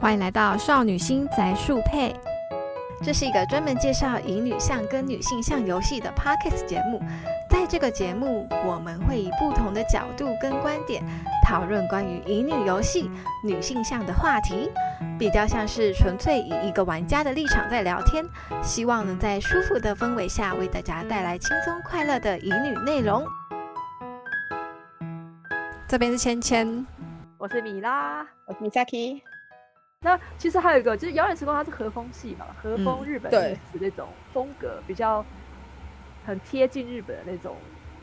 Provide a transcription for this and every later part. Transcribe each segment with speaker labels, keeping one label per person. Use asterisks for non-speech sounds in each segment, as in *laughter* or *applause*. Speaker 1: 欢迎来到少女心宅树配，这是一个专门介绍乙女向跟女性向游戏的 podcast 节目。在这个节目，我们会以不同的角度跟观点讨论关于乙女游戏、女性向的话题，比较像是纯粹以一个玩家的立场在聊天，希望能在舒服的氛围下为大家带来轻松快乐的乙女内容。这边是芊芊，
Speaker 2: 我是米拉。
Speaker 3: 我是 Misaki，
Speaker 2: 那其实还有一个就是《遥远时光》，它是和风系嘛，和风
Speaker 1: 嗯
Speaker 2: 日本
Speaker 3: 对
Speaker 2: 历史那种风格，比较很贴近日本的那种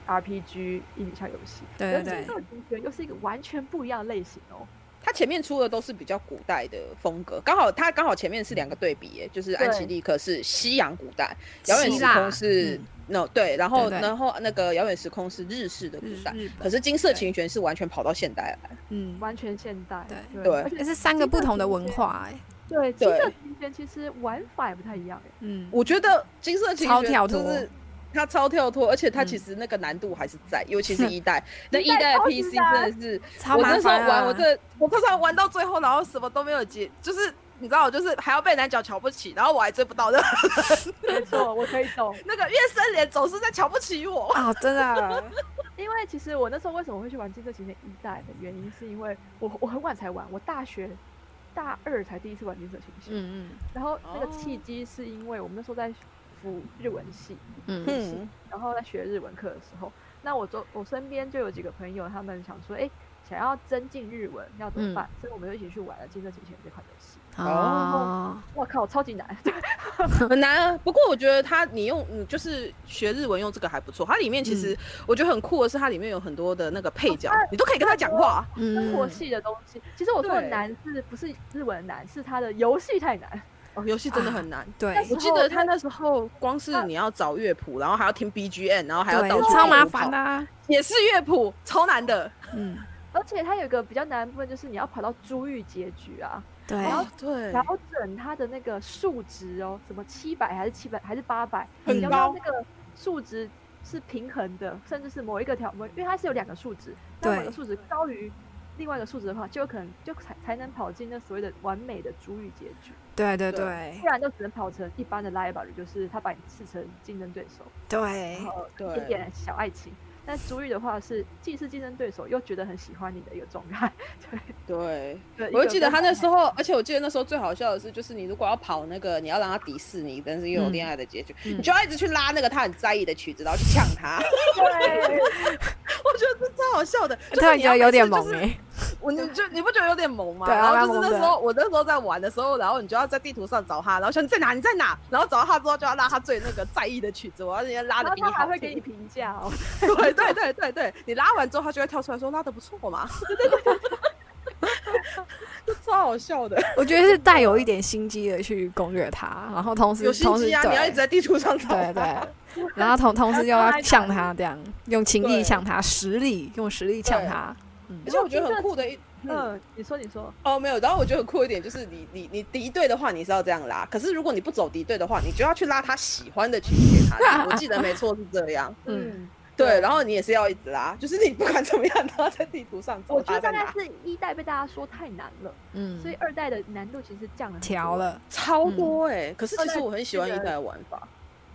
Speaker 2: RPG 一女向游戏。
Speaker 1: 对
Speaker 2: 然
Speaker 1: 对对
Speaker 2: 后金色同学又是一个完全不一样的类型哦。
Speaker 3: 他前面出的都是比较古代的风格，刚好他刚好前面是两个对比耶，就是安琪
Speaker 2: 对
Speaker 3: 丽可是西洋古代，遥远
Speaker 1: 希
Speaker 3: 时
Speaker 1: 腊
Speaker 3: 空是
Speaker 1: 嗯
Speaker 3: no 对，然后
Speaker 1: 对对
Speaker 3: 然后那个遥远时空是日式的古代，
Speaker 1: 日
Speaker 3: 可
Speaker 1: 本，
Speaker 3: 是金色
Speaker 1: 对
Speaker 3: 琴弦是完全跑到现代来，
Speaker 1: 嗯，
Speaker 2: 完全现代，
Speaker 1: 对
Speaker 3: 对
Speaker 2: 而且
Speaker 1: 这是三个不同的文化、哎，
Speaker 2: 对金色
Speaker 3: 对
Speaker 2: 平原其实玩法也不太一样哎，
Speaker 1: 嗯，
Speaker 3: 我觉得金色琴
Speaker 1: 超
Speaker 3: 弦
Speaker 1: 跳
Speaker 3: 就
Speaker 1: 脱
Speaker 3: 是。它超跳脱，而且它
Speaker 1: 嗯
Speaker 3: 其实那个难度还是在，尤其是
Speaker 1: *laughs*
Speaker 3: 一代，那
Speaker 2: 一
Speaker 3: 一
Speaker 2: 代
Speaker 3: 代
Speaker 2: 超
Speaker 3: PC
Speaker 2: 级难
Speaker 3: 真的是
Speaker 1: 超
Speaker 3: 我
Speaker 1: 麻
Speaker 3: 那时候
Speaker 1: 烦、啊。
Speaker 4: 玩，我真的，我通常玩到最后，然后什么都没有结，就是你知道，我就是还要被男角瞧不起，然后我还追不到那
Speaker 2: 没错，我可以懂。
Speaker 4: 那个月生莲总是在瞧不起我。
Speaker 1: 啊、真的，
Speaker 2: 因为其实我那时候为什么会去玩《金色琴弦一代》的原因，是因为我我很晚才玩，我大学大二才第一次玩《金色琴弦》，
Speaker 1: 嗯
Speaker 2: 然后那个契
Speaker 4: 哦
Speaker 2: 机是因为我们那时候在辅日文系，
Speaker 1: 嗯嗯，
Speaker 3: 嗯，
Speaker 2: 然后在学日文课的时候，那我周我身边就有几个朋友，他们想说，哎，想要增进日文要怎
Speaker 1: 嗯
Speaker 2: 么办？所以我们就一起去玩了《金色琴弦》这款游戏。
Speaker 1: 哦，
Speaker 2: 我靠，超级难！ *laughs* 对，
Speaker 3: 很难啊。不过我觉得它，你用你就是学日文用这个还不错。它里面其实我觉得很酷的是，它里面有很多的那个配角，你都可以跟他讲话。
Speaker 2: 生 *laughs*
Speaker 1: 嗯，
Speaker 2: 活系的东西，其实我说的
Speaker 3: 对
Speaker 2: 难是不是日文难，是它的游戏太难。
Speaker 3: 哦，游戏真的很难。
Speaker 1: 对
Speaker 2: 但，是
Speaker 3: 我记得他那时候光是你要找乐谱，然后还要听 BGM，然后还要
Speaker 1: 对
Speaker 3: 到处
Speaker 1: 超麻
Speaker 3: 跑
Speaker 1: 烦的、啊，
Speaker 4: 也是乐谱，超难的。
Speaker 1: 嗯，
Speaker 2: 而且它有一个比较难的部分，就是你要跑到珠玉结局啊，
Speaker 1: 对，
Speaker 3: 哦
Speaker 2: 然后
Speaker 3: 对，
Speaker 2: 调整它的那个数值哦，什么七百还是七百还是八百，
Speaker 1: 很
Speaker 2: 你要让
Speaker 4: 高
Speaker 2: 那个数值是平衡的，甚至是某一个条，某因为它是有两个数值，那某
Speaker 1: 对
Speaker 2: 个数值高于另外一个数值的话，就有可能就才才能跑进那所谓的完美的珠玉结局，
Speaker 1: 对对
Speaker 3: 对
Speaker 1: 对
Speaker 2: 不然就只能跑成一般的 rival，就是他把你视成竞争对手，
Speaker 1: 对
Speaker 2: 然，后
Speaker 3: 对
Speaker 2: 一点点小爱情。但珠玉的话是既是竞争对手，又觉得很喜欢你的一个状
Speaker 3: *laughs*
Speaker 2: 态，对。
Speaker 3: 对，
Speaker 2: 对
Speaker 3: 我就记得他那时候，而且我记得那时候最好笑的是，就是你如果要跑那个，你要让他迪士尼，但是又有恋爱的结局，
Speaker 1: 嗯
Speaker 3: 你就要一直去拉那个他很在意的曲子，然后去呛
Speaker 4: *laughs*
Speaker 3: 他。 *laughs*
Speaker 2: 对，
Speaker 3: 我觉得这超好 *laughs* 笑的，
Speaker 1: 突然觉得有点萌
Speaker 4: 哎、
Speaker 3: 欸
Speaker 1: 哎、
Speaker 4: 我你就你不觉得有点萌吗？
Speaker 1: 对
Speaker 3: 啊
Speaker 4: 然
Speaker 1: 蛮
Speaker 4: 后就
Speaker 1: 萌
Speaker 4: 是
Speaker 1: 的
Speaker 4: 那时候我那时候在玩的时候，然后你就要在地图上找他，然后说你在哪你在哪，然后找到他之后就要拉他最那个在意的曲子，我要人家拉
Speaker 2: 然
Speaker 4: 的
Speaker 2: 后
Speaker 4: 比你
Speaker 2: 他
Speaker 4: 好
Speaker 2: 还
Speaker 4: 听。
Speaker 2: 会给你评价哦。
Speaker 4: *laughs* 对对对对对，你拉完之后，他就会跳出来说拉的不错嘛。 *laughs*
Speaker 3: 这超好笑的。
Speaker 1: 我觉得是带有一点心机的去攻略他，然后同时
Speaker 3: 有心
Speaker 1: 同时
Speaker 3: 机啊！你要一直
Speaker 1: 对
Speaker 3: 啊在地图上找 *laughs*
Speaker 1: 对
Speaker 3: 他。
Speaker 1: 对，然后同同时又
Speaker 3: *laughs*
Speaker 1: 要呛他，这样用情力
Speaker 3: 对
Speaker 1: 呛他，实力用实力呛他，
Speaker 3: 而且我觉得很酷的一，嗯，
Speaker 2: 嗯，你说你说，
Speaker 3: 哦，没有。然后我觉得很酷一点就是你，你你敌对的话，你是要这样拉；可是如果你不走敌对的话，你就要去拉他喜欢的曲给他
Speaker 1: *laughs*
Speaker 3: 拉。我记得没错是这样。
Speaker 1: 嗯，
Speaker 3: 对，然后你也是要一直拉，就是你不管怎么样 *laughs* 都要在地图上
Speaker 2: 我
Speaker 3: 找
Speaker 2: 觉得大
Speaker 3: 他在
Speaker 2: 概
Speaker 3: 哪。
Speaker 2: 是一代被大家说太难了，
Speaker 1: 嗯，
Speaker 2: 所以二代的难度其实降了很多
Speaker 1: 调。了，
Speaker 3: 超
Speaker 1: 嗯
Speaker 3: 多哎、可是其实我很喜欢
Speaker 2: 这
Speaker 3: 一
Speaker 2: 个
Speaker 3: 代的玩法，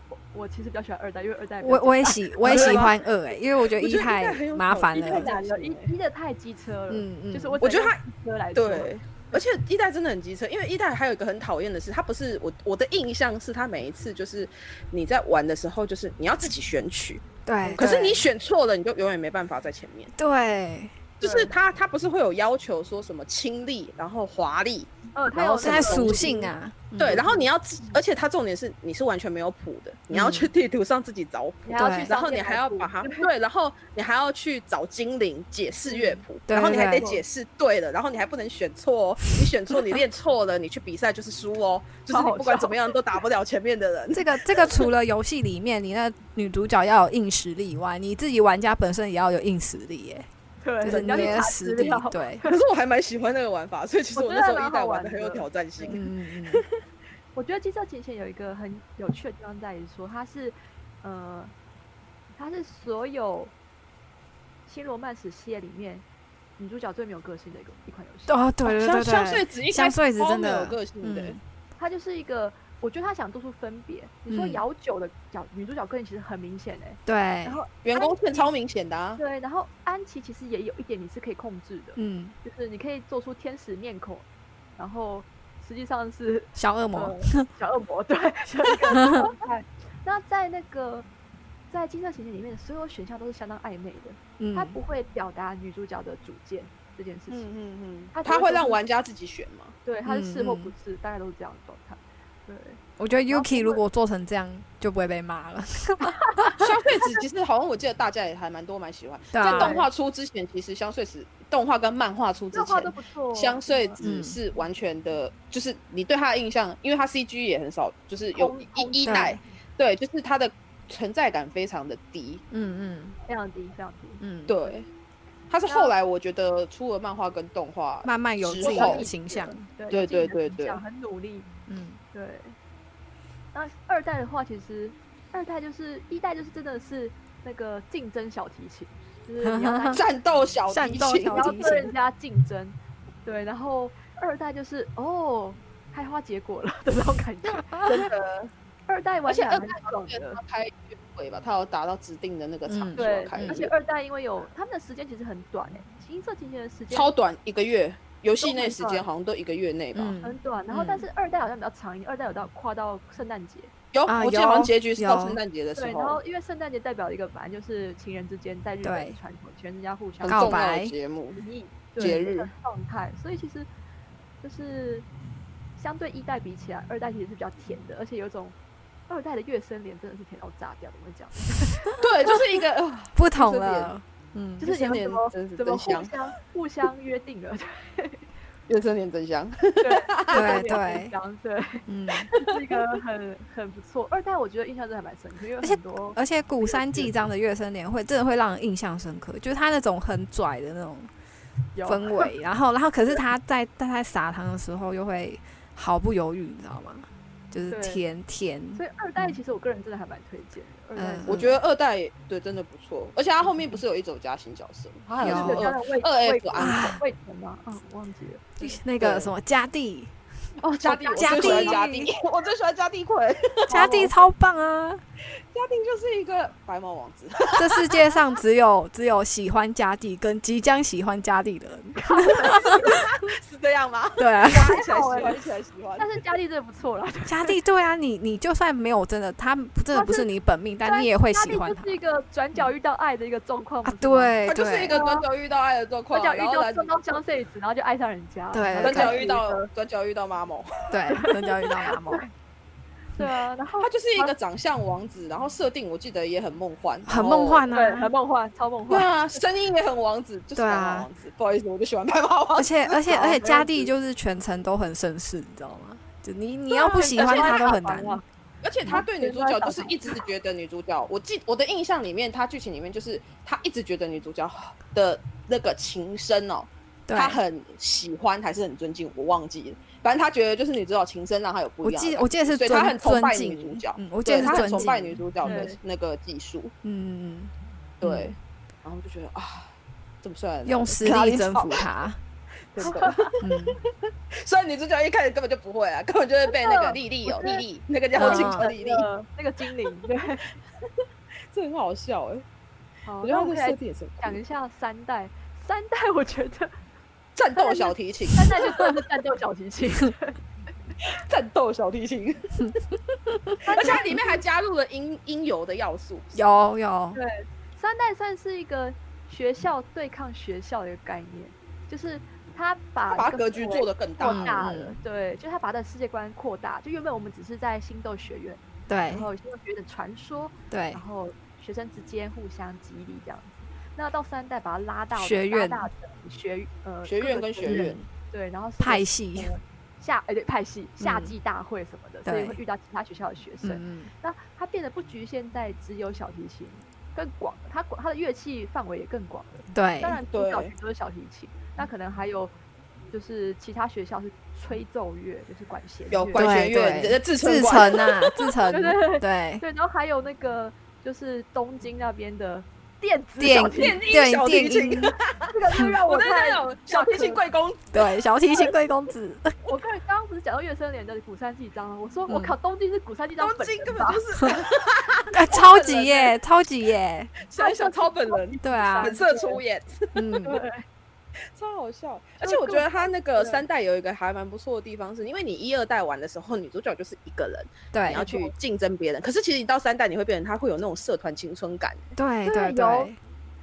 Speaker 2: 我我其实比较喜欢二代，因为二代比较
Speaker 1: 我我也喜我也喜欢二哎、因为我觉得
Speaker 3: 我觉得一代
Speaker 1: 太
Speaker 3: 很有
Speaker 1: 麻
Speaker 3: 挑
Speaker 1: 烦
Speaker 3: 战
Speaker 1: 了
Speaker 2: 太，难了，一一的太机车了，
Speaker 1: 嗯嗯
Speaker 2: 就是我
Speaker 3: 我觉
Speaker 2: 整
Speaker 3: 得他
Speaker 2: 个车来说，
Speaker 3: 对，而且一代真的很机车，因为一代还有一个很讨厌的是，它不是我我的印象是，它每一次就是你在玩的时候，就是你要自己选曲，
Speaker 1: 对，
Speaker 3: 可是
Speaker 1: 对
Speaker 3: 你选错了，你就永远没办法在前面。
Speaker 1: 对，
Speaker 3: 就是它它不是会有要求说什么清丽，然后华丽，
Speaker 2: 嗯，他
Speaker 3: 然
Speaker 2: 有
Speaker 3: 后
Speaker 1: 现
Speaker 3: 现
Speaker 1: 在
Speaker 3: 在
Speaker 1: 属
Speaker 3: 属
Speaker 1: 性啊，
Speaker 2: 嗯
Speaker 3: 对，然后你要自，而且它重点是你是完全没有谱的，你要去地图上自己找谱。
Speaker 2: 你还要
Speaker 1: 对
Speaker 2: 嗯去商店买书，
Speaker 3: 然后你还要
Speaker 2: *laughs*
Speaker 3: 把它对，然后你还要去找精灵解释乐
Speaker 2: 嗯
Speaker 3: 谱，
Speaker 1: 对
Speaker 3: 然后你还
Speaker 1: 对
Speaker 3: 得解释对了，然后你还不能选错哦，你选错你练错了，你去比赛就是输哦，就是你不管怎么样都打不了前面的
Speaker 2: *laughs*
Speaker 3: 人。
Speaker 1: 这个这个除了游戏里面你那女主角要有硬实力以外，你自己玩家本身也要有硬实力耶，就
Speaker 2: 对，
Speaker 1: 是
Speaker 2: 你
Speaker 1: 你
Speaker 2: 要去
Speaker 1: 也
Speaker 2: 查
Speaker 1: 实
Speaker 2: 资
Speaker 1: 力
Speaker 2: 料，
Speaker 1: 对，
Speaker 3: 可是我还蛮喜欢那个玩法，所以其实
Speaker 2: 我
Speaker 3: 我
Speaker 2: 觉得
Speaker 3: 那时候
Speaker 2: 蛮
Speaker 3: 一代
Speaker 2: 好
Speaker 3: 玩的
Speaker 2: 玩
Speaker 3: 很有
Speaker 2: 的
Speaker 3: 挑战性。
Speaker 1: 嗯嗯
Speaker 2: 我觉得《金色琴弦》有一个很有趣的地方在于说，它是，呃，它是所有《新罗曼史》系列里面女主角最没有个性的一个一款游戏。
Speaker 1: 哦，对对对对，
Speaker 3: 香香穗子一
Speaker 1: 香
Speaker 3: 开
Speaker 1: 穗
Speaker 3: 始
Speaker 1: 子
Speaker 3: 超
Speaker 1: 真
Speaker 3: 没
Speaker 1: 的
Speaker 3: 有个性的，
Speaker 1: 嗯
Speaker 2: 他就是一个，我觉得他想做出分别。你说
Speaker 1: 嗯
Speaker 2: 姚九的角、女主角个性其实很明显哎、
Speaker 1: 对
Speaker 2: 然，后
Speaker 3: 员工线超明显的啊。
Speaker 2: 对，然后安琪其实也有一点你是可以控制的，
Speaker 1: 嗯，
Speaker 2: 就是你可以做出天使面孔，然后实际上是
Speaker 1: 小恶魔，
Speaker 2: 呃、小恶魔，
Speaker 1: *laughs*
Speaker 2: 对。小恶魔哎那在那个在《金色情人》里面，所有选项都是相当暧昧的，
Speaker 1: 嗯
Speaker 2: 他，不会表达女主角的主见这件事情。
Speaker 3: 嗯嗯嗯，
Speaker 2: 他只
Speaker 3: 他
Speaker 2: 会
Speaker 3: 会
Speaker 2: 说
Speaker 3: 让
Speaker 2: 是
Speaker 3: 玩家自己选
Speaker 1: *laughs*
Speaker 3: 嘛？
Speaker 2: 对，他是是或不
Speaker 1: 嗯
Speaker 2: 是，大概都是这样的状态。对，
Speaker 1: 我觉得
Speaker 2: 然后
Speaker 1: Yuki
Speaker 2: 不
Speaker 1: 如
Speaker 2: 会
Speaker 1: 果做成这样，就不会被骂了。
Speaker 3: 香穗子其实好像我记得大家也还蛮多蛮喜欢。
Speaker 1: 对
Speaker 3: 在
Speaker 1: 啊
Speaker 3: 动画出之前，其实香穗子动画跟漫画出之
Speaker 2: 这话都
Speaker 3: 前，
Speaker 2: 不错。哦
Speaker 3: 香穗子
Speaker 1: 嗯
Speaker 3: 是完全的，就是你对他的印象，因为他 CG 也很少，就是有
Speaker 2: 空空
Speaker 3: 一一
Speaker 1: 对
Speaker 3: 代，对，就是他的存在感非常的低。
Speaker 1: 嗯嗯
Speaker 2: 非常低，非常低。
Speaker 1: 嗯，，
Speaker 3: 对，他是后来我觉得出了漫画跟动画，
Speaker 1: 慢慢有
Speaker 3: 之
Speaker 1: 自己
Speaker 3: 后
Speaker 1: 的形象，
Speaker 2: 对
Speaker 3: 对
Speaker 2: 有自己
Speaker 3: 对
Speaker 2: 的
Speaker 3: 对
Speaker 2: 形
Speaker 3: 对
Speaker 2: 象很努力。
Speaker 1: 嗯，
Speaker 2: 对。那二代的话，其实二代就是一代就是真的是那个竞争小提琴，就是你要拿
Speaker 3: 战斗 *laughs* 小
Speaker 1: 战
Speaker 3: 提
Speaker 1: 斗
Speaker 3: 琴，
Speaker 1: 小
Speaker 2: 你要
Speaker 1: 提
Speaker 2: 跟
Speaker 1: 琴
Speaker 2: 人家竞争，对。然后二代就是哦，开花结果了的那种感觉。
Speaker 3: *laughs* 真的，
Speaker 2: 二代玩
Speaker 3: 而
Speaker 2: 起
Speaker 3: 且
Speaker 2: 来
Speaker 3: 二
Speaker 2: 很
Speaker 3: 代好
Speaker 2: 爽
Speaker 3: 像
Speaker 2: 的
Speaker 3: 他。开约会吧，他有达到指定的那个
Speaker 1: 嗯
Speaker 3: 场就
Speaker 2: 嗯对
Speaker 3: 要开约
Speaker 2: 而且
Speaker 3: 会，
Speaker 2: 二代因为有他们的时间其实很短欸诶、金色情人的时间
Speaker 3: 超短一个月，游戏内
Speaker 2: 很
Speaker 3: 时
Speaker 2: 短
Speaker 3: 间好像都一个月内吧。
Speaker 2: 很
Speaker 1: 嗯，
Speaker 2: 短，然后但
Speaker 1: 嗯
Speaker 2: 是二代好像比较长一点，二代有到跨到圣诞节，
Speaker 3: 有，
Speaker 1: 啊
Speaker 3: 我记得好
Speaker 1: 有
Speaker 3: 像结局是到
Speaker 1: 有
Speaker 3: 圣诞节的时
Speaker 2: 对，然
Speaker 3: 候
Speaker 2: 后，因为圣诞节代表一个本来就是情人之间在日本
Speaker 1: 对
Speaker 2: 传统，情人之间互相
Speaker 3: 很
Speaker 1: 告
Speaker 3: 重
Speaker 1: 白
Speaker 3: 要的节目。
Speaker 2: 情谊
Speaker 3: 节
Speaker 2: 对
Speaker 3: 日
Speaker 2: 的状态，所以其实就是相对一代比起来，二代其实是比较甜的，而且有一种二代的月生莲真的是甜到炸掉，我们讲，
Speaker 3: 对，就
Speaker 2: *laughs*
Speaker 3: 是一个呃
Speaker 1: 不同
Speaker 3: 这点
Speaker 1: 了，嗯，
Speaker 2: 就是你
Speaker 3: 生
Speaker 2: 们
Speaker 3: 年
Speaker 2: 怎么
Speaker 3: 真是
Speaker 2: 怎么
Speaker 3: 真
Speaker 2: 互
Speaker 3: 香，
Speaker 2: 相互相约定了， *laughs*
Speaker 3: 月生年真香。
Speaker 1: 对
Speaker 2: 对
Speaker 1: 对，
Speaker 2: 对，
Speaker 1: 嗯，
Speaker 2: 是一个很很不错。二代我觉得印象真的还蛮深刻，因为
Speaker 1: 而且
Speaker 2: 很多
Speaker 1: 而且古山纪章的月生年会真的会让人印象深刻，就是他那种很拽的那种
Speaker 2: 有
Speaker 1: 氛围，然后然后可是他在在他撒糖的时候又会毫不犹豫，你知道吗？就是
Speaker 2: 对
Speaker 1: 甜甜，
Speaker 2: 所以二代其实我个人真的还蛮推荐的。二代
Speaker 1: 嗯
Speaker 2: 是
Speaker 3: 我觉得二代也对真的不错，而且他后面不是有一种加新角色，他还有
Speaker 1: 有
Speaker 3: 出
Speaker 2: 家
Speaker 3: 二
Speaker 2: 的味
Speaker 3: 二 F
Speaker 2: 味
Speaker 3: 安
Speaker 2: 味藤吗？嗯，忘记了。
Speaker 1: 那个
Speaker 3: 对
Speaker 1: 什么家地，
Speaker 3: 哦，家地，我
Speaker 1: 家
Speaker 3: 最喜欢
Speaker 1: 地
Speaker 3: 家地，我最喜欢家地葵， *laughs*
Speaker 1: 家地超棒啊！
Speaker 3: 家地就是一个白毛王子，
Speaker 1: 这世界上只有只有喜欢家地跟即将喜欢家地的人，
Speaker 3: 是这样吗？
Speaker 1: 对啊，
Speaker 3: 大家一起来喜欢，一起来喜欢。
Speaker 2: 哎但是佳丽真的不错啦，
Speaker 1: 家地对啊，你你就算没有真的他真的不是你本命，但你也会
Speaker 2: 佳
Speaker 1: 喜
Speaker 2: 丽
Speaker 1: 欢他
Speaker 2: 就是一个转角遇到爱的一个状况
Speaker 1: 啊，，
Speaker 2: 不是吗
Speaker 1: 对，
Speaker 3: 他就是一
Speaker 1: 对
Speaker 3: 个转角遇到爱的状况
Speaker 2: 转，角遇
Speaker 3: 然后
Speaker 2: 到
Speaker 3: 来
Speaker 2: 撞到香穗子，然后就爱上人家。
Speaker 1: 对
Speaker 2: 然后
Speaker 3: 转角
Speaker 2: 就
Speaker 3: 遇到 *laughs* 转角遇到妈某，
Speaker 1: 对，真的遇到阿
Speaker 3: *laughs*
Speaker 1: 毛，
Speaker 2: 对啊，然后
Speaker 3: 他就是一个长相王子，然后设定我记得也很梦幻，
Speaker 1: 很梦。幻
Speaker 2: 对
Speaker 1: 啊
Speaker 2: 很。梦幻，超梦
Speaker 3: 对
Speaker 2: 幻。
Speaker 3: 啊，声音也很王子，就是
Speaker 1: 对
Speaker 3: 白
Speaker 1: 啊
Speaker 3: 马王子。不好意思，我就喜欢白马王
Speaker 1: 而
Speaker 3: 子。
Speaker 1: 且而且而且，
Speaker 3: 没
Speaker 1: 家
Speaker 3: 问
Speaker 1: 地
Speaker 3: 题
Speaker 1: 就是全程都很绅士，你知道吗？就你你
Speaker 3: 对
Speaker 1: 要
Speaker 3: 啊
Speaker 1: 不喜欢
Speaker 3: 而且
Speaker 1: 他
Speaker 3: 他
Speaker 1: 都
Speaker 2: 打
Speaker 1: 很
Speaker 2: 扮
Speaker 1: 难。
Speaker 2: 啊
Speaker 3: 而且他对女主角就是一直觉得女主角，我记我的印象里面，他剧情里面就是他一直觉得女主角的那个情深哦，
Speaker 1: 对，
Speaker 3: 他很喜欢还是很尊敬，我忘记了。反正他觉得就是女主角情深让他有不
Speaker 1: 我
Speaker 3: 一样的
Speaker 1: 记得
Speaker 3: 感觉。
Speaker 1: 我记得是
Speaker 3: 所以他
Speaker 1: 尊
Speaker 3: 很崇
Speaker 1: 尊
Speaker 3: 拜女主
Speaker 1: 敬
Speaker 3: 角，
Speaker 1: 嗯，我记
Speaker 3: 对
Speaker 1: 得
Speaker 3: 他
Speaker 1: 是
Speaker 3: 很
Speaker 1: 尊
Speaker 3: 崇拜女
Speaker 1: 敬，
Speaker 3: 主角的
Speaker 2: 对
Speaker 3: 那个技术，
Speaker 1: 嗯，
Speaker 3: 对，然后就觉得啊，这么帅的男人，
Speaker 1: 嗯用
Speaker 3: *laughs*
Speaker 1: 实
Speaker 3: 跟他
Speaker 1: 力
Speaker 3: 一
Speaker 1: 征
Speaker 3: 吵
Speaker 1: 服
Speaker 3: *laughs*
Speaker 1: 他，
Speaker 3: 真的。
Speaker 1: 嗯，
Speaker 3: *laughs* 虽然女主角一开始根本就不会啊，根本就会被那 *laughs* 个莉莉哦，莉莉那个叫
Speaker 1: 嗯
Speaker 3: 金城莉
Speaker 2: 那
Speaker 3: 莉，
Speaker 2: 个那个精灵，对，
Speaker 3: *laughs* 这很好笑哎。
Speaker 2: 好，
Speaker 3: 我觉
Speaker 2: 那
Speaker 3: 得
Speaker 2: 我
Speaker 3: 他
Speaker 2: 们
Speaker 3: 的
Speaker 2: 来
Speaker 3: 设定也是很酷
Speaker 2: 讲一下三代。三代我觉得
Speaker 3: 战斗小提琴，
Speaker 2: 三代就真的是战斗小提
Speaker 3: *laughs*
Speaker 2: 琴，
Speaker 3: 战斗小提 *laughs* 琴，而且它里面还加入了音音游的要素。
Speaker 1: 有有，
Speaker 2: 对，三代算是一个学校对抗学校的一个概念，就是他把
Speaker 3: 把它
Speaker 2: 各
Speaker 3: 格
Speaker 2: 个
Speaker 3: 局
Speaker 2: 氛围
Speaker 3: 做得更大，
Speaker 2: 扩大
Speaker 1: 嗯
Speaker 2: 了，对，就是他把他的世界观扩大。就原本我们只是在星斗学院，
Speaker 1: 对
Speaker 2: 然
Speaker 3: 嗯
Speaker 2: 后星斗学院的传说，
Speaker 1: 对
Speaker 2: 然，后学生之间互相激励这样子。那到三代把它拉到
Speaker 1: 学
Speaker 2: 拉
Speaker 1: 院
Speaker 2: 大成学呃
Speaker 3: 学
Speaker 2: 各
Speaker 3: 院
Speaker 2: 个
Speaker 3: 跟学院，
Speaker 2: 对，然后是
Speaker 1: 派
Speaker 2: 个
Speaker 1: 系，
Speaker 2: 呃夏哎对派系夏
Speaker 1: 嗯
Speaker 2: 季大会什么的，所以
Speaker 1: 对
Speaker 2: 会遇到其他学校的学生。
Speaker 1: 嗯
Speaker 2: 那它变得不局限在只有小提琴，更广，它广它的乐器范围也更广了。
Speaker 1: 嗯，对
Speaker 2: 当然，主角
Speaker 3: 对
Speaker 2: 曲都是小提琴，那可能还有就是其他学校是吹奏乐，就是管弦
Speaker 3: 有
Speaker 2: 乐
Speaker 3: 管弦
Speaker 1: 对对
Speaker 3: 乐、自
Speaker 1: 自
Speaker 3: 成
Speaker 1: 成
Speaker 3: 管， *laughs*
Speaker 1: 啊，自成
Speaker 2: 对对，对
Speaker 1: 对
Speaker 2: 对，然后还有那个就是东京那边的电子
Speaker 1: 电
Speaker 2: 小提
Speaker 1: 音
Speaker 2: 琴，
Speaker 3: 电音小
Speaker 1: 电
Speaker 3: 提琴
Speaker 1: 音，
Speaker 2: 这个就让
Speaker 3: 我
Speaker 2: 我
Speaker 3: 的
Speaker 2: 太
Speaker 3: 那种小提琴贵公子，
Speaker 1: 对，小提
Speaker 3: *laughs*
Speaker 1: 琴贵公子，
Speaker 2: 我刚才刚刚不是讲到月生莲的古山纪章吗？我说我
Speaker 1: 嗯
Speaker 2: 靠，东京是古山纪章
Speaker 3: 东
Speaker 2: 本
Speaker 3: 京
Speaker 2: 人
Speaker 3: 根本
Speaker 2: 吧？
Speaker 3: 就是 *laughs*
Speaker 1: 哎超级耶，超级耶，
Speaker 3: 想一想超本 *laughs* 人，
Speaker 1: 对啊
Speaker 3: 本，色出演，
Speaker 1: 嗯，
Speaker 2: 对，
Speaker 3: 超好笑。而且我觉得他那个三代有一个还蛮不错的地方是，因为你一二代玩的时候，女主角就是一个人，你
Speaker 1: 对
Speaker 3: 要去竞争别人。可是其实你到三代，你会变成他会有那种社团青春感。
Speaker 1: 对
Speaker 2: 对
Speaker 1: 对
Speaker 2: 有
Speaker 1: 对，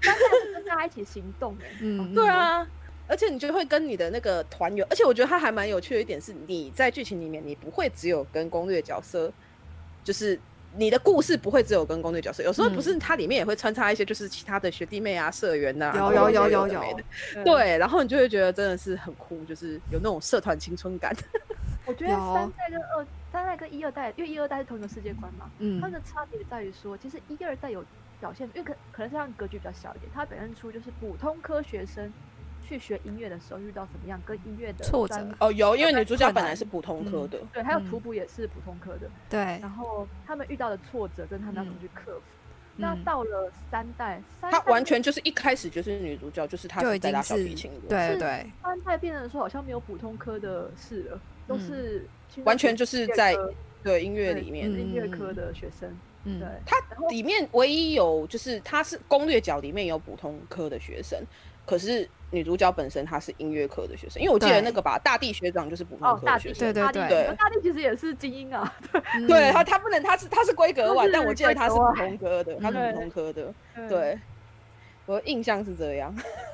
Speaker 2: 但是跟大家一起行动哎，
Speaker 1: 嗯，
Speaker 3: 对啊，而且你就会跟你的那个团员，而且我觉得他还蛮有趣的一点是，你在剧情里面你不会只有跟攻略角色，就是。你的故事不会只有跟攻略角色，有时候不是它里面也会穿插一些就是其他的学弟妹啊、社员呐、啊，
Speaker 1: 有
Speaker 3: 然后
Speaker 1: 有嗯有
Speaker 3: 一些
Speaker 1: 有
Speaker 3: 的没
Speaker 1: 有
Speaker 3: 的，对，然后你就会觉得真的是很酷，就是有那种社团青春感。
Speaker 2: 我觉得
Speaker 1: 有
Speaker 2: 三代跟二三代跟一二代，因为一二代是同一个世界观嘛，
Speaker 1: 嗯
Speaker 2: 它，的差别在于说，其实一二代有表现，因为可可能是让格局比较小一点，它表现出就是普通科学生去学音乐的时候遇到什么样跟音乐的
Speaker 1: 挫折
Speaker 2: 专
Speaker 3: 哦，有，因为
Speaker 1: 在
Speaker 3: 女主角
Speaker 1: 困
Speaker 3: 本来
Speaker 1: 难
Speaker 3: 是普通科
Speaker 1: 嗯
Speaker 3: 的，
Speaker 2: 对，还有
Speaker 1: 嗯
Speaker 2: 图谱也是普通科的，
Speaker 1: 对，
Speaker 2: 然后他们遇到的挫折跟他们要
Speaker 3: 嗯
Speaker 2: 怎么去克服。那
Speaker 1: 嗯
Speaker 2: 到了三代，三
Speaker 3: 她
Speaker 2: 代
Speaker 3: 完全就是一开始就是女主角，就是她
Speaker 1: 就是已
Speaker 3: 在
Speaker 1: 经
Speaker 3: 拉小
Speaker 1: 是
Speaker 3: 提琴的，
Speaker 1: 对
Speaker 2: 是
Speaker 1: 对
Speaker 2: 三代变成说好像没有普通科的事了，都
Speaker 1: 嗯
Speaker 2: 是青春
Speaker 3: 完全
Speaker 2: 期
Speaker 3: 就是
Speaker 2: 音乐
Speaker 3: 在
Speaker 2: 科
Speaker 3: 对音乐
Speaker 2: 对
Speaker 3: 里面。
Speaker 1: 嗯
Speaker 2: 音乐科的学生，
Speaker 1: 嗯
Speaker 2: 对，
Speaker 3: 它
Speaker 2: 然后
Speaker 3: 里面唯一有就是它是攻略角里面有普通科的学生，可是女主角本身她是音乐科的学生，因为我记得
Speaker 1: 对
Speaker 3: 那个吧，大地学长就是普通
Speaker 2: 哦，
Speaker 3: 科
Speaker 2: 大
Speaker 3: 的
Speaker 2: 地
Speaker 3: 学
Speaker 1: 学
Speaker 3: 生。
Speaker 1: 对
Speaker 2: 大地
Speaker 1: 对
Speaker 3: 对
Speaker 2: 大地其实也是精英啊，
Speaker 1: 嗯
Speaker 3: 对他，他不能，他是他是规格
Speaker 2: 他
Speaker 3: 外，但
Speaker 2: 是
Speaker 3: 我记得
Speaker 2: 规
Speaker 3: 他
Speaker 2: 格
Speaker 3: 是普
Speaker 2: 外
Speaker 3: 通科的，他是
Speaker 2: 嗯
Speaker 3: 普通科的，，对，我的印象是这样。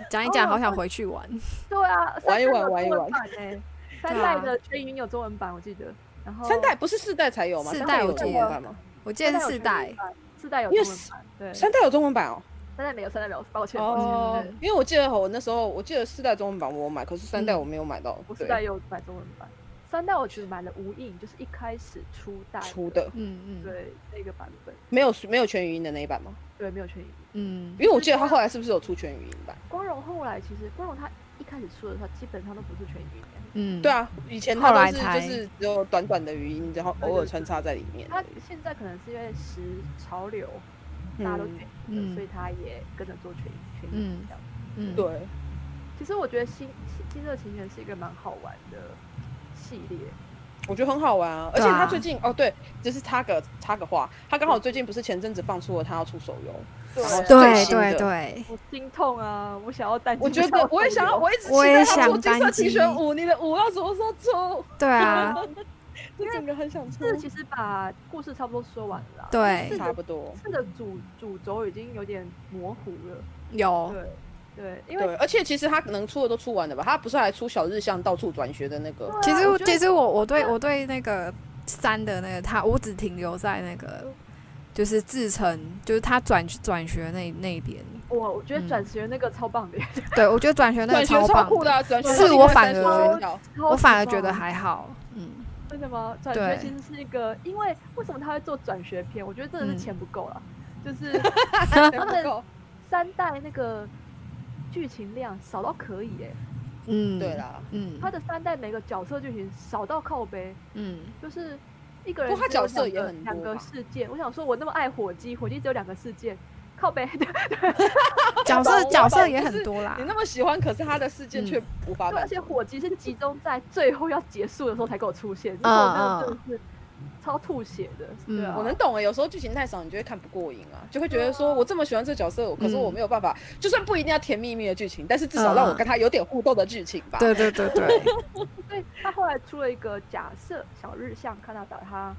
Speaker 1: 讲一讲，
Speaker 2: 哦
Speaker 1: 好想回去玩，
Speaker 2: 对啊，
Speaker 3: 玩一
Speaker 2: 三代
Speaker 3: 玩
Speaker 2: 有
Speaker 3: 玩一
Speaker 2: 中文
Speaker 3: 玩
Speaker 2: 版
Speaker 3: *laughs*
Speaker 2: 欸三
Speaker 1: 对
Speaker 2: 代
Speaker 1: 啊
Speaker 2: 的全语音有中文版，我记得。然后
Speaker 3: 三代不是四代才有吗？
Speaker 1: 四
Speaker 3: 三
Speaker 1: 代
Speaker 3: 有
Speaker 1: 我
Speaker 3: 中
Speaker 1: 记
Speaker 3: 文
Speaker 1: 得
Speaker 3: 版吗？
Speaker 1: 我记得是四代，，
Speaker 2: 四代有
Speaker 3: 因
Speaker 2: 中
Speaker 3: 为
Speaker 2: 文版，对，
Speaker 3: 三
Speaker 2: 三
Speaker 3: 代有中文版哦。
Speaker 2: 代没有，三代没有，抱歉，抱歉
Speaker 3: 哦
Speaker 2: 对，
Speaker 3: 因为我记得我那时候我记得四代中文版我有买，可是三代
Speaker 1: 嗯
Speaker 3: 我没有买到。
Speaker 2: 我四代
Speaker 3: 对，
Speaker 2: 有买中文版，三代我只买了无印，就是一开始初代
Speaker 3: 出，的
Speaker 1: 嗯嗯
Speaker 2: 对那个版本，
Speaker 3: 没有没有全语音的那一版吗？
Speaker 2: 对，没有全语音。
Speaker 1: 嗯
Speaker 3: 因为我记得他后来是不是有出全语音版？
Speaker 2: 光荣后来其实光荣他一开始出的时候，基本上都不是全语音欸，
Speaker 1: 嗯，
Speaker 3: 对，啊，以前
Speaker 1: 后
Speaker 3: 他
Speaker 1: 来
Speaker 3: 都是
Speaker 1: 才
Speaker 3: 就是只有短短的语音，然后偶尔穿插在里面。
Speaker 2: 他现在可能是因为时潮流，大家都全
Speaker 3: 嗯，
Speaker 2: 语音
Speaker 1: 嗯
Speaker 2: 的，所以他也跟着做全语全语音
Speaker 1: 嗯
Speaker 2: 这样。
Speaker 1: 嗯
Speaker 3: 对，
Speaker 2: 其实我觉得新《新新热情缘》是一个蛮好玩的系列，
Speaker 3: 我觉得很好玩啊。而且
Speaker 1: 对啊
Speaker 3: 他最近哦，对，就是插个插个话，他刚好最近不是前阵子放出了他要出手游，
Speaker 2: 哎
Speaker 3: 然后最
Speaker 1: 对
Speaker 3: 新的
Speaker 1: 对对，
Speaker 2: 我心痛啊！我想要带进
Speaker 3: 我觉
Speaker 2: 小
Speaker 3: 得
Speaker 2: 朋
Speaker 3: 我也想要，
Speaker 2: 友
Speaker 3: 我一直期
Speaker 1: 我也
Speaker 3: 待他出
Speaker 1: 想
Speaker 3: 《金色
Speaker 1: 单
Speaker 3: 奇
Speaker 1: 机
Speaker 3: 缘五》，你的五要什么时候出？
Speaker 1: 对
Speaker 3: *laughs*
Speaker 1: 啊，
Speaker 3: 就整个很想出，
Speaker 2: 这其实把故事差不多说完了啦，
Speaker 1: 对
Speaker 3: 差不多。
Speaker 2: 这个主主轴已经有点模糊了，
Speaker 1: 有，
Speaker 3: 啊
Speaker 2: 对对，因为
Speaker 3: 对，而且其实他能出的都出完了吧？他不是还出小日向到处转学的那个？
Speaker 1: 其
Speaker 2: 对啊
Speaker 1: 实
Speaker 2: 我觉得
Speaker 1: 其实我我对我对那个三的那个他，我只停留在那个就是自成，就是他转转学那那一边。
Speaker 2: 我我觉得
Speaker 1: 嗯
Speaker 2: 转学那个超棒的，
Speaker 1: 对，我觉得转学那
Speaker 3: 转
Speaker 1: 个
Speaker 3: 学超
Speaker 1: 棒
Speaker 3: 酷的
Speaker 1: 的，
Speaker 3: 啊，转学
Speaker 1: 是
Speaker 3: 到
Speaker 1: 我
Speaker 3: 一百
Speaker 1: 反
Speaker 3: 三十
Speaker 1: 而
Speaker 3: 五学
Speaker 1: *laughs*
Speaker 3: 校
Speaker 1: 我反而觉
Speaker 2: 超级
Speaker 1: 得
Speaker 2: 棒
Speaker 1: 还好，嗯，
Speaker 2: 真的吗？转学
Speaker 1: 对
Speaker 2: 其实是一个，因为为什么他会做转学片？我觉得真的
Speaker 1: 嗯
Speaker 2: 是钱不够了，就是他
Speaker 3: 不
Speaker 2: 们
Speaker 3: 够
Speaker 2: 三代那个剧情量少到可以哎、
Speaker 1: 嗯，
Speaker 3: 对，啦，
Speaker 1: 嗯，
Speaker 2: 他的三代每个角色剧情少到靠背，
Speaker 1: 嗯，
Speaker 2: 就是一个人
Speaker 3: 不过他
Speaker 2: 只有
Speaker 3: 角色
Speaker 2: 两个
Speaker 3: 也很
Speaker 2: 两
Speaker 3: 多吧
Speaker 2: 个事件。我想说，我那么爱火鸡，火鸡只有两个事件，靠
Speaker 3: *laughs*
Speaker 2: 背对，
Speaker 1: *laughs* 角
Speaker 3: 我
Speaker 1: 色
Speaker 3: 懂
Speaker 1: 角
Speaker 3: 我
Speaker 1: 色
Speaker 3: 懂
Speaker 1: 也
Speaker 3: 就
Speaker 1: 很
Speaker 3: 是
Speaker 1: 多啦
Speaker 3: 你，那么喜欢，可是他的事件
Speaker 1: 嗯
Speaker 3: 却无法
Speaker 1: 啊
Speaker 2: 而
Speaker 3: 满足
Speaker 2: 且。火鸡是集中在最后要结束的时候才给我出现，那时候我真的真的是超吐血的，对啊
Speaker 1: 嗯
Speaker 3: 嗯我能懂哎，有时候剧情太少，你就会看不过瘾啊，就会觉得说我这么喜欢这角色，可是
Speaker 1: 嗯
Speaker 3: 我没有办法，就算不一定要甜蜜蜜的剧情，但是至少让我跟他有点互动的剧情吧。
Speaker 1: 对对对 *laughs* 对，
Speaker 2: 所以他后来出了一个假设，小日向看到把他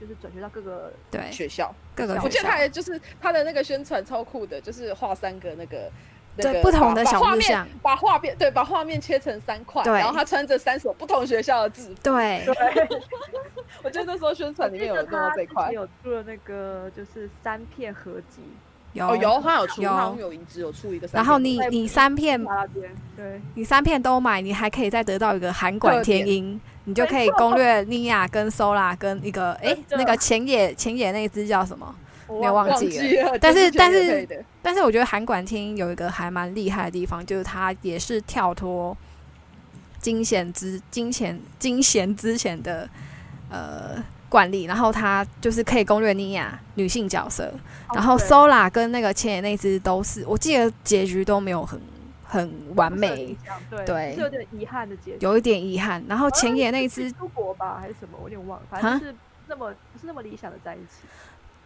Speaker 2: 就是转学到各个
Speaker 1: 对，
Speaker 3: 学校，
Speaker 1: 各个
Speaker 3: 我
Speaker 1: 学
Speaker 3: 记得
Speaker 1: 校
Speaker 3: 他也就是他的那个宣传超酷的，就是画三个那个。那
Speaker 1: 对
Speaker 3: 个
Speaker 1: 不同
Speaker 3: 把
Speaker 1: 的
Speaker 3: 把
Speaker 1: 小
Speaker 3: 画
Speaker 1: 日
Speaker 3: 面
Speaker 1: 向，
Speaker 3: 把画面对，把画面切成三块，
Speaker 1: 对
Speaker 3: 然后他穿着三所不同学校的制服。
Speaker 1: 对，
Speaker 2: *laughs*
Speaker 3: 我觉得那时候宣传里面有
Speaker 2: 我记
Speaker 3: 弄
Speaker 2: 得
Speaker 3: 到
Speaker 2: 他
Speaker 3: 这一块
Speaker 2: 自己。有出了那个就是三片合集，
Speaker 1: 有
Speaker 3: 哦，有，他有出，
Speaker 1: 有
Speaker 3: 他好像有一只有出一个三片。
Speaker 1: 然后你
Speaker 2: 在
Speaker 1: 你三片
Speaker 2: 他那边对，
Speaker 1: 你三片都买，你还可以再得到一个韩馆
Speaker 3: 特点
Speaker 1: 天音，你就可以
Speaker 2: 没错
Speaker 1: 攻略妮亚跟 Sola 跟一个诶，
Speaker 2: 真
Speaker 1: 那
Speaker 2: 的
Speaker 1: 个前野前野那一只叫什么？
Speaker 2: 我
Speaker 1: 没有
Speaker 2: 忘
Speaker 1: 忘
Speaker 3: 忘
Speaker 1: 记了。
Speaker 3: 记了，
Speaker 1: 但
Speaker 3: 就是
Speaker 1: 但
Speaker 3: 叶
Speaker 1: 是
Speaker 3: 佩的
Speaker 1: 但是我觉得韩馆天音有一个还蛮厉害的地方，就是它也是跳脱金贤之金贤金贤之前的呃惯例，然后他就是可以攻略妮亚女性角色，
Speaker 2: 哦
Speaker 1: 然后
Speaker 2: 对
Speaker 1: Sola 跟那个千野那只都是，我记得结局都没有很很完
Speaker 2: 是有
Speaker 1: 美
Speaker 2: 印，象对，
Speaker 1: 对
Speaker 2: 是有点遗憾的结局。
Speaker 1: 有一点遗憾。然后
Speaker 2: 好像
Speaker 1: 前野那一
Speaker 2: 是
Speaker 1: 只，
Speaker 2: 出国吧，还是什么，我有点忘了，反正
Speaker 1: 哈
Speaker 2: 就是那么不是那么理想的在一起。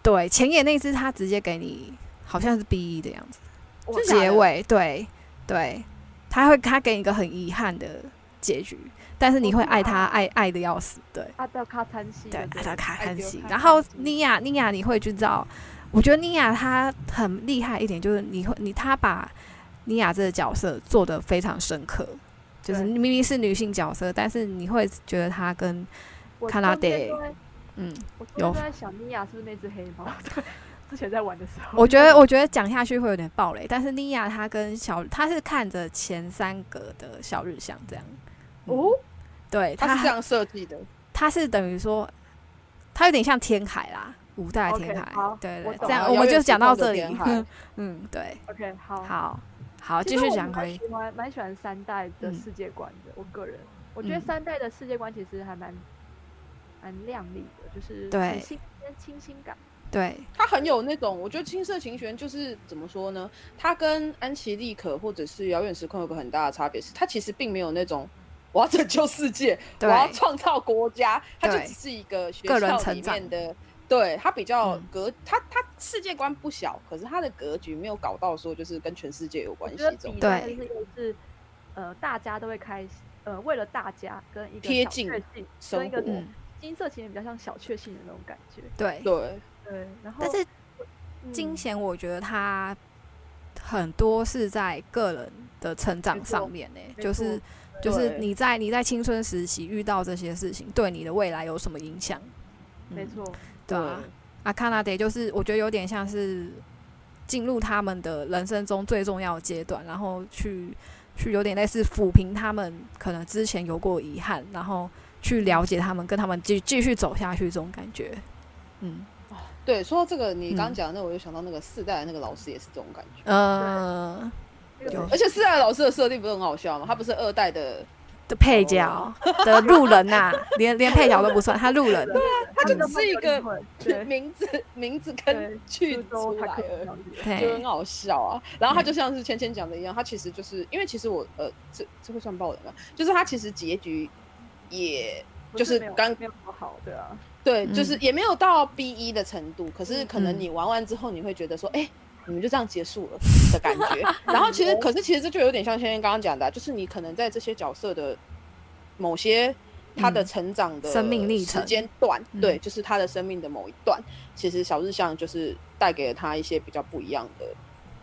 Speaker 1: 对前野那一只，他直接给你好像是 B E 的样子。
Speaker 2: 我
Speaker 3: 假
Speaker 1: 结
Speaker 3: 的
Speaker 1: 尾，对对，他会他给你一个很遗憾的结局，但是你
Speaker 2: 哦
Speaker 1: 会
Speaker 2: 真的
Speaker 1: 爱
Speaker 2: 啊
Speaker 1: 他爱爱的要死，对
Speaker 2: 阿道啊卡餐戏，
Speaker 1: 对，爱到卡
Speaker 2: 爱
Speaker 1: 看
Speaker 2: 丢
Speaker 1: 戏
Speaker 2: 卡。
Speaker 1: 然
Speaker 2: 餐
Speaker 1: 后
Speaker 2: 戏
Speaker 1: 妮亚妮亚你会知道，我觉得妮亚她很厉害一点，就是你会你她把妮亚这个角色做得非常深刻。就是
Speaker 2: 对
Speaker 1: 明明是女性角色，但是你会觉得她跟
Speaker 2: 我
Speaker 1: 卡拉
Speaker 2: 中间
Speaker 1: 得
Speaker 2: 都在
Speaker 1: 嗯，
Speaker 2: 我
Speaker 1: 有
Speaker 2: 有在想妮亚是不是那只黑猫？ *laughs* 之前在玩的时候，
Speaker 1: 我觉得我觉得讲下去会有点暴雷，但是妮亚她跟小她是看着前三格的小日向这样，嗯
Speaker 3: 哦，
Speaker 1: 对，
Speaker 3: 它
Speaker 1: 她
Speaker 3: 是这样设计的，
Speaker 1: 它是等于说，它有点像天海啦，五代的
Speaker 2: OK，
Speaker 1: 天海
Speaker 2: 好
Speaker 1: 对
Speaker 2: 我
Speaker 1: 对，
Speaker 2: 懂
Speaker 1: 这样
Speaker 3: 了
Speaker 1: 我们
Speaker 3: 遥远
Speaker 1: 就讲到
Speaker 3: 时空
Speaker 1: 这
Speaker 3: 的
Speaker 1: 里
Speaker 3: 天海。
Speaker 1: *laughs* 嗯，对，
Speaker 2: OK 好，
Speaker 1: 好，好，
Speaker 2: 其
Speaker 1: 继
Speaker 2: 实
Speaker 1: 续
Speaker 2: 我
Speaker 1: 讲
Speaker 2: 蛮
Speaker 1: 回
Speaker 2: 喜欢蛮喜欢三代的世界观的，我个人我觉得
Speaker 1: 嗯
Speaker 2: 三代的世界观其实还蛮蛮亮丽的，就是
Speaker 1: 对
Speaker 2: 很新跟清新感。
Speaker 1: 对，
Speaker 3: 它很有那种，我觉得青色琴弦就是怎么说呢？它跟安琪丽可或者是遥远时空有个很大的差别是，它其实并没有那种我要拯救世界，我
Speaker 1: 对
Speaker 3: 要创造国家，它就
Speaker 1: 对
Speaker 3: 只是一个学
Speaker 1: 个人
Speaker 3: 校
Speaker 1: 成
Speaker 3: 里
Speaker 1: 长
Speaker 3: 面的。对它比较
Speaker 1: 嗯
Speaker 3: 格，它它世界观不小，可是它的格局没有搞到说就是跟全世界有
Speaker 2: 我
Speaker 3: 关系
Speaker 2: 觉
Speaker 3: 这
Speaker 2: 得
Speaker 3: 种
Speaker 2: 比。赛
Speaker 1: 对
Speaker 2: 就是又是呃大家都会开呃为了大家跟一个
Speaker 3: 贴
Speaker 2: 小
Speaker 3: 近
Speaker 2: 确幸跟
Speaker 3: 生
Speaker 2: 一个
Speaker 3: 活
Speaker 1: 嗯，
Speaker 2: 金色情人比较像小确幸的那种感觉。
Speaker 1: 对。
Speaker 3: 对，
Speaker 2: 对，然后
Speaker 1: 但是金
Speaker 2: 嗯
Speaker 1: 贤，我觉得他很多是在个人的成
Speaker 2: 没
Speaker 1: 长
Speaker 2: 错
Speaker 1: 上面呢、欸
Speaker 2: 没
Speaker 1: 就是就是你在你在青春时期遇到这些事情，对你的未来有什么影响？
Speaker 2: 没
Speaker 1: 嗯
Speaker 2: 错，
Speaker 1: 对啊，阿卡纳德就是我觉得有点像是进入他们的人生中最重要的阶段，然后去去有点类似抚平他们可能之前有过遗憾，然后去了解他们，跟他们继继续走下去这种感觉。嗯，
Speaker 3: 对，说到这个，你刚
Speaker 1: 嗯
Speaker 3: 讲的那个，我就想到那个四代的那个老师也是这种感觉。
Speaker 1: 呃，
Speaker 2: 这个
Speaker 1: 有
Speaker 3: 而且四代老师的设定不是很好笑吗？他不是二代的，
Speaker 1: 的配角
Speaker 3: 哦
Speaker 1: 的路人呐、连连配角都不算，他路
Speaker 3: *laughs*
Speaker 1: 人。
Speaker 3: 他就
Speaker 2: 真的
Speaker 3: 只
Speaker 2: 蛮
Speaker 3: 是一
Speaker 2: 有
Speaker 3: 个
Speaker 2: 灵
Speaker 3: *laughs*
Speaker 2: 魂对
Speaker 3: 名字名字
Speaker 2: 对
Speaker 3: 跟句
Speaker 2: 苏
Speaker 3: 子
Speaker 2: 州
Speaker 3: 出
Speaker 2: 塔
Speaker 3: 来
Speaker 2: 克
Speaker 3: 了。
Speaker 2: 小姐
Speaker 3: 就
Speaker 1: 对
Speaker 3: 很，好笑啊。然后他就
Speaker 1: 嗯
Speaker 3: 像是芊芊讲的一样，他其实就是因为其实我呃，这这会算爆雷吗？就是他其实结局也
Speaker 2: 不
Speaker 3: 就是
Speaker 2: 没有
Speaker 3: 刚
Speaker 2: 没有那么好，对啊，
Speaker 3: 对，
Speaker 1: 嗯
Speaker 3: 就是也没有到 B 一的程度，可是可能
Speaker 1: 嗯
Speaker 3: 你玩完之后，你会觉得说，哎、你们就这样结束
Speaker 1: *laughs*
Speaker 3: 了的感觉。然后
Speaker 1: 哦
Speaker 3: 其实，可是其实这就有点像芊芊刚刚讲的啊、就是你可能在这些角色的某些他的
Speaker 1: 嗯
Speaker 3: 成长的
Speaker 1: 生命历
Speaker 3: 时
Speaker 1: 程
Speaker 3: 间段，
Speaker 1: 嗯
Speaker 3: 对，就是他的生命的某一段，其实小日向就是带给了他一些比较不一样的。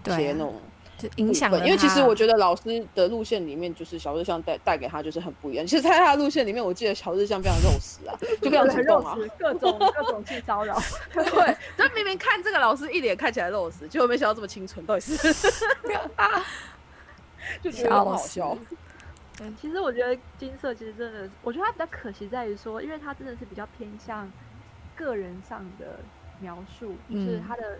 Speaker 1: 对啊
Speaker 3: 一些那种
Speaker 1: 就影响
Speaker 3: 部
Speaker 1: 了
Speaker 3: 分
Speaker 1: 他。
Speaker 3: 因为其实我觉得老师的路线里面，就是小日向带带给他就是很不一样。其实，在他的路线里面，我记得小日向非常肉食啊，就非常主
Speaker 2: 很
Speaker 3: 动
Speaker 2: 肉
Speaker 3: 啊。
Speaker 2: 食，各种各种性骚扰，
Speaker 4: 对，就明明看这个老师一脸看起来肉食，结果没想到这么清纯，到底是
Speaker 3: *laughs*
Speaker 4: *laughs*
Speaker 3: 就觉得很好
Speaker 1: 笑
Speaker 4: 哦
Speaker 3: 笑。
Speaker 2: 其实我觉得金色其实真的，我觉得它比较可惜在于说，因为它真的是比较偏向个人上的描述，就是
Speaker 1: 嗯
Speaker 2: 它的、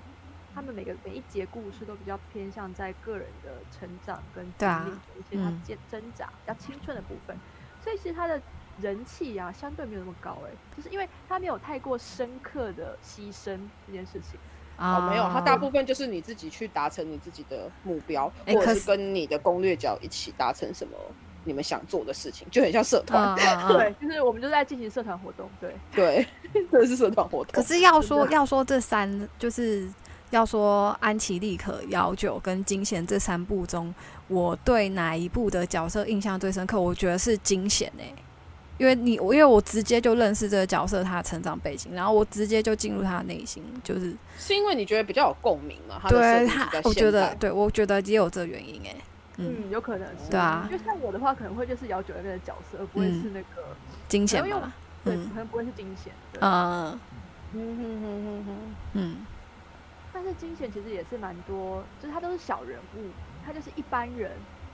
Speaker 2: 他们每个每一节故事都比较偏向在个人的成长跟
Speaker 1: 对啊
Speaker 2: 经历一些他
Speaker 1: 嗯
Speaker 2: 挣挣扎比较青春的部分，所以其实它的人气啊相对没有那么高哎、就是因为它没有太过深刻的牺牲这件事情。
Speaker 1: 啊、
Speaker 3: 哦，没有，他大部分就是你自己去达成你自己的目标，
Speaker 1: 哎
Speaker 3: 或
Speaker 1: 可
Speaker 3: 者
Speaker 1: 是
Speaker 3: 是跟你的攻略角一起达成什么你们想做的事情，就很像社团。
Speaker 1: 嗯嗯嗯
Speaker 3: *laughs*
Speaker 2: 对，就是我们就在进行社团活动，对，
Speaker 3: 对， *laughs* 这是社团活
Speaker 1: 可
Speaker 3: 动。
Speaker 1: 是要
Speaker 2: 真
Speaker 3: 啊
Speaker 1: 说
Speaker 2: 的
Speaker 1: 要说这三，就是要说安琪丽可、姚九跟金贤这三部中，我对哪一部的角色印象最深刻？我觉得是金贤诶、因为你我因为我直接就认识这个角色他的成长背景，然后我直接就进入他的内心，就是
Speaker 3: 是因为你觉得比较有共鸣嘛？他的设
Speaker 1: 对
Speaker 3: 定
Speaker 1: 他
Speaker 3: 是在，
Speaker 1: 我觉
Speaker 3: 现代
Speaker 1: 得对我觉得也有这原因诶、嗯，
Speaker 2: 嗯，有可能是，
Speaker 1: 对啊
Speaker 2: 就像我的话，可能会就是姚九那边的角色，而不会
Speaker 1: 嗯
Speaker 2: 是那个。
Speaker 1: 金
Speaker 2: 可
Speaker 1: 贤
Speaker 2: 能因为
Speaker 3: 啊
Speaker 1: 嘛，
Speaker 2: 对，
Speaker 1: 嗯
Speaker 2: 可能不会是惊险。对
Speaker 1: 嗯
Speaker 3: 嗯哼哼哼哼
Speaker 1: 嗯，
Speaker 2: 但是惊险其实也是蛮多，就是他都是小人物，他就是一般人，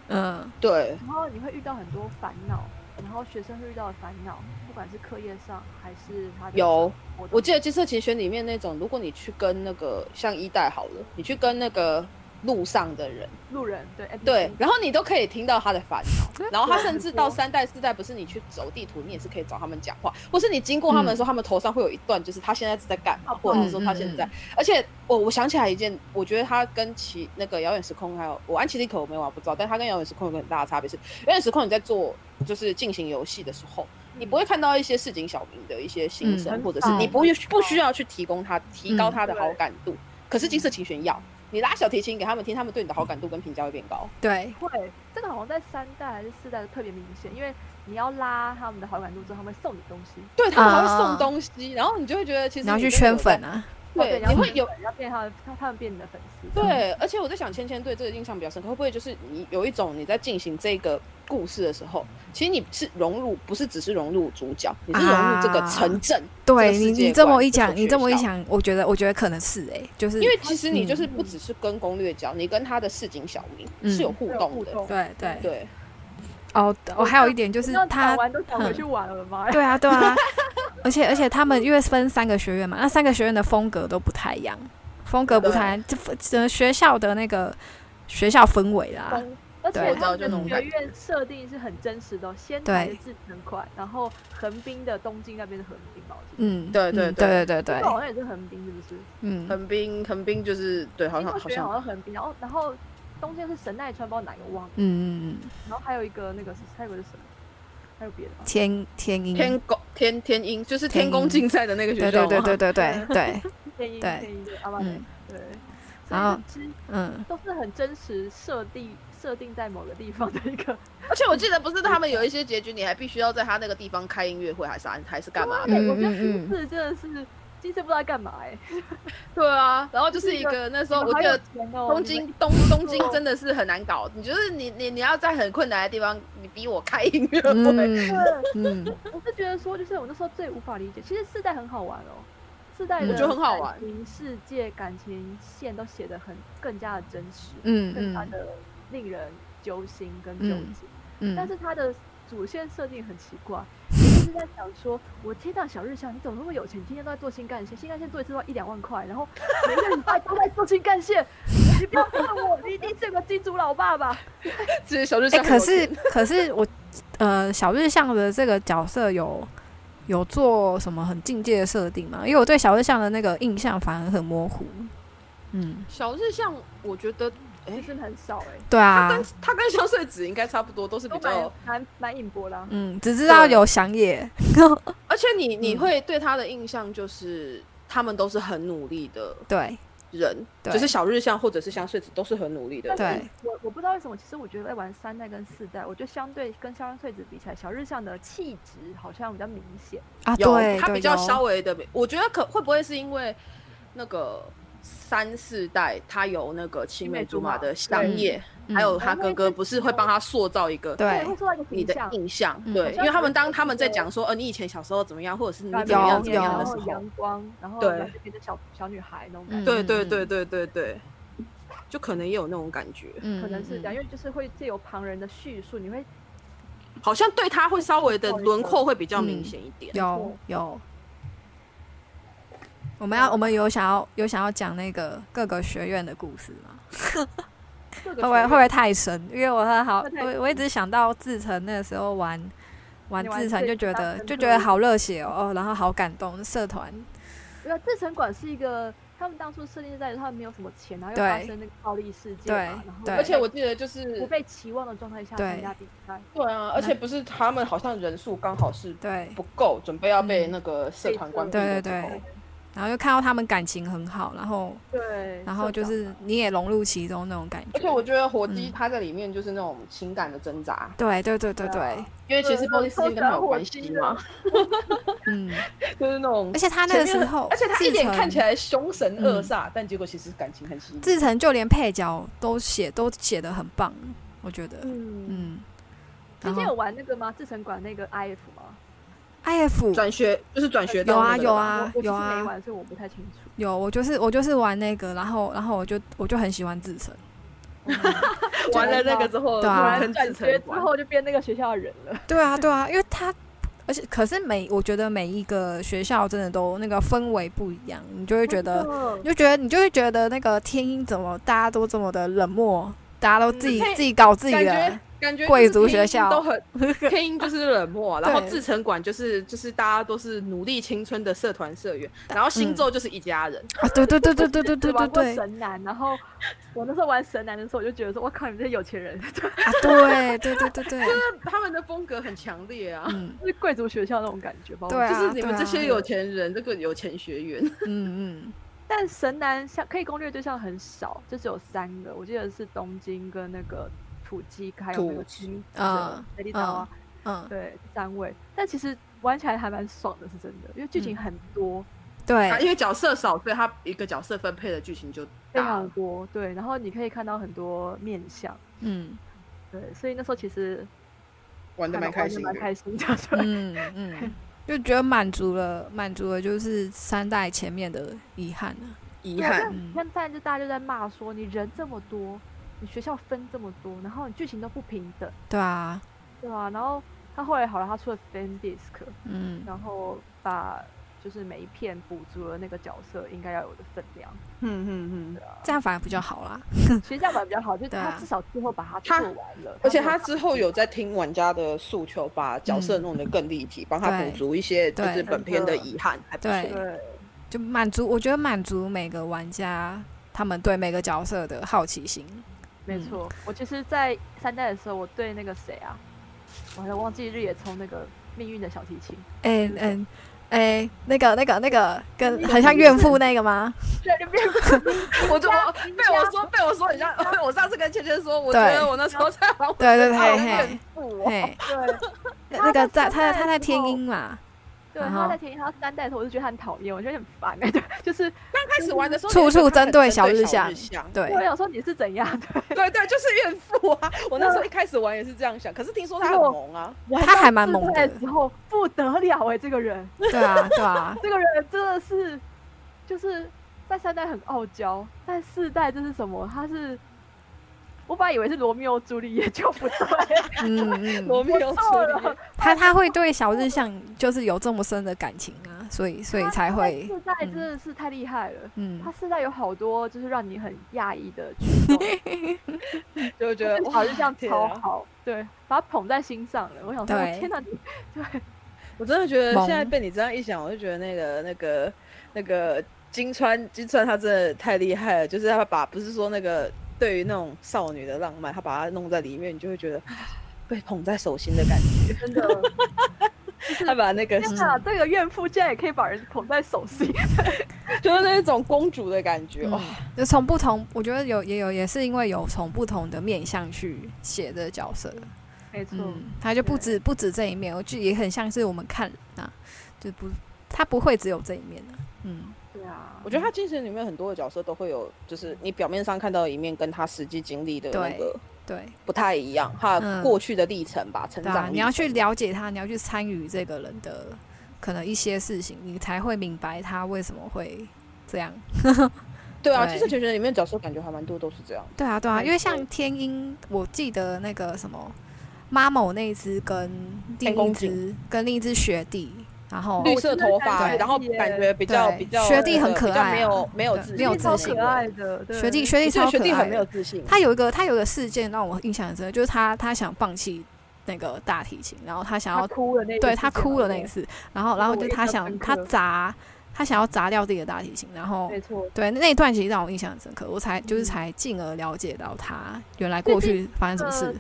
Speaker 1: 嗯
Speaker 3: 对，
Speaker 2: 然后你会遇到很多烦恼，然后学生会遇到的烦恼，不管是课业上还是他的
Speaker 3: 有
Speaker 2: 活动，
Speaker 3: 我记得《金色琴弦》里面那种，如果你去跟那个像一代好了，你去跟那个路上的人，
Speaker 2: 路人对
Speaker 3: 对，，然后你都可以听到他的烦恼，然后他甚至到
Speaker 2: 没错
Speaker 3: 三代四代，不是你去走地图，你也是可以找他们讲话，或是你经过他们的时候，他们头上会有一段，就是他现在是在干嘛，或者是说他现在，而且我我想起来一件，我觉得他跟其那个遥远时空还有我安琪丽可我没玩我不知道，但他跟遥远时空有个很大的差别是，遥远时空你在做就是进行游戏的时候。你不会看到一些市井小民的一些心声，
Speaker 2: 嗯
Speaker 3: 或者是
Speaker 1: 很少
Speaker 3: 你不不需要去提供他提高他的
Speaker 2: 嗯
Speaker 3: 好感度，可是金色琴弦要你拉小提琴给他们听，他们对你的好感度跟评价会变高。
Speaker 1: 对，
Speaker 2: 会，这个好像在三代还是四代特别明显，因为你要拉他们的好感度之后，他们会送你东西，
Speaker 3: 对他们还会
Speaker 1: 啊
Speaker 3: 送东西，然后你就会觉得其实
Speaker 1: 你要
Speaker 3: 你
Speaker 1: 去
Speaker 3: 真的有
Speaker 1: 圈粉
Speaker 3: 在，
Speaker 1: 啊，
Speaker 3: 对，
Speaker 2: 然
Speaker 3: 你
Speaker 2: 后
Speaker 3: 会有。
Speaker 2: 要变他们，他他们变你的粉丝，
Speaker 3: 对，而且我在想，芊芊对这个印象比较深刻，会不会就是你有一种你在进行这个故事的时候，其实你是融入，不是只是融入主角，你是融入这个
Speaker 1: 啊
Speaker 3: 城镇。
Speaker 1: 对
Speaker 3: 世
Speaker 1: 你
Speaker 3: 界
Speaker 1: 你这么
Speaker 3: 观
Speaker 1: 一
Speaker 3: 这所
Speaker 1: 讲，你这
Speaker 3: 学
Speaker 1: 么一
Speaker 3: 校
Speaker 1: 想，我觉得我觉得可能是哎，就是
Speaker 3: 因为其实你就是
Speaker 2: 嗯
Speaker 3: 不只是跟攻略角，你跟他的市井小民
Speaker 1: 嗯
Speaker 3: 是有互
Speaker 2: 会有
Speaker 3: 动
Speaker 2: 互
Speaker 3: 的。
Speaker 2: 动。
Speaker 1: 对对
Speaker 3: 对，
Speaker 1: 哦，我还有一点就是
Speaker 2: 那
Speaker 1: 他
Speaker 2: 打完都
Speaker 3: 嗯
Speaker 2: 想回去玩了，妈呀！
Speaker 1: 对啊，对啊， *laughs* 而且而且他们因为分三个学院嘛，那三个学院的风格都不太一样，风格不太，就整个学校的那个学校氛围啦，
Speaker 2: 风而
Speaker 1: 对
Speaker 2: 且
Speaker 1: 我
Speaker 3: 知
Speaker 2: 他
Speaker 3: 道
Speaker 2: 们
Speaker 3: 就那种
Speaker 2: 的
Speaker 3: 感
Speaker 2: 学院设定是很真实的哦，仙台的自成块，然后横滨的东京那边是横滨吧，我记得。
Speaker 1: 嗯，
Speaker 3: 对对
Speaker 1: 嗯
Speaker 3: 对
Speaker 1: 对对对
Speaker 2: 这个好像也是横滨，是不是？
Speaker 1: 嗯，
Speaker 3: 横滨横滨就是对，好
Speaker 2: 金
Speaker 3: 像
Speaker 2: 国学
Speaker 3: 好
Speaker 2: 院
Speaker 3: 像
Speaker 2: 好像横滨，然后然后东京是神奈川，不知道哪个忘了，
Speaker 1: 嗯，嗯
Speaker 2: 然后还有一个那个是还有一个是什么？还有别的吗？
Speaker 1: 天天音，
Speaker 3: 天宫天天鹰就是
Speaker 1: 天
Speaker 3: 天宫
Speaker 1: 鹰
Speaker 3: 竞赛的那个学
Speaker 1: 对
Speaker 3: 校
Speaker 1: 对
Speaker 3: 吗
Speaker 1: 对对对对
Speaker 3: *laughs*
Speaker 1: 对，
Speaker 2: 天音
Speaker 1: 对
Speaker 2: 天音对阿曼
Speaker 1: 嗯
Speaker 2: 对，
Speaker 1: 然后
Speaker 2: 所以其实
Speaker 3: *laughs*
Speaker 1: 嗯，
Speaker 2: 都是很真实设定设定在某个地方的一个
Speaker 3: 而且我记得不是他们有一些结局，你还必须要在他那个地方开音乐会，还是啥，还是干
Speaker 2: *laughs*
Speaker 3: 嘛的？
Speaker 2: 对，我觉得
Speaker 1: 嗯嗯嗯
Speaker 2: 金次真的是金次不知道在干嘛哎，
Speaker 3: 对啊，然后就是一个那
Speaker 2: *laughs*
Speaker 3: 时候我
Speaker 2: 还
Speaker 3: 记
Speaker 2: 有
Speaker 3: 得
Speaker 2: 钱哦，
Speaker 3: 东
Speaker 2: 你 *laughs*
Speaker 3: 京
Speaker 2: 们
Speaker 3: 东东京真的是很难搞，你就是你你你要在很困难的地方，你逼我开音乐会，
Speaker 1: 嗯
Speaker 2: 对
Speaker 1: 嗯，
Speaker 2: 我是觉得说，就是我那时候最无法理解，其实四代很好玩哦，四代
Speaker 1: 嗯
Speaker 2: 的
Speaker 1: 我觉得
Speaker 3: 很好玩
Speaker 2: 感情世界、感情线都写得很更加的真实，
Speaker 1: 嗯
Speaker 2: 更加
Speaker 1: 嗯
Speaker 2: 的令人揪心跟纠
Speaker 1: 嗯
Speaker 2: 结。
Speaker 3: *laughs*
Speaker 1: 嗯，
Speaker 2: 但是它的主线设定很奇怪，就是在想说，我天呐，小日向，你怎么那么有钱？你天天都在做新干线，新干线做一次都要一两万块，然后每个礼拜都在做新干线，你不要骗我，你一定是有个金主老爸吧？
Speaker 3: 这是小日
Speaker 1: 哎、
Speaker 3: 向很
Speaker 1: 可
Speaker 3: 有
Speaker 1: 是
Speaker 3: 钱。
Speaker 1: 可是我呃，小日向的这个角色有有做什么很境界的设定吗？因为我对小日向的那个印象反而很模糊。嗯，
Speaker 3: 小日向，我觉得
Speaker 2: 其实很少哎、
Speaker 1: 对
Speaker 3: 他
Speaker 1: 啊，
Speaker 3: 跟他跟香穗子应该差不多，都是比
Speaker 2: 都
Speaker 3: 较
Speaker 2: 蛮，蛮蛮隐薄的、啊。
Speaker 1: 嗯，只知道有祥野，
Speaker 3: 而且你你
Speaker 1: 嗯
Speaker 3: 会对他的印象就是他们都是很努力的
Speaker 1: 对
Speaker 3: 人，
Speaker 1: 对
Speaker 3: 就是小日向或者是香穗子都是很努力的人。
Speaker 1: 对，
Speaker 2: 我我不知道为什么，其实我觉得在玩三代跟四代，我觉得相对跟肖恩穗子比起来，小日向的气质好像比较明显。
Speaker 1: 啊，
Speaker 3: 有
Speaker 1: 对，
Speaker 3: 他
Speaker 1: 对
Speaker 3: 比
Speaker 1: 有
Speaker 3: 较稍微的，我觉得可会不会是因为那个三四代他有那个青梅竹马的相叶，
Speaker 1: 对
Speaker 3: 还有
Speaker 1: 嗯
Speaker 3: 他哥哥不是会帮他塑造一个
Speaker 1: 对
Speaker 2: 会做到一个
Speaker 3: 你
Speaker 2: 形
Speaker 3: 的
Speaker 2: 象，
Speaker 3: 印象，
Speaker 1: 嗯
Speaker 3: 对，
Speaker 2: 好
Speaker 3: 因
Speaker 2: 像
Speaker 3: 为他们当他们在讲说，呃，你以前小时候怎么样，或者是你
Speaker 2: 然后
Speaker 3: 怎么样
Speaker 1: 有
Speaker 3: 怎么样
Speaker 2: 然
Speaker 3: 的时
Speaker 2: 后
Speaker 3: 候，
Speaker 2: 阳光，然后
Speaker 3: 对
Speaker 2: 来这边的小小女孩那种感
Speaker 1: 嗯
Speaker 2: 觉，
Speaker 3: 对对对对对对，就可能也有那种感觉，
Speaker 1: 嗯
Speaker 2: 可能是这样，
Speaker 1: 嗯
Speaker 2: 因为就是会借由旁人的叙述，
Speaker 1: *laughs*
Speaker 2: 你会
Speaker 3: 好像对他会稍微的
Speaker 1: 嗯
Speaker 3: 轮廓会比较明显一点。
Speaker 1: 有有。我们要，我们有想要有想要讲那个各个学院的故事吗？
Speaker 2: 会
Speaker 1: 会不会会不会太深？因为我很好
Speaker 2: 会，太
Speaker 1: 我我一直想到志成那个时候玩玩
Speaker 2: 你玩
Speaker 1: 志成，
Speaker 2: 最
Speaker 1: 就觉
Speaker 2: 大
Speaker 1: 得
Speaker 2: 分
Speaker 1: 就
Speaker 2: 数
Speaker 1: 觉得好热血哦，哦然后好感动，社团
Speaker 2: 对啊，自城馆是一个他们当初设定是在于他们没有什么钱，然后又
Speaker 1: 对
Speaker 2: 发生那个暴力事件嘛，
Speaker 1: 对
Speaker 2: 然后
Speaker 1: 对
Speaker 3: 而且我记得就是
Speaker 2: 不被期望的状态下
Speaker 1: 对
Speaker 2: 参加比赛，
Speaker 3: 对啊，而且不是他们好像人数刚好是
Speaker 1: 对，
Speaker 3: 不够，准备要被那个社团
Speaker 2: 嗯
Speaker 3: 关闭
Speaker 1: 对
Speaker 3: 的
Speaker 1: 对
Speaker 3: 时候
Speaker 1: 对然后就看到他们感情很好，然后
Speaker 2: 对，
Speaker 1: 然后
Speaker 2: 社
Speaker 1: 就
Speaker 2: 长
Speaker 1: 是你也融入其中那种感觉
Speaker 3: 而且。我觉得火鸡
Speaker 1: 嗯
Speaker 3: 它在里面就是那种情感的挣扎，
Speaker 1: 对对对对
Speaker 2: 对啊
Speaker 1: 对，
Speaker 3: 因为其实
Speaker 2: 对
Speaker 3: 波利斯汀跟他有关系嘛，
Speaker 1: 嗯，
Speaker 3: 就是那种
Speaker 1: 而。且他那个时候，嗯
Speaker 3: 而且他一脸看起
Speaker 1: 来，
Speaker 3: 来凶神恶煞，但结果其实感情很犀利。
Speaker 1: 志成就连配角都写都写的很棒，我觉得，
Speaker 2: 嗯，
Speaker 1: 嗯，
Speaker 2: 之
Speaker 1: 然
Speaker 2: 前有
Speaker 1: 后
Speaker 2: 玩那个吗？自城馆那个 IF 吗？
Speaker 1: I F
Speaker 3: 转学就是转学
Speaker 1: 有
Speaker 3: 到
Speaker 1: 啊
Speaker 3: 那个
Speaker 1: 有
Speaker 3: 吧
Speaker 1: 啊
Speaker 2: 我我其
Speaker 1: 有
Speaker 2: 实没
Speaker 1: 啊，
Speaker 2: 玩，所以我不太清
Speaker 1: *laughs*
Speaker 2: 楚。
Speaker 1: 有，我就是我就是玩那个，然后然后我就我就很喜欢志成，
Speaker 3: 完了那个之后，
Speaker 1: 对啊啊
Speaker 3: 跟
Speaker 2: 转
Speaker 3: 志成
Speaker 2: 学之
Speaker 3: 玩
Speaker 2: 后就变那个学校的人了，
Speaker 1: 对啊，对啊，因为他而且可是每我觉得每一个学校真的都那个氛围不一样，你就会
Speaker 2: 会
Speaker 1: 觉
Speaker 3: 哦
Speaker 1: 得，
Speaker 2: *laughs*
Speaker 1: 你就觉得你就会觉得那个天音怎么大家都这么的冷漠，大家都自己
Speaker 3: 嗯
Speaker 1: 自己搞自己
Speaker 3: 感
Speaker 1: 的
Speaker 3: 觉，感觉
Speaker 1: 贵
Speaker 3: 就是
Speaker 1: 族
Speaker 3: 天
Speaker 1: 学
Speaker 3: 音
Speaker 1: 校
Speaker 3: 都
Speaker 1: *laughs*
Speaker 3: 很天音就是冷漠，然后
Speaker 1: 对
Speaker 3: 自成馆就是就是大家都是努力青春的社团社员，然后星座就是一家人， *laughs*
Speaker 1: 啊，对对对对对对对对
Speaker 2: 玩过
Speaker 1: 对，
Speaker 2: 神男，然后我那时候玩神男的时候，我就觉得说，我靠，你们这些有钱人， *laughs* 就
Speaker 1: 啊，对对对对对，
Speaker 3: 他们的风格很强烈啊。
Speaker 1: 嗯，
Speaker 2: 是贵族学校那种感觉吧。我
Speaker 1: 对啊，
Speaker 3: 就是你们
Speaker 1: 对啊
Speaker 3: 这些有钱人，这个有钱学员，
Speaker 1: 嗯嗯，
Speaker 2: 但神男像可以攻略对象很少，就只有三个，我记得是东京跟那个土鸡，还有那
Speaker 3: 土
Speaker 2: 个
Speaker 3: 鸡
Speaker 2: 金
Speaker 1: 嗯
Speaker 2: 美丽岛啊，
Speaker 1: 嗯，
Speaker 2: 对，三位。但其实玩起来还蛮爽的，是真的，因为剧情
Speaker 1: 嗯
Speaker 2: 很多，
Speaker 1: 对
Speaker 3: 啊，因为角色少，所以他一个角色分配的剧情就
Speaker 2: 非
Speaker 3: 大
Speaker 2: 常
Speaker 3: 了。
Speaker 2: 多，对。然后你可以看到很多面相，
Speaker 1: 嗯
Speaker 2: 对，所以那时候其实
Speaker 4: 玩的
Speaker 2: 还
Speaker 4: 蛮开心
Speaker 2: 玩
Speaker 4: 的
Speaker 2: 得蛮。开心的，对。
Speaker 1: 嗯嗯，就觉得满足了，满足了，就是三代前面的遗憾了。
Speaker 4: 遗
Speaker 2: 对
Speaker 4: 憾
Speaker 3: 啊
Speaker 2: 那，
Speaker 1: 嗯
Speaker 2: 你看，但就大家就在骂说，你人这么多，你学校分这么多，然后你剧情都不平等，
Speaker 1: 对啊，
Speaker 2: 对吧、然后他后来好了，他出了 fan disc，
Speaker 1: 嗯，
Speaker 2: 然后把就是每一片补足了那个角色应该要有的分量。
Speaker 3: 嗯嗯嗯。
Speaker 1: 这样反而比较好啦。
Speaker 2: 其实这样玩比较好，就是
Speaker 1: 对
Speaker 2: 他
Speaker 1: 啊
Speaker 2: 至少最后把它
Speaker 3: 他
Speaker 2: 做完了，
Speaker 3: 而且
Speaker 2: 没有
Speaker 3: 他之后有在听玩家的诉求，把角色弄得更立体，帮、他
Speaker 1: 对
Speaker 3: 补足一些就
Speaker 1: 对
Speaker 3: 是本片的遗憾，还不
Speaker 1: 对
Speaker 3: 错。
Speaker 2: 对
Speaker 1: 就满足，我觉得满足每个玩家他们对每个角色的好奇心。
Speaker 2: 没
Speaker 1: 嗯
Speaker 2: 错，我其实，在三代的时候，我对那个谁啊，我还忘记日野聪那个命运的小提琴，
Speaker 1: 哎嗯哎，那个那个那个，跟很像怨妇那个吗？
Speaker 2: 对，就 *laughs* 变
Speaker 3: 我 *laughs* 就
Speaker 2: 啊
Speaker 3: 我被我说 *laughs* 被我说很像，我上次跟芊芊说，我觉
Speaker 1: 啊对
Speaker 3: 得我那时候在玩，
Speaker 1: *laughs* 对对
Speaker 3: 啊
Speaker 1: 对，
Speaker 3: 那
Speaker 1: 嘿
Speaker 3: 很酷哦。
Speaker 1: 嘿，*laughs* 那
Speaker 2: 对
Speaker 1: 那个在
Speaker 2: 他在
Speaker 1: 他
Speaker 2: 三代
Speaker 1: 他在
Speaker 2: 的时
Speaker 1: 天
Speaker 2: 候
Speaker 1: 音嘛，
Speaker 2: 对，
Speaker 1: 然
Speaker 2: 他
Speaker 1: 后
Speaker 2: 在田一他三代的时候，我就觉得他很讨厌，我觉得很烦哎、对， *laughs* 就是
Speaker 3: 刚开始玩的时候，
Speaker 1: 处
Speaker 3: 你就觉
Speaker 1: 处
Speaker 3: 得他
Speaker 1: 针
Speaker 3: 很
Speaker 1: 对
Speaker 3: 对
Speaker 1: 小日
Speaker 3: 日
Speaker 1: 向
Speaker 3: 向，
Speaker 1: 对
Speaker 2: 我想说你是怎样
Speaker 1: *laughs*
Speaker 2: 的，
Speaker 3: 对对，就是怨妇啊！我那时候一开始玩也是这样想，可是听说他很萌啊，
Speaker 1: 他还蛮猛的
Speaker 2: 的，之后不得了哎、这个人，
Speaker 1: 对啊对啊，
Speaker 2: 这个人真的是就是在三代很傲娇，在四代这是什么？他是。我本来以为是罗密欧朱丽叶，就不对，
Speaker 1: 嗯 *laughs* 嗯，
Speaker 3: *laughs* 罗密欧
Speaker 2: 错
Speaker 3: 朱丽
Speaker 2: 了
Speaker 3: 叶。
Speaker 1: 他他会对小日向就是有这么深的感情啊，所以所以才会
Speaker 2: 他四代
Speaker 1: 嗯
Speaker 2: 真的是太厉害了，
Speaker 1: 嗯
Speaker 2: 他，四代有好多就是让你很讶异的举动，
Speaker 1: *laughs*
Speaker 3: 就会觉得哇
Speaker 2: 哇，就这样
Speaker 3: 天
Speaker 2: 超
Speaker 3: 啊
Speaker 2: 好，对，把他捧在心上了。我想说，我
Speaker 1: 对
Speaker 2: 天哪，你
Speaker 3: 我真的觉得
Speaker 1: 萌
Speaker 3: 现在被你这样一讲，我就觉得那个那个那个金川金川他真的太厉害了，就是他把不是说那个对于那种少女的浪漫，他把它弄在里面，你就会觉得啊被捧在手心的感觉。
Speaker 2: 真的，
Speaker 3: 他把那个
Speaker 2: 天哪，这个怨妇竟然也可以把人捧在手
Speaker 1: *laughs*
Speaker 2: 心，
Speaker 3: 就是那种公主的感觉，哦哇、
Speaker 1: 嗯，就从不同，我觉得有也有也是因为有从不同的面向去写这个角色，
Speaker 2: 没错，
Speaker 1: 嗯，他就不止不止这一面，我就也很像是我们看人啊，就不他不会只有这一面的、嗯，
Speaker 2: 对啊
Speaker 3: 我，觉得他精神里面很多的角色都会有，就是你表面上看到的一面，跟他实际经历的那
Speaker 1: 对
Speaker 3: 个
Speaker 1: 对
Speaker 3: 不太一样，他
Speaker 1: 嗯
Speaker 3: 过去的历程吧，成
Speaker 1: 对啊，
Speaker 3: 长。
Speaker 1: 你要去，了解他，你要去参与这个人的可能一些事情，你才会明白他为什么会这样。
Speaker 3: 对啊，
Speaker 1: 对
Speaker 3: 其实全学里面角色感觉还蛮多都是这样。
Speaker 1: 对啊，对啊，
Speaker 2: 没
Speaker 1: 因为
Speaker 2: 错
Speaker 1: 像天鹰，我记得那个什么妈某那一只跟另
Speaker 3: 天
Speaker 1: 一
Speaker 3: 宫
Speaker 1: 只跟另一只学弟，然后
Speaker 3: 绿色头发，
Speaker 1: 对
Speaker 3: 然后感觉比较
Speaker 1: 对
Speaker 3: 比较
Speaker 1: 学弟很
Speaker 3: 呃
Speaker 1: 可
Speaker 3: 比较
Speaker 1: 爱
Speaker 3: 没
Speaker 1: 啊
Speaker 3: 有没有
Speaker 1: 对
Speaker 3: 自
Speaker 1: 没有
Speaker 2: 超
Speaker 1: 自信
Speaker 2: 可爱的，对
Speaker 1: 学弟学弟
Speaker 3: 我觉
Speaker 1: 超
Speaker 3: 得
Speaker 1: 可
Speaker 3: 学弟
Speaker 1: 爱
Speaker 3: 很
Speaker 1: 的
Speaker 3: 没有自信，
Speaker 1: 他有一个他有一个事件让我印象很深，就是他他想放弃那个大提琴，然后他想
Speaker 2: 他
Speaker 1: 要
Speaker 2: 哭了那一次
Speaker 1: 对他哭了那一
Speaker 2: 嘛，
Speaker 1: 次，然后
Speaker 2: 个
Speaker 1: 然后
Speaker 2: 我
Speaker 1: 就
Speaker 2: 印
Speaker 1: 他
Speaker 2: 象
Speaker 1: 想
Speaker 2: 深
Speaker 1: 他
Speaker 2: 刻
Speaker 1: 砸他想要砸掉自己的大提琴，然后
Speaker 2: 对没错，
Speaker 1: 对那一段其实让我印象很深刻，我才就是
Speaker 2: 嗯
Speaker 1: 才进而了解到他原来
Speaker 2: 最
Speaker 1: 过
Speaker 2: 近
Speaker 1: 去发生什么
Speaker 2: 呃
Speaker 1: 事。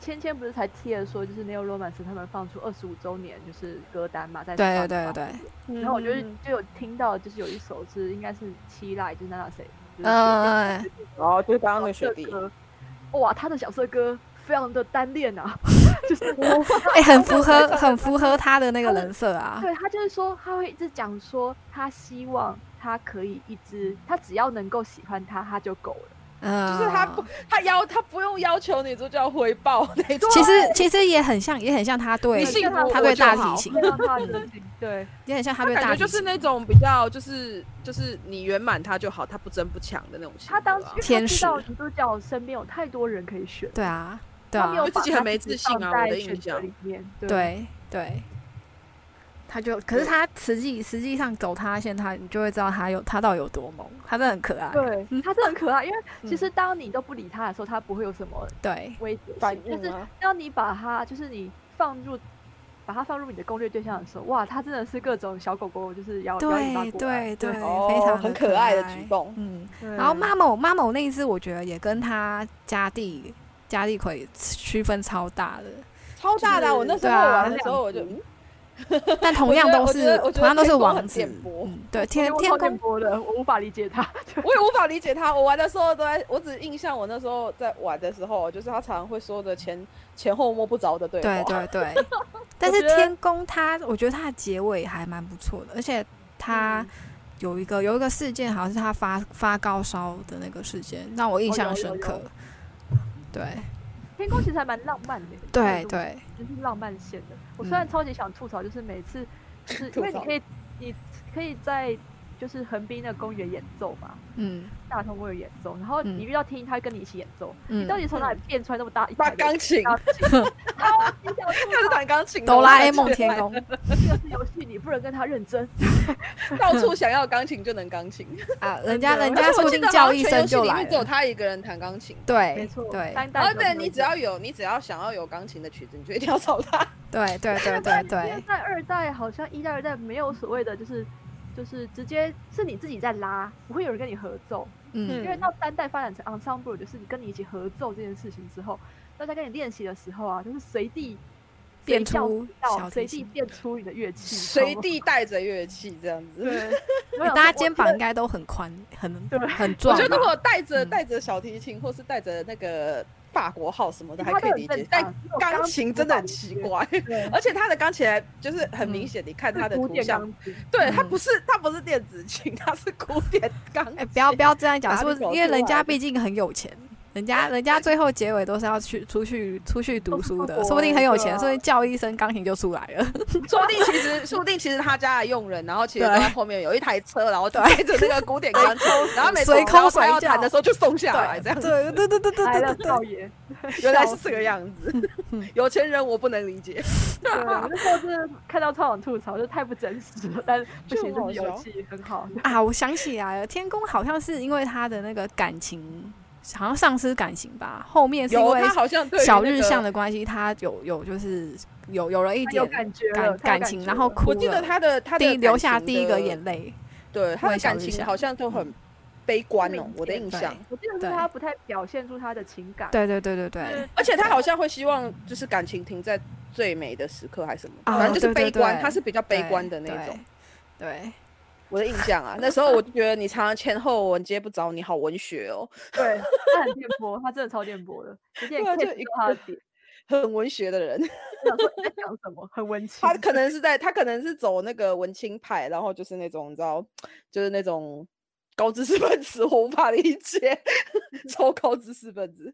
Speaker 2: 芊芊不是才贴了说，就是 Neo Romance 他们放出二十五周年就是歌单嘛，在
Speaker 1: 对对对
Speaker 2: Spotify
Speaker 1: 对，嗯
Speaker 2: 然后我就是就有听到，就是有一首是应该是七濑，就是那那谁，就是
Speaker 1: 呃，
Speaker 3: 然后哦就是刚刚那
Speaker 2: 小色
Speaker 3: 个学弟，
Speaker 2: 歌，哇，他的小色歌非常的单恋
Speaker 1: *laughs*
Speaker 2: 啊，就是
Speaker 1: 哎、很符合很符合他的那个人设啊。
Speaker 2: 对他就是说他会一直讲说他希望他可以一直，他只要能够喜欢他他就够了，
Speaker 1: 嗯，
Speaker 3: 就是他不他要他不用要求女主角回报那种，
Speaker 1: 其实其实也很像，也很像他对
Speaker 3: 你幸福
Speaker 1: 他
Speaker 3: 我
Speaker 1: 对
Speaker 3: 就
Speaker 1: 大
Speaker 3: 好
Speaker 1: 提琴，
Speaker 2: 非常大的心对，
Speaker 1: 也很像他
Speaker 3: 他
Speaker 1: 对
Speaker 3: 感
Speaker 1: 大
Speaker 3: 觉
Speaker 1: 提琴。
Speaker 3: 就是那种比较就是就是你圆满他就好，他不争不抢的那种性格啊。
Speaker 2: 他当时因为
Speaker 1: 天
Speaker 2: 他
Speaker 1: 使
Speaker 2: 知道女主角身边有太多人可以选，
Speaker 1: 对啊，对
Speaker 2: 他没
Speaker 1: 啊
Speaker 2: 有
Speaker 3: 因为自己
Speaker 2: 把
Speaker 3: 很没
Speaker 2: 自己
Speaker 3: 自信啊
Speaker 2: 放
Speaker 3: 我
Speaker 2: 在
Speaker 3: 的
Speaker 2: 选
Speaker 3: 印
Speaker 2: 择
Speaker 3: 象
Speaker 2: 里面，对
Speaker 1: 对对，他就，可是他实际实际上走他的线，他你就会知道他有他到底有多萌，他真的很可爱。
Speaker 3: 啊
Speaker 2: 对，他是很可爱，因为
Speaker 3: 嗯
Speaker 2: 其实当你都不理他的时候，他不会有什么
Speaker 1: 对
Speaker 2: 威胁性
Speaker 3: 反应
Speaker 2: 但是
Speaker 3: 啊
Speaker 2: 当你把它就是你放入，把它放入你的攻略对象的时候，哇，它真的是各种小狗狗，就是摇摇尾巴
Speaker 1: 对
Speaker 2: 过来
Speaker 1: 对对，
Speaker 3: 哦
Speaker 1: 非常
Speaker 3: 很
Speaker 1: 可
Speaker 3: 可爱的举动
Speaker 1: 嗯，
Speaker 2: 对
Speaker 1: 然后妈某妈某那一只，我觉得也跟他家地家地葵区分超大
Speaker 3: *laughs*
Speaker 1: 的，
Speaker 3: 超大的啊、
Speaker 2: 就是
Speaker 3: 我那时
Speaker 1: 对
Speaker 3: 候
Speaker 1: 啊
Speaker 3: 玩的时候我就，
Speaker 1: 但同样都
Speaker 3: 我觉
Speaker 1: 是
Speaker 3: 得我觉得
Speaker 1: 同样都是
Speaker 3: 天宫很
Speaker 1: 王子
Speaker 3: 点。拨
Speaker 1: 嗯，对，
Speaker 2: 天
Speaker 1: 天天
Speaker 2: 超
Speaker 1: 宫
Speaker 2: 电波的，我无法理解它。
Speaker 3: 我也无法理解他。我玩的时候都在，我只印象我那时候在玩的时候，就是他常常会说的前前后摸不着的对
Speaker 1: 对
Speaker 3: 话。
Speaker 1: 对
Speaker 3: *laughs*
Speaker 1: 对，但是
Speaker 3: 我觉得
Speaker 1: 天宫它，我觉得它的结尾还蛮不错的，而且
Speaker 3: 嗯
Speaker 1: 它有一个有一个事件，好像是他发发高烧的那个事件，让我印
Speaker 2: 哦
Speaker 1: 象
Speaker 2: 有有
Speaker 1: 深
Speaker 2: 有
Speaker 1: 刻。对
Speaker 2: 天宫其实还蛮浪漫的，
Speaker 1: 对，嗯对，
Speaker 2: 就是浪漫线的。我虽然超级想吐槽，就是每次就是
Speaker 1: *laughs*
Speaker 2: 因为
Speaker 3: 吐
Speaker 2: 你
Speaker 3: 槽
Speaker 2: 可以，你可以在就是横滨的公园演奏嘛，
Speaker 1: 嗯
Speaker 2: 大同公园演奏，然后
Speaker 1: 嗯
Speaker 2: 你遇到天鹰，他会跟你一起演奏。你到
Speaker 1: 嗯，
Speaker 2: 底从哪里变出来那么大一
Speaker 3: 把
Speaker 2: 排的
Speaker 1: *laughs*
Speaker 3: 钢琴，
Speaker 2: 大琴？ *laughs* 超级想吐
Speaker 3: 他是弹钢琴的，
Speaker 1: 哆啦 A
Speaker 3: 我
Speaker 1: 梦
Speaker 3: 就觉得
Speaker 1: 天宫，
Speaker 2: 就是游戏你不能跟他认真，
Speaker 3: 到处想要钢琴就能
Speaker 1: *laughs*
Speaker 3: 钢琴。 *laughs*
Speaker 1: 啊，人家
Speaker 2: 真的
Speaker 1: 人家
Speaker 3: 而且我
Speaker 1: 说不
Speaker 3: 记
Speaker 1: 定
Speaker 3: 得好
Speaker 1: 叫
Speaker 3: 像
Speaker 1: 一
Speaker 3: 全
Speaker 1: 声
Speaker 3: 游戏
Speaker 1: 就
Speaker 3: 里
Speaker 1: 来
Speaker 3: 面只有
Speaker 1: 了，
Speaker 3: 他一个人弹钢琴。
Speaker 1: 对
Speaker 2: 没错，
Speaker 1: 哎对
Speaker 2: 单
Speaker 3: 然
Speaker 2: 带
Speaker 3: 后
Speaker 2: 的
Speaker 3: 哦
Speaker 2: 没
Speaker 3: 对你
Speaker 2: 有
Speaker 3: 只要有你只要想要有钢琴的曲子，你就一定要找
Speaker 1: *laughs*
Speaker 3: 他。
Speaker 1: 对对对对
Speaker 2: 一
Speaker 3: *laughs*
Speaker 1: 对
Speaker 2: 代、二代好像一代、二代没有所谓的，就是就是直接是你自己在拉，不会有人跟你合奏。
Speaker 1: 嗯
Speaker 2: 因为到三代发展成 ensemble，就是你跟你一起合奏这件事情之后，大家跟你练习的时候啊，就是随地
Speaker 1: 变
Speaker 2: 随叫
Speaker 1: 出
Speaker 2: 随到
Speaker 1: 小
Speaker 2: 随
Speaker 1: 提
Speaker 2: 地
Speaker 1: 琴
Speaker 2: 变出你的乐器，
Speaker 1: 哦
Speaker 3: 随地带着乐器这样子。
Speaker 1: 欸
Speaker 2: 大
Speaker 1: 大家肩膀应该都很宽，很
Speaker 2: 对
Speaker 1: 很
Speaker 3: 我
Speaker 1: 壮
Speaker 3: 觉得如
Speaker 1: 吧，
Speaker 3: 果带着
Speaker 1: 嗯
Speaker 3: 带着小提琴，或是带着那个法国号什么的，还
Speaker 2: 他
Speaker 3: 可以理解。但钢琴真的很奇，
Speaker 1: *laughs*
Speaker 3: 怪，而且他的钢琴还就是很明显，你看
Speaker 2: 它
Speaker 3: 他的
Speaker 2: 古
Speaker 3: 图
Speaker 2: 典
Speaker 3: 像，
Speaker 2: 钢琴，
Speaker 3: 对，
Speaker 1: 嗯
Speaker 3: 它不是它不是电子琴，它是古典钢琴。
Speaker 1: 哎、不要不要这样讲，
Speaker 3: 哪
Speaker 1: 是
Speaker 3: 里
Speaker 1: 不是？
Speaker 3: 搞
Speaker 1: 因为
Speaker 3: 出
Speaker 1: 人
Speaker 3: 来
Speaker 1: 家
Speaker 3: 的
Speaker 1: 毕竟很有钱，人家人家最后结尾都是要去出去出去读
Speaker 2: 都是
Speaker 1: 书
Speaker 2: 出
Speaker 1: 的，
Speaker 2: 国
Speaker 1: 说不定很有钱，
Speaker 2: 的
Speaker 1: 所以叫一声钢琴就出来
Speaker 3: *laughs*
Speaker 1: 了。
Speaker 3: 说不定其实，说不定其实他家的佣人，然后其实
Speaker 1: 对
Speaker 3: 都在后面有一台车，然后就带着那个古典钢
Speaker 1: *laughs*
Speaker 3: 琴，然后每次
Speaker 1: 随口
Speaker 3: 然后他要
Speaker 1: 随叫
Speaker 3: 弹的时候就松下来，这样子。
Speaker 1: 对对对对对
Speaker 2: 来
Speaker 1: 对
Speaker 2: 了
Speaker 1: 对
Speaker 2: 少
Speaker 1: 对，
Speaker 2: 爷。
Speaker 3: *laughs* 原来是这个样子，
Speaker 1: *laughs*
Speaker 3: 有钱人我不能理解。
Speaker 2: *laughs* 对，我那时候真的看到超想吐槽，就太不真实了，但不行，
Speaker 3: 就
Speaker 2: 这
Speaker 3: 很
Speaker 2: 是
Speaker 3: 好
Speaker 2: 游
Speaker 3: 笑
Speaker 2: 戏很好。
Speaker 1: 啊！我想起来了，天宫好像是因为他的那个感情，好像丧失感情吧，后面是因
Speaker 3: 有
Speaker 1: 为
Speaker 3: 他好像对于
Speaker 1: 小
Speaker 3: 那
Speaker 1: 日
Speaker 3: 个
Speaker 1: 向的关系，他有有就是有有了一
Speaker 2: 他有
Speaker 1: 点
Speaker 2: 感觉了，
Speaker 1: 感
Speaker 2: 他有
Speaker 1: 感情，
Speaker 2: 觉
Speaker 1: 然后
Speaker 2: 了
Speaker 1: 哭
Speaker 3: 我记得
Speaker 1: 了，
Speaker 3: 他的他的
Speaker 1: 第一留
Speaker 3: 感
Speaker 1: 下
Speaker 3: 情
Speaker 1: 第一个
Speaker 3: 的
Speaker 1: 眼泪。
Speaker 3: 对他
Speaker 1: 为
Speaker 3: 的
Speaker 1: 小
Speaker 3: 感
Speaker 1: 日
Speaker 3: 情
Speaker 1: 向
Speaker 3: 好像都很悲观哦
Speaker 2: 嗯，
Speaker 3: 我的印象。
Speaker 2: 我记得是
Speaker 1: 对
Speaker 2: 他不太表现出他的情感，
Speaker 1: 对对对对对，
Speaker 3: 而且他好像会希望就是感情停在最美的时刻还是什么，
Speaker 1: 哦
Speaker 3: 反正就是
Speaker 1: 对对
Speaker 3: 悲观，
Speaker 1: 对
Speaker 3: 他是比较悲观的那
Speaker 1: 对
Speaker 3: 种。。
Speaker 1: 对对
Speaker 3: 我的印象啊，那时候我就觉得你常常前后文接不着，你好文学哦，
Speaker 2: 对，他很电波，他真的超电波的，有点
Speaker 3: 对啊
Speaker 2: catch
Speaker 3: 就
Speaker 2: 到
Speaker 3: 一
Speaker 2: 他的点，
Speaker 3: 很文学的人。
Speaker 2: 我想说你在讲什么，很文青
Speaker 3: 他。可能是在他可能是走那个文青派，然后就是那种你知道，就是那种高知识分子， *laughs* 我无法理解，超高知识分子。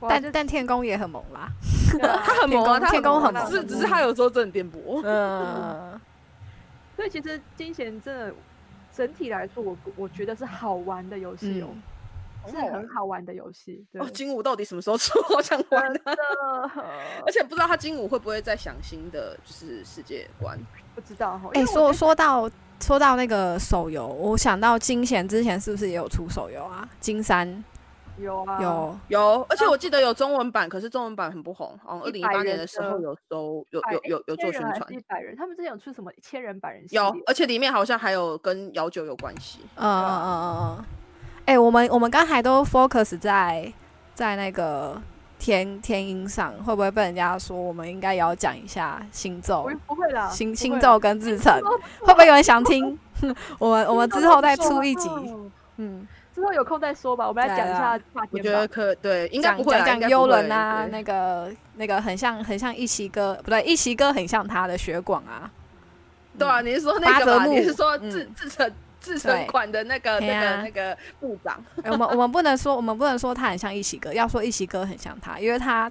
Speaker 2: 哇
Speaker 1: 但
Speaker 2: 就
Speaker 1: 但天宫也很萌啦。
Speaker 2: 对啊
Speaker 3: 他很
Speaker 1: 天
Speaker 3: 萌啊，
Speaker 1: 宫
Speaker 3: 他
Speaker 1: 天宫
Speaker 3: 萌
Speaker 1: 很
Speaker 3: 啊只是
Speaker 1: 萌
Speaker 3: 只是他有时候真的很颠 *laughs* 簸。
Speaker 1: 嗯，
Speaker 2: 所以其实金贤真的整体来说，我我觉得是好玩的游戏
Speaker 1: 嗯
Speaker 2: 哦，是很好玩的游戏。对
Speaker 3: 哦，，金武到底什么时候出？ *laughs* 好想玩啊！
Speaker 2: 的
Speaker 3: 而且不知道他金武会不会再想新的就是世界观。
Speaker 2: 不知道哈。
Speaker 1: 哎、
Speaker 2: 因为
Speaker 1: 说
Speaker 2: 我
Speaker 1: 说到说到那个手游，我想到金贤之前是不是也有出手游啊？金山
Speaker 2: 有啊，
Speaker 1: 有，
Speaker 3: 有，而且我记得有中文版，可是中文版很不红，好像二哦零一
Speaker 2: 100
Speaker 3: 八年
Speaker 2: 元
Speaker 3: 的时候
Speaker 2: 的
Speaker 3: 有收有
Speaker 2: 百
Speaker 3: 有有
Speaker 2: 千
Speaker 3: 有做
Speaker 2: 人
Speaker 3: 宣
Speaker 2: 还
Speaker 3: 传
Speaker 2: 是，一百人，他们之前有出什么千人百人系
Speaker 3: 有
Speaker 2: 列，
Speaker 3: 而且里面好像还有跟姚九有关系。
Speaker 1: 嗯嗯嗯嗯
Speaker 2: 啊
Speaker 1: 嗯。哎、我们我们刚才都 focus 在在那个天天音上，会不会被人家说我们应该也要讲一下星
Speaker 2: 不
Speaker 1: 咒
Speaker 2: 会、不会啦，
Speaker 1: 星
Speaker 2: 不
Speaker 1: 星
Speaker 2: 会
Speaker 1: 咒跟自成
Speaker 2: 哦？
Speaker 1: 会不会有人想听？ *laughs* 我们我们之后再出一集，
Speaker 2: 哦
Speaker 1: 嗯，
Speaker 2: *laughs* 之后有空再说吧。我们来
Speaker 1: 对
Speaker 2: 讲一
Speaker 1: 啊
Speaker 2: 下跨
Speaker 3: 我
Speaker 2: 天
Speaker 3: 觉
Speaker 2: 吧
Speaker 3: 得可对，应该
Speaker 1: 讲
Speaker 3: 不会啦
Speaker 1: 讲
Speaker 3: 应
Speaker 1: 讲
Speaker 3: 该不
Speaker 1: 幽
Speaker 3: 会
Speaker 1: 伦啊，
Speaker 3: 对
Speaker 1: 那个那个很像很像一奇哥，不对，一奇哥很像他的血管啊，
Speaker 3: 对啊，你是说
Speaker 1: 巴
Speaker 3: 那
Speaker 1: 泽
Speaker 3: 个吧？你
Speaker 1: 木
Speaker 3: 是说自
Speaker 1: 嗯
Speaker 3: 自成自
Speaker 1: 对
Speaker 3: 成款的那个
Speaker 1: 嘿
Speaker 3: 那
Speaker 1: 啊
Speaker 3: 个那个部长？
Speaker 1: 哎我们我们不能说，我们不能说他很像一喜哥，要说一喜哥很像他，因为他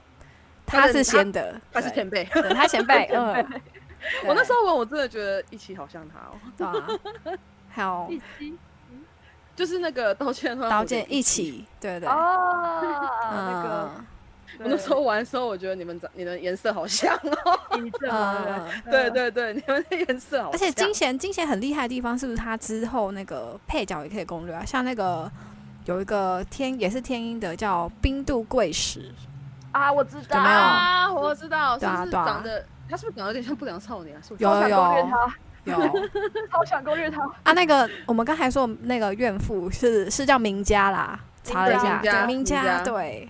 Speaker 1: 他
Speaker 3: 他是
Speaker 1: 是先的，
Speaker 3: 他是
Speaker 1: 对
Speaker 3: 前辈。
Speaker 1: 对他前辈，嗯，
Speaker 3: *laughs* 我那时候玩，我真的觉得一起好像他哦，
Speaker 1: 对
Speaker 3: *laughs*
Speaker 1: 啊，还有
Speaker 2: 一期
Speaker 3: 就是那个刀剑乱舞
Speaker 1: 刀
Speaker 3: 的
Speaker 1: 剑
Speaker 3: 一
Speaker 1: 一
Speaker 3: 起，
Speaker 1: 起，对对，
Speaker 2: 啊哦，那个
Speaker 1: 嗯
Speaker 3: 我那时候玩的时候，我觉得你们长你的颜色好像哦。
Speaker 2: 对一阵嘛，
Speaker 1: 嗯，
Speaker 3: *laughs* 对对对，你们的颜色好
Speaker 1: 而
Speaker 3: 像。
Speaker 1: 且金贤金贤很厉害的地方，是不是他之后那个配角也可以攻略啊？像那个有一个天也是天音的叫冰度贵石，
Speaker 2: 啊，我知道，
Speaker 1: 有没有
Speaker 3: 啊，我知道，是
Speaker 1: 对啊
Speaker 3: 不是
Speaker 1: 对啊
Speaker 3: 长得他是不是长得有点像不良少年啊？是不是？
Speaker 1: 有
Speaker 2: 超想攻略他，
Speaker 1: 有
Speaker 2: 超想攻略他，
Speaker 1: *laughs* 啊，那个我们刚才说那个怨妇是是叫名家啦，查了一下，
Speaker 3: 名家
Speaker 1: 对名
Speaker 3: 名家
Speaker 1: 对，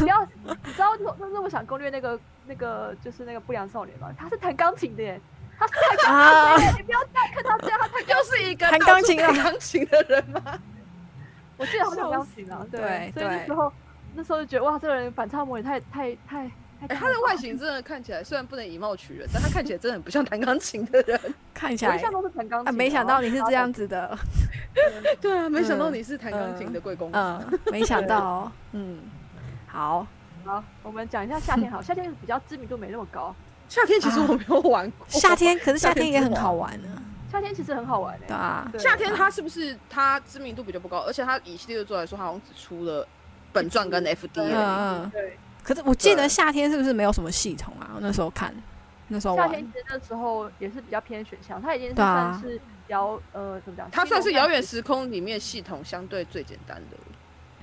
Speaker 2: 不要，你知道那是我想攻略那个那个就是那个不良少年嘛，他是弹钢琴的耶，他是弹
Speaker 1: 啊
Speaker 2: 钢琴的耶，你不要再看他这样，他弹
Speaker 3: 又是一个
Speaker 1: 弹
Speaker 3: 到处
Speaker 1: 钢琴啊
Speaker 3: 弹钢琴的人吗？
Speaker 2: 我记得好像钢琴啊，
Speaker 1: 对
Speaker 2: 所以那
Speaker 1: 对
Speaker 2: 时候那时候就觉得哇，这个人反差萌也太太太太
Speaker 3: 哎，
Speaker 2: 大
Speaker 3: 他
Speaker 2: 了
Speaker 3: 的外形真的看起来虽然不能以貌取人，但他看起来真的很不像弹钢琴的人。 *laughs*
Speaker 1: 看起
Speaker 2: 我一
Speaker 1: 来
Speaker 2: 向都是弹钢琴的，
Speaker 1: 啊，没想到你是这样子的，
Speaker 3: 对啊，没想到
Speaker 1: 嗯
Speaker 3: 你是弹钢琴的贵公子。
Speaker 1: 嗯，没想到哦，嗯，好，
Speaker 2: 然后。好，我们讲一下夏天好，夏天比较知名度没那么高，
Speaker 3: 夏天其实我没有玩过。
Speaker 1: 啊夏天可是夏
Speaker 3: 夏天
Speaker 1: 天也
Speaker 3: 之
Speaker 1: 很
Speaker 3: 王
Speaker 1: 好玩呢，
Speaker 2: 夏天其实很好玩
Speaker 1: 对
Speaker 2: 诶。
Speaker 1: 啊，
Speaker 2: 对
Speaker 3: 夏天他是不是他知名度比较不高？而且他以系列作来说，他好像只出了本传跟 FD
Speaker 1: 嗯
Speaker 3: 而已。
Speaker 1: 嗯，
Speaker 2: 对，
Speaker 1: 可是我记得
Speaker 3: 对
Speaker 1: 夏天是不是没有什么系统啊？我那时候看，那时候
Speaker 2: 夏
Speaker 1: 玩，
Speaker 2: 天其实那时候也是比较偏选项，他已经是
Speaker 1: 对啊
Speaker 2: 算是遥呃怎么讲？
Speaker 3: 它算是
Speaker 2: 新农
Speaker 3: 遥远时空里面系统相对最简单的，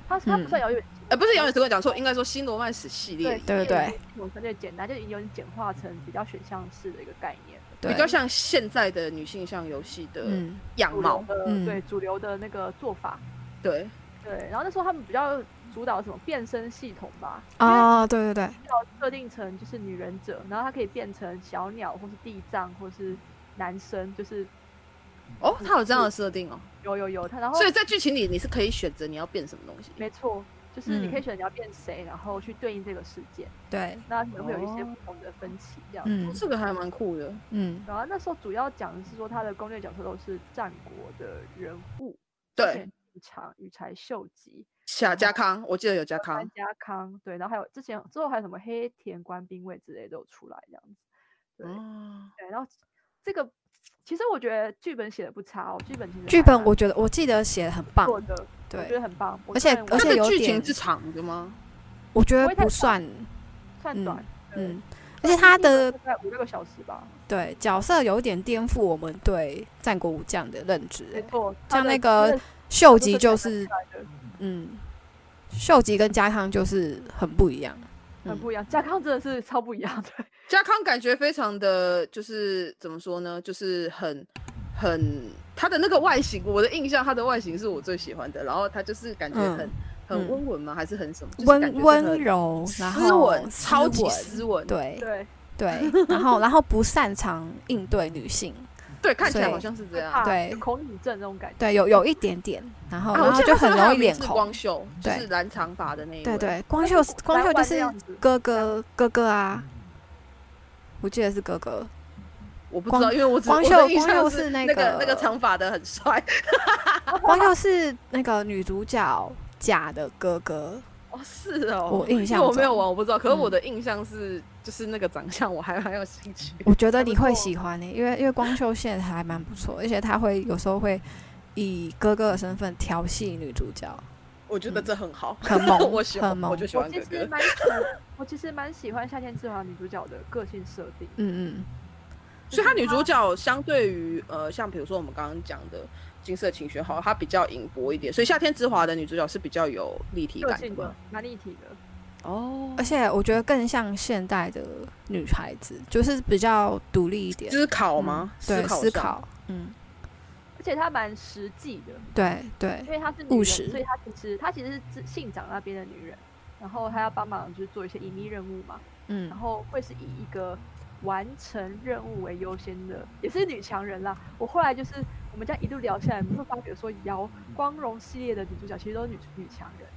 Speaker 2: 它它
Speaker 1: 嗯
Speaker 2: 不算遥远，
Speaker 3: 呃，不是遥远时空，讲错，应该说新罗曼史系列
Speaker 2: 对
Speaker 1: 对对
Speaker 3: 里，
Speaker 1: 对，
Speaker 2: 我相对简单，就已经有点简化成比较选项式的一个概念，
Speaker 1: 对
Speaker 3: 比较像现在的女性向游戏的
Speaker 1: 嗯
Speaker 3: 样
Speaker 2: 主
Speaker 3: 貌
Speaker 2: 流。的
Speaker 1: 嗯
Speaker 2: 对主流的那个做法，
Speaker 3: 对，
Speaker 2: 对。然后那时候他们比较主导什么变身系统吧，
Speaker 1: 啊，对对对，
Speaker 2: 设定成就是女忍者，然后她可以变成小鸟或是地藏或是男生，就是
Speaker 3: 哦，它有这样的设定哦，
Speaker 2: 有有有他，
Speaker 1: 嗯
Speaker 2: 然后
Speaker 3: 所以在剧情里你是可以选择你要变什么东西。
Speaker 2: 没错，就是你可以
Speaker 1: 嗯
Speaker 2: 选择你要变谁，然后去对应这个事件，
Speaker 1: 对，
Speaker 2: 那可能会有一些
Speaker 3: 哦
Speaker 2: 不同的分歧这样子。
Speaker 1: 嗯
Speaker 3: 这个还蛮酷的，
Speaker 1: 嗯，
Speaker 2: 然后那时候主要讲的是说，他的攻略角色都是战国的人物，
Speaker 3: 对，，
Speaker 2: 羽长、羽柴秀吉、
Speaker 3: 夏家康，我记得有家康
Speaker 1: 哦
Speaker 2: 安，家康，对，然后还有之前之后还有什么黑田官兵卫之类都有出来这样子，对、
Speaker 3: 哦，
Speaker 2: 对，然后这个其实我觉得剧本写的不差哦，剧本其实
Speaker 1: 剧
Speaker 2: 还
Speaker 1: 本
Speaker 2: 蛮
Speaker 1: 我觉得我记得写的很棒，
Speaker 2: 做的，我觉
Speaker 1: 对，
Speaker 2: 得很棒，我
Speaker 1: 而且
Speaker 2: 个人
Speaker 1: 而
Speaker 3: 它
Speaker 1: 且
Speaker 3: 的
Speaker 1: 有
Speaker 3: 剧
Speaker 1: 点
Speaker 3: 情是长的吗？
Speaker 1: 我觉得
Speaker 2: 不会太
Speaker 1: 不
Speaker 2: 长
Speaker 1: 算，
Speaker 2: 算短，对
Speaker 1: 嗯，而且他的
Speaker 2: 大概五六个小时吧，
Speaker 1: 对角色有点颠覆我们对战国武将的认知
Speaker 2: 没
Speaker 1: 欸，
Speaker 2: 错，
Speaker 1: 像
Speaker 2: 他的
Speaker 1: 那个
Speaker 2: 真的
Speaker 1: 秀
Speaker 2: 角
Speaker 1: 吉
Speaker 2: 色
Speaker 1: 就
Speaker 2: 真
Speaker 1: 是
Speaker 2: 的蛮出来的
Speaker 1: 嗯，秀吉跟家康就是很不一样，
Speaker 2: 很
Speaker 1: 嗯
Speaker 2: 不一样，家康真的是超不一样，对。
Speaker 3: 家康感觉非常的，就是怎么说呢，就是很很他的那个外形，我的印象他的外形是我最喜欢的。然后他就是感觉很、
Speaker 1: 嗯嗯
Speaker 3: 很温文吗？还是很什么？就是感觉
Speaker 1: 温
Speaker 3: 是
Speaker 1: 温
Speaker 3: 很
Speaker 1: 柔，然
Speaker 3: 斯
Speaker 1: 后
Speaker 3: 文，超级
Speaker 1: 文
Speaker 3: 斯文。
Speaker 1: *laughs* 对
Speaker 2: 对，
Speaker 1: 对，然后然后不擅长应对女性，
Speaker 3: 对，啊看起来
Speaker 1: 所以
Speaker 3: 好像是这样。
Speaker 2: 怕
Speaker 1: 对
Speaker 2: 有恐女症那种感觉。
Speaker 1: 对，有有一点点，然后、
Speaker 3: 啊
Speaker 1: 哦然
Speaker 3: 我
Speaker 1: 后
Speaker 3: 记得
Speaker 1: 就
Speaker 3: 他是
Speaker 1: 很
Speaker 3: 不是还
Speaker 1: 容
Speaker 3: 有
Speaker 1: 易
Speaker 3: 名
Speaker 1: 脸
Speaker 3: 字
Speaker 1: 红
Speaker 3: 光。秀就
Speaker 1: 对
Speaker 3: 是染长发的那一
Speaker 1: 对
Speaker 3: 位。
Speaker 1: 对，光秀光秀就
Speaker 2: 蓝
Speaker 1: 是
Speaker 2: 丸的样子
Speaker 1: 哥哥哥哥啊，我记得是哥哥。
Speaker 3: 我不
Speaker 1: 光
Speaker 3: 知道，因为我只
Speaker 1: 光
Speaker 3: 我
Speaker 1: 秀
Speaker 3: 的印
Speaker 1: 光秀
Speaker 3: 象
Speaker 1: 是那
Speaker 3: 那个
Speaker 1: 个
Speaker 3: 那个长发的很帅。 *laughs*
Speaker 1: 光佑是那个女主角甲的哥哥，
Speaker 3: 哦，是哦，
Speaker 1: 我印象
Speaker 3: 因为我没
Speaker 1: 中
Speaker 3: 有玩，我不知道。可是
Speaker 1: 嗯
Speaker 3: 我的印象是，就是那个长相，我还蛮有兴趣。
Speaker 1: 我觉得
Speaker 2: 还不
Speaker 1: 你会
Speaker 2: 错
Speaker 1: 喜欢你、欸因为因为光秀现在还蛮不错，而且他会有时候会以哥哥的身份调戏女主角，
Speaker 3: *laughs* 我觉得
Speaker 1: 嗯
Speaker 3: 这很好， *laughs*
Speaker 1: 很萌
Speaker 3: 我喜
Speaker 1: 嗯很
Speaker 3: 欢，
Speaker 1: 萌
Speaker 3: 我 *laughs* 就喜
Speaker 2: 我
Speaker 3: 欢
Speaker 2: 其
Speaker 3: 哥
Speaker 2: 实
Speaker 3: 哥。
Speaker 2: 蛮喜欢，我其实蛮喜欢《夏天之王》女主角的个性设定。
Speaker 1: 嗯
Speaker 3: 所以她女主角相对于呃，像比如说我们刚刚讲的《金色晴雪》好，她比较隐薄一点，所以《夏天之华》的女主角是比较有立体
Speaker 2: 个
Speaker 3: 感
Speaker 2: 性
Speaker 3: 的
Speaker 2: 的。蛮立体的，
Speaker 3: 哦
Speaker 1: 嗯，而，且我觉得更像现代的女孩子，就是比较独立一点，
Speaker 3: 思考吗？
Speaker 1: 嗯对，
Speaker 3: 考
Speaker 1: 思
Speaker 3: 上，
Speaker 1: 考，嗯，
Speaker 2: 而且她蛮实际的，
Speaker 1: 对对
Speaker 2: 因为她是女
Speaker 1: 务
Speaker 2: 人，
Speaker 1: 实
Speaker 2: 所以她其实她其实是自信长那边的女人，然后她要帮忙就是做一些隐秘任务嘛，
Speaker 1: 嗯
Speaker 2: 然，后会是以一个完成任务为优先的，也是女强人啦。我后来就是我们这样一路聊下来，你会发觉说，瑶光荣系列的女主角其实都是女女强人，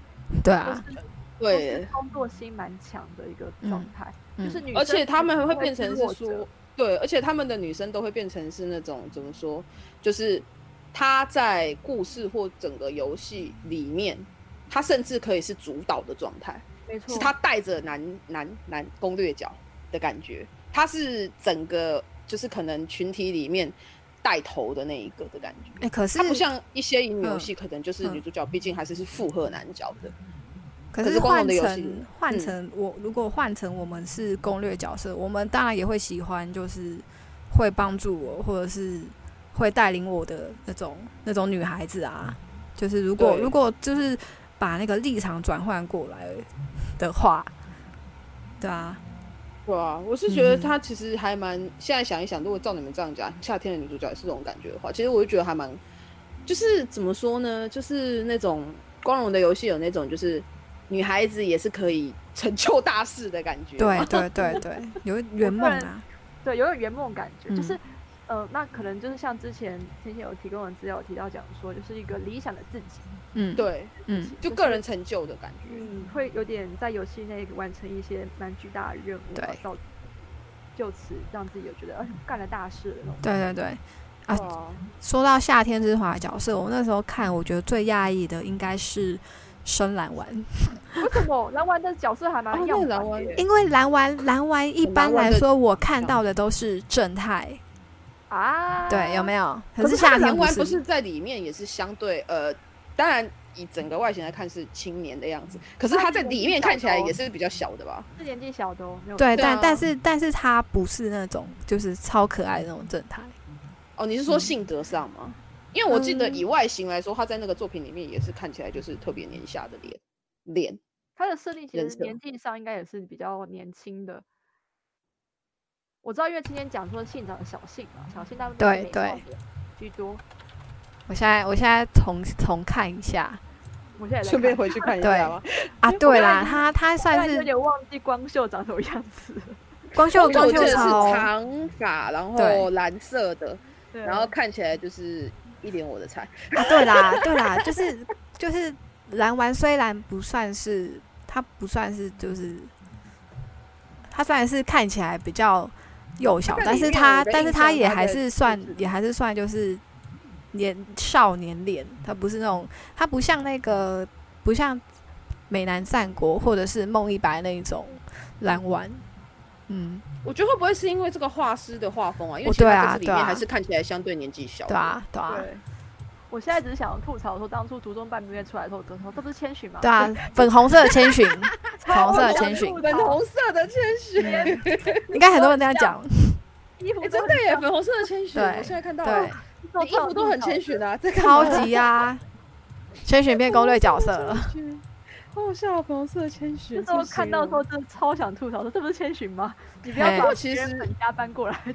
Speaker 1: 对
Speaker 2: 都
Speaker 1: 啊，
Speaker 2: 是都是
Speaker 3: 对，
Speaker 2: 工作心蛮强的一个状态，就是
Speaker 1: 嗯
Speaker 2: 女生
Speaker 3: 而且她们会变成
Speaker 2: 自我
Speaker 3: 是
Speaker 2: 者
Speaker 3: 说，对，而且她们的女生都会变成是那种怎么说，就是她在故事或整个游戏里面，她甚至可以是主导的状态。
Speaker 2: 没错，
Speaker 3: 是他带着男男男攻略角的感觉，他是整个就是可能群体里面带头的那一个的感
Speaker 1: 哎、
Speaker 3: 觉。
Speaker 1: 可是
Speaker 3: 他不像一些乙女游
Speaker 1: 嗯
Speaker 3: 戏，可能就是
Speaker 1: 嗯
Speaker 3: 女主角，毕竟还是是附和男角的。
Speaker 1: 可
Speaker 3: 可
Speaker 1: 是
Speaker 3: 是光
Speaker 1: 换
Speaker 3: 荣的游戏嗯
Speaker 1: 成换成我，如果换成我们是攻略角色，我们当然也会喜欢，就是会帮助我，或者是会带领我的那种那种女孩子啊。就是如果
Speaker 3: 嗯对
Speaker 1: 如果就是把那个立场转换过来的话，对
Speaker 3: *laughs*
Speaker 1: 啊，
Speaker 3: 对啊，我是觉得
Speaker 1: 嗯
Speaker 3: 他其实还蛮，现在想一想，如果照你们这样讲，夏天的女主角也是这种感觉的话，其实我就觉得还蛮，就是怎么说呢，就是那种光荣的游戏有那种就是女孩子也是可以成就大事的感觉。
Speaker 1: 对对对对，有
Speaker 3: *laughs*
Speaker 1: 圆梦啊，
Speaker 2: 对，有点圆梦感觉，就
Speaker 1: 嗯
Speaker 2: 是呃，那可能就是像之前天蝎有提供的资料有提到讲说，就是一个理想的自己，
Speaker 1: 嗯，，
Speaker 3: 对，
Speaker 1: 嗯
Speaker 3: 就个人成就的感觉。
Speaker 2: 嗯，会有点在游戏内完成一些蛮巨大的任务，
Speaker 1: 对
Speaker 2: 然后到就此让自己有觉得，哎、干了大事了那种。
Speaker 1: 对对对。啊
Speaker 3: 对啊，
Speaker 1: 说到夏天之华的角色，我那时候看，我觉得最讶异的应该是深蓝丸。
Speaker 2: 为什么蓝丸的角色还蛮
Speaker 3: 哦
Speaker 2: 样
Speaker 3: 那蓝
Speaker 2: 板
Speaker 3: 丸
Speaker 2: 的耶
Speaker 1: 因为蓝丸蓝丸一般来说我看到的都是正太，
Speaker 2: 啊？
Speaker 1: 对，有没有？可
Speaker 3: 可
Speaker 1: 是
Speaker 3: 是他
Speaker 1: 夏
Speaker 3: 的
Speaker 1: 天
Speaker 3: 蓝丸
Speaker 1: 是，
Speaker 3: 不是在里面也是相对呃，当然以整个外形来看是青年的样子，可是他在里面看起来也是比较小的吧？
Speaker 2: 是年纪小的哦，没有
Speaker 1: 对，
Speaker 3: 对
Speaker 1: 但、
Speaker 3: 啊
Speaker 1: 但是但是他不是那种就是超可爱的那种正太，
Speaker 3: 哦，你是说性格上吗？因为我记
Speaker 1: 嗯
Speaker 3: 得以外形来说，他在那个作品里面也是看起来就是特别年下的脸脸。
Speaker 2: 他的设定其
Speaker 3: 人
Speaker 2: 实
Speaker 3: 设
Speaker 2: 年纪上应该也是比较年轻的。我知道，因为今天讲说信长的小信嘛，小信大部分
Speaker 1: 对
Speaker 2: 是美
Speaker 1: 对
Speaker 2: 少年居多。
Speaker 1: 我现在我现在重重看一下
Speaker 2: 我现在也在
Speaker 3: 顺便
Speaker 2: 看
Speaker 3: 回去看一下吧。
Speaker 1: 啊，对啦，
Speaker 2: 我刚
Speaker 1: 他他
Speaker 2: 突
Speaker 1: 算
Speaker 2: 然有
Speaker 1: 是
Speaker 2: 点忘记光秀长什么样子了。
Speaker 1: 光秀
Speaker 3: 我记得
Speaker 1: 光
Speaker 3: 我记
Speaker 1: 秀
Speaker 3: 得是
Speaker 1: 超，
Speaker 3: 长发，然
Speaker 1: 对
Speaker 3: 后蓝色的，
Speaker 2: 对啊
Speaker 3: 然后看起来就是一脸我的菜。
Speaker 1: 啊对啦对啦，就是就是蓝丸虽然不算是他不算是就是他虽然是看起来比较幼小
Speaker 3: 在，
Speaker 1: 但
Speaker 3: 里
Speaker 1: 是
Speaker 3: 面
Speaker 1: 他
Speaker 3: 我的
Speaker 1: 但
Speaker 3: 印
Speaker 1: 是他
Speaker 3: 象
Speaker 1: 也
Speaker 3: 大
Speaker 1: 还
Speaker 3: 概
Speaker 1: 是
Speaker 3: 就
Speaker 1: 算
Speaker 3: 是
Speaker 1: 也还是算就是年少年脸，他不是那种他不像那个不像美男战国或者是梦一白那一种蓝丸，嗯，
Speaker 3: 我觉得会不会是因为这个画师的画风啊？因
Speaker 1: 哦
Speaker 3: 为其
Speaker 1: 对
Speaker 3: 他
Speaker 1: 啊
Speaker 3: 这次里
Speaker 1: 对啊
Speaker 3: 面还是看起来相对年纪小。
Speaker 1: 对啊对啊
Speaker 3: 哦对，
Speaker 2: 我现在只是想要吐槽说，当初途中半边出来的时候，我说这不是千寻吗？
Speaker 1: 对啊，
Speaker 3: *laughs*
Speaker 1: 粉红色的千寻，粉红色的
Speaker 2: 想
Speaker 1: 千寻
Speaker 2: 吐，
Speaker 3: 粉
Speaker 2: 槽
Speaker 3: 红色的千寻，
Speaker 1: 嗯应该很多人这样讲，
Speaker 2: 衣服
Speaker 3: 哎，
Speaker 2: 都
Speaker 3: 真
Speaker 2: 很
Speaker 3: 的耶，粉红色的千寻，
Speaker 1: 对
Speaker 3: 我现在看到了
Speaker 1: 对，，
Speaker 2: 都
Speaker 3: 你衣服都很千寻啊，这个
Speaker 1: 超级啊，千寻变攻略角色了。
Speaker 3: 寻，好好笑啊，粉红色的千寻
Speaker 2: 那，时候看到的时候，真的超想吐槽说这不是千寻吗？你不要
Speaker 1: 嘿
Speaker 2: 把
Speaker 3: 其
Speaker 2: 别人
Speaker 3: 实
Speaker 2: 本家搬过来的。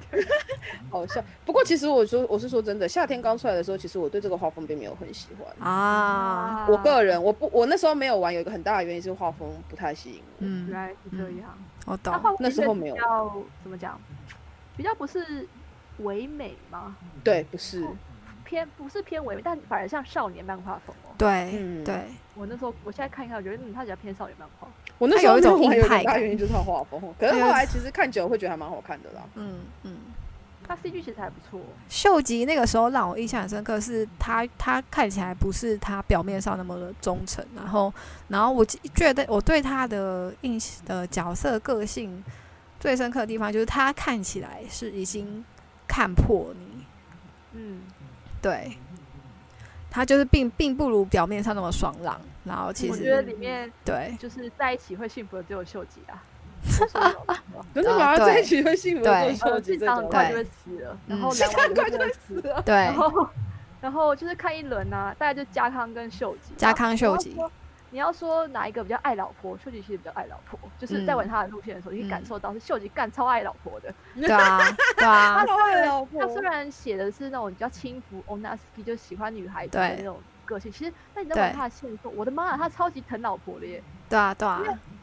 Speaker 3: 好笑。不过其实我说我是说真的，夏天刚出来的时候，其实我对这个画风并没有很喜欢。
Speaker 1: 啊，
Speaker 2: *laughs*
Speaker 3: 我个人我不我那时候没有玩，有一个很大的原因是画风不太吸引我。
Speaker 2: 原
Speaker 1: 嗯，
Speaker 2: 来是这
Speaker 1: 嗯
Speaker 2: 样，
Speaker 1: 我
Speaker 2: 那
Speaker 1: 懂。
Speaker 2: 画风
Speaker 3: 那
Speaker 2: 其
Speaker 3: 时
Speaker 2: 实
Speaker 3: 候没有
Speaker 2: 比较怎么讲，比较不是唯美吗？
Speaker 3: 对，不是，
Speaker 2: 偏不是偏唯美，但反而像少年漫画风哦。
Speaker 1: 哎对
Speaker 3: 嗯
Speaker 1: 对，
Speaker 2: 我那时候我现在看一看，我觉得嗯，他比较偏少年漫画。
Speaker 3: 我那
Speaker 1: 它
Speaker 3: 时
Speaker 1: 有
Speaker 3: 候
Speaker 1: 一
Speaker 3: 没
Speaker 1: 种
Speaker 3: 玩
Speaker 1: 硬
Speaker 3: 有一个
Speaker 1: 派
Speaker 3: 很大
Speaker 1: 感
Speaker 3: 原因就是它的画风。可是
Speaker 1: 对
Speaker 3: 后
Speaker 1: 啊
Speaker 3: 来其实看久了会觉得还蛮好看的啦。
Speaker 1: 嗯嗯。
Speaker 2: 他 CG 其实还不错，
Speaker 1: 秀吉那个时候让我印象很深刻，是他他看起来不是他表面上那么的忠诚，然后然后我记觉得我对他的印的角色个性最深刻的地方，就是他看起来是已经看破你，
Speaker 2: 嗯，
Speaker 1: 对，他就是并并不如表面上那么爽朗，然后其
Speaker 2: 我觉得
Speaker 1: 实
Speaker 2: 里面
Speaker 1: 对
Speaker 2: 就是在一起会幸福的只有秀吉
Speaker 1: *laughs*
Speaker 2: 啊。就是那种
Speaker 3: 真的
Speaker 1: 啊
Speaker 3: 吗？
Speaker 1: 对
Speaker 3: 在一起会幸福
Speaker 1: 对
Speaker 3: 的做
Speaker 2: 呃，
Speaker 3: 秀吉
Speaker 2: 剧
Speaker 3: 这
Speaker 2: 场很
Speaker 3: 种，
Speaker 1: 对
Speaker 2: 快就会死了，然
Speaker 1: 嗯
Speaker 2: 后
Speaker 1: 剧
Speaker 2: 蓝丸
Speaker 3: 快
Speaker 2: 也
Speaker 3: 就
Speaker 2: 会
Speaker 3: 会
Speaker 2: 死
Speaker 3: 死
Speaker 2: 了，
Speaker 3: 了。
Speaker 1: 对
Speaker 2: 然后然后就是看一轮啊，大概就家康跟秀吉，
Speaker 1: 加康秀吉
Speaker 2: 你要说。你要说哪一个比较爱老婆？秀吉其实比较爱老婆，就是在
Speaker 1: 嗯
Speaker 2: 玩他的路线的时候，你可以感
Speaker 1: 嗯
Speaker 2: 受到是秀吉干超爱老婆的。
Speaker 1: 对
Speaker 3: *laughs*
Speaker 1: 啊对啊
Speaker 3: 他，的老
Speaker 2: 他虽
Speaker 3: 婆，
Speaker 2: 然写的是那种比较轻浮 onaski，就喜欢女孩子的
Speaker 1: 对
Speaker 2: 那种个性，其实但你在玩
Speaker 1: 对
Speaker 2: 他的线的时候，我的妈啊，他超级疼老婆的耶！
Speaker 1: 对啊对啊，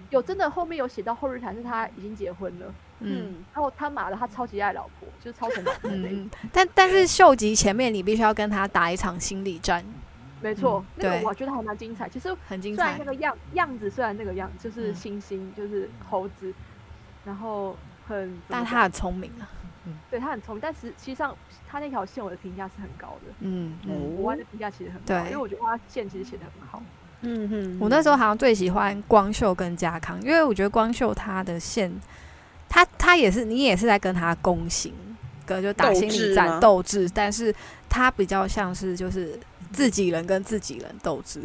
Speaker 2: 有真的后面有写到后日谈是他已经结婚了，
Speaker 1: 嗯。
Speaker 3: 嗯，
Speaker 2: 然后他妈的他超级爱老婆，就是超疼老婆的那一种
Speaker 1: *laughs* 嗯，但但是秀吉前面你必须要跟他打一场心理战，
Speaker 2: 没错，
Speaker 1: 嗯
Speaker 2: 那
Speaker 1: 对
Speaker 2: 个我觉得还蛮精彩。其实
Speaker 1: 很精
Speaker 2: 虽然
Speaker 1: 彩
Speaker 2: 那。个样样子，虽然那个样子就是
Speaker 1: 嗯
Speaker 2: 猩猩，就是猴子，然后很，怎
Speaker 1: 但
Speaker 2: 么
Speaker 1: 他
Speaker 2: 讲
Speaker 1: 很聪明啊，
Speaker 2: 对他很聪明，但实实际上他那条线我的评价是很高的，
Speaker 1: 嗯嗯，
Speaker 2: 我玩的评价其实很高，
Speaker 1: 对
Speaker 2: 因为我觉得他线其实写的很好。
Speaker 3: 嗯哼
Speaker 1: 我那时候好像最喜欢光秀跟家康，因为我觉得光秀他的线，他他也是你也是在跟他攻行，跟就打
Speaker 3: 斗
Speaker 1: 心理
Speaker 3: 智
Speaker 1: 战
Speaker 3: 吗
Speaker 1: 斗志，但是他比较像是就是自己人跟自己人斗智，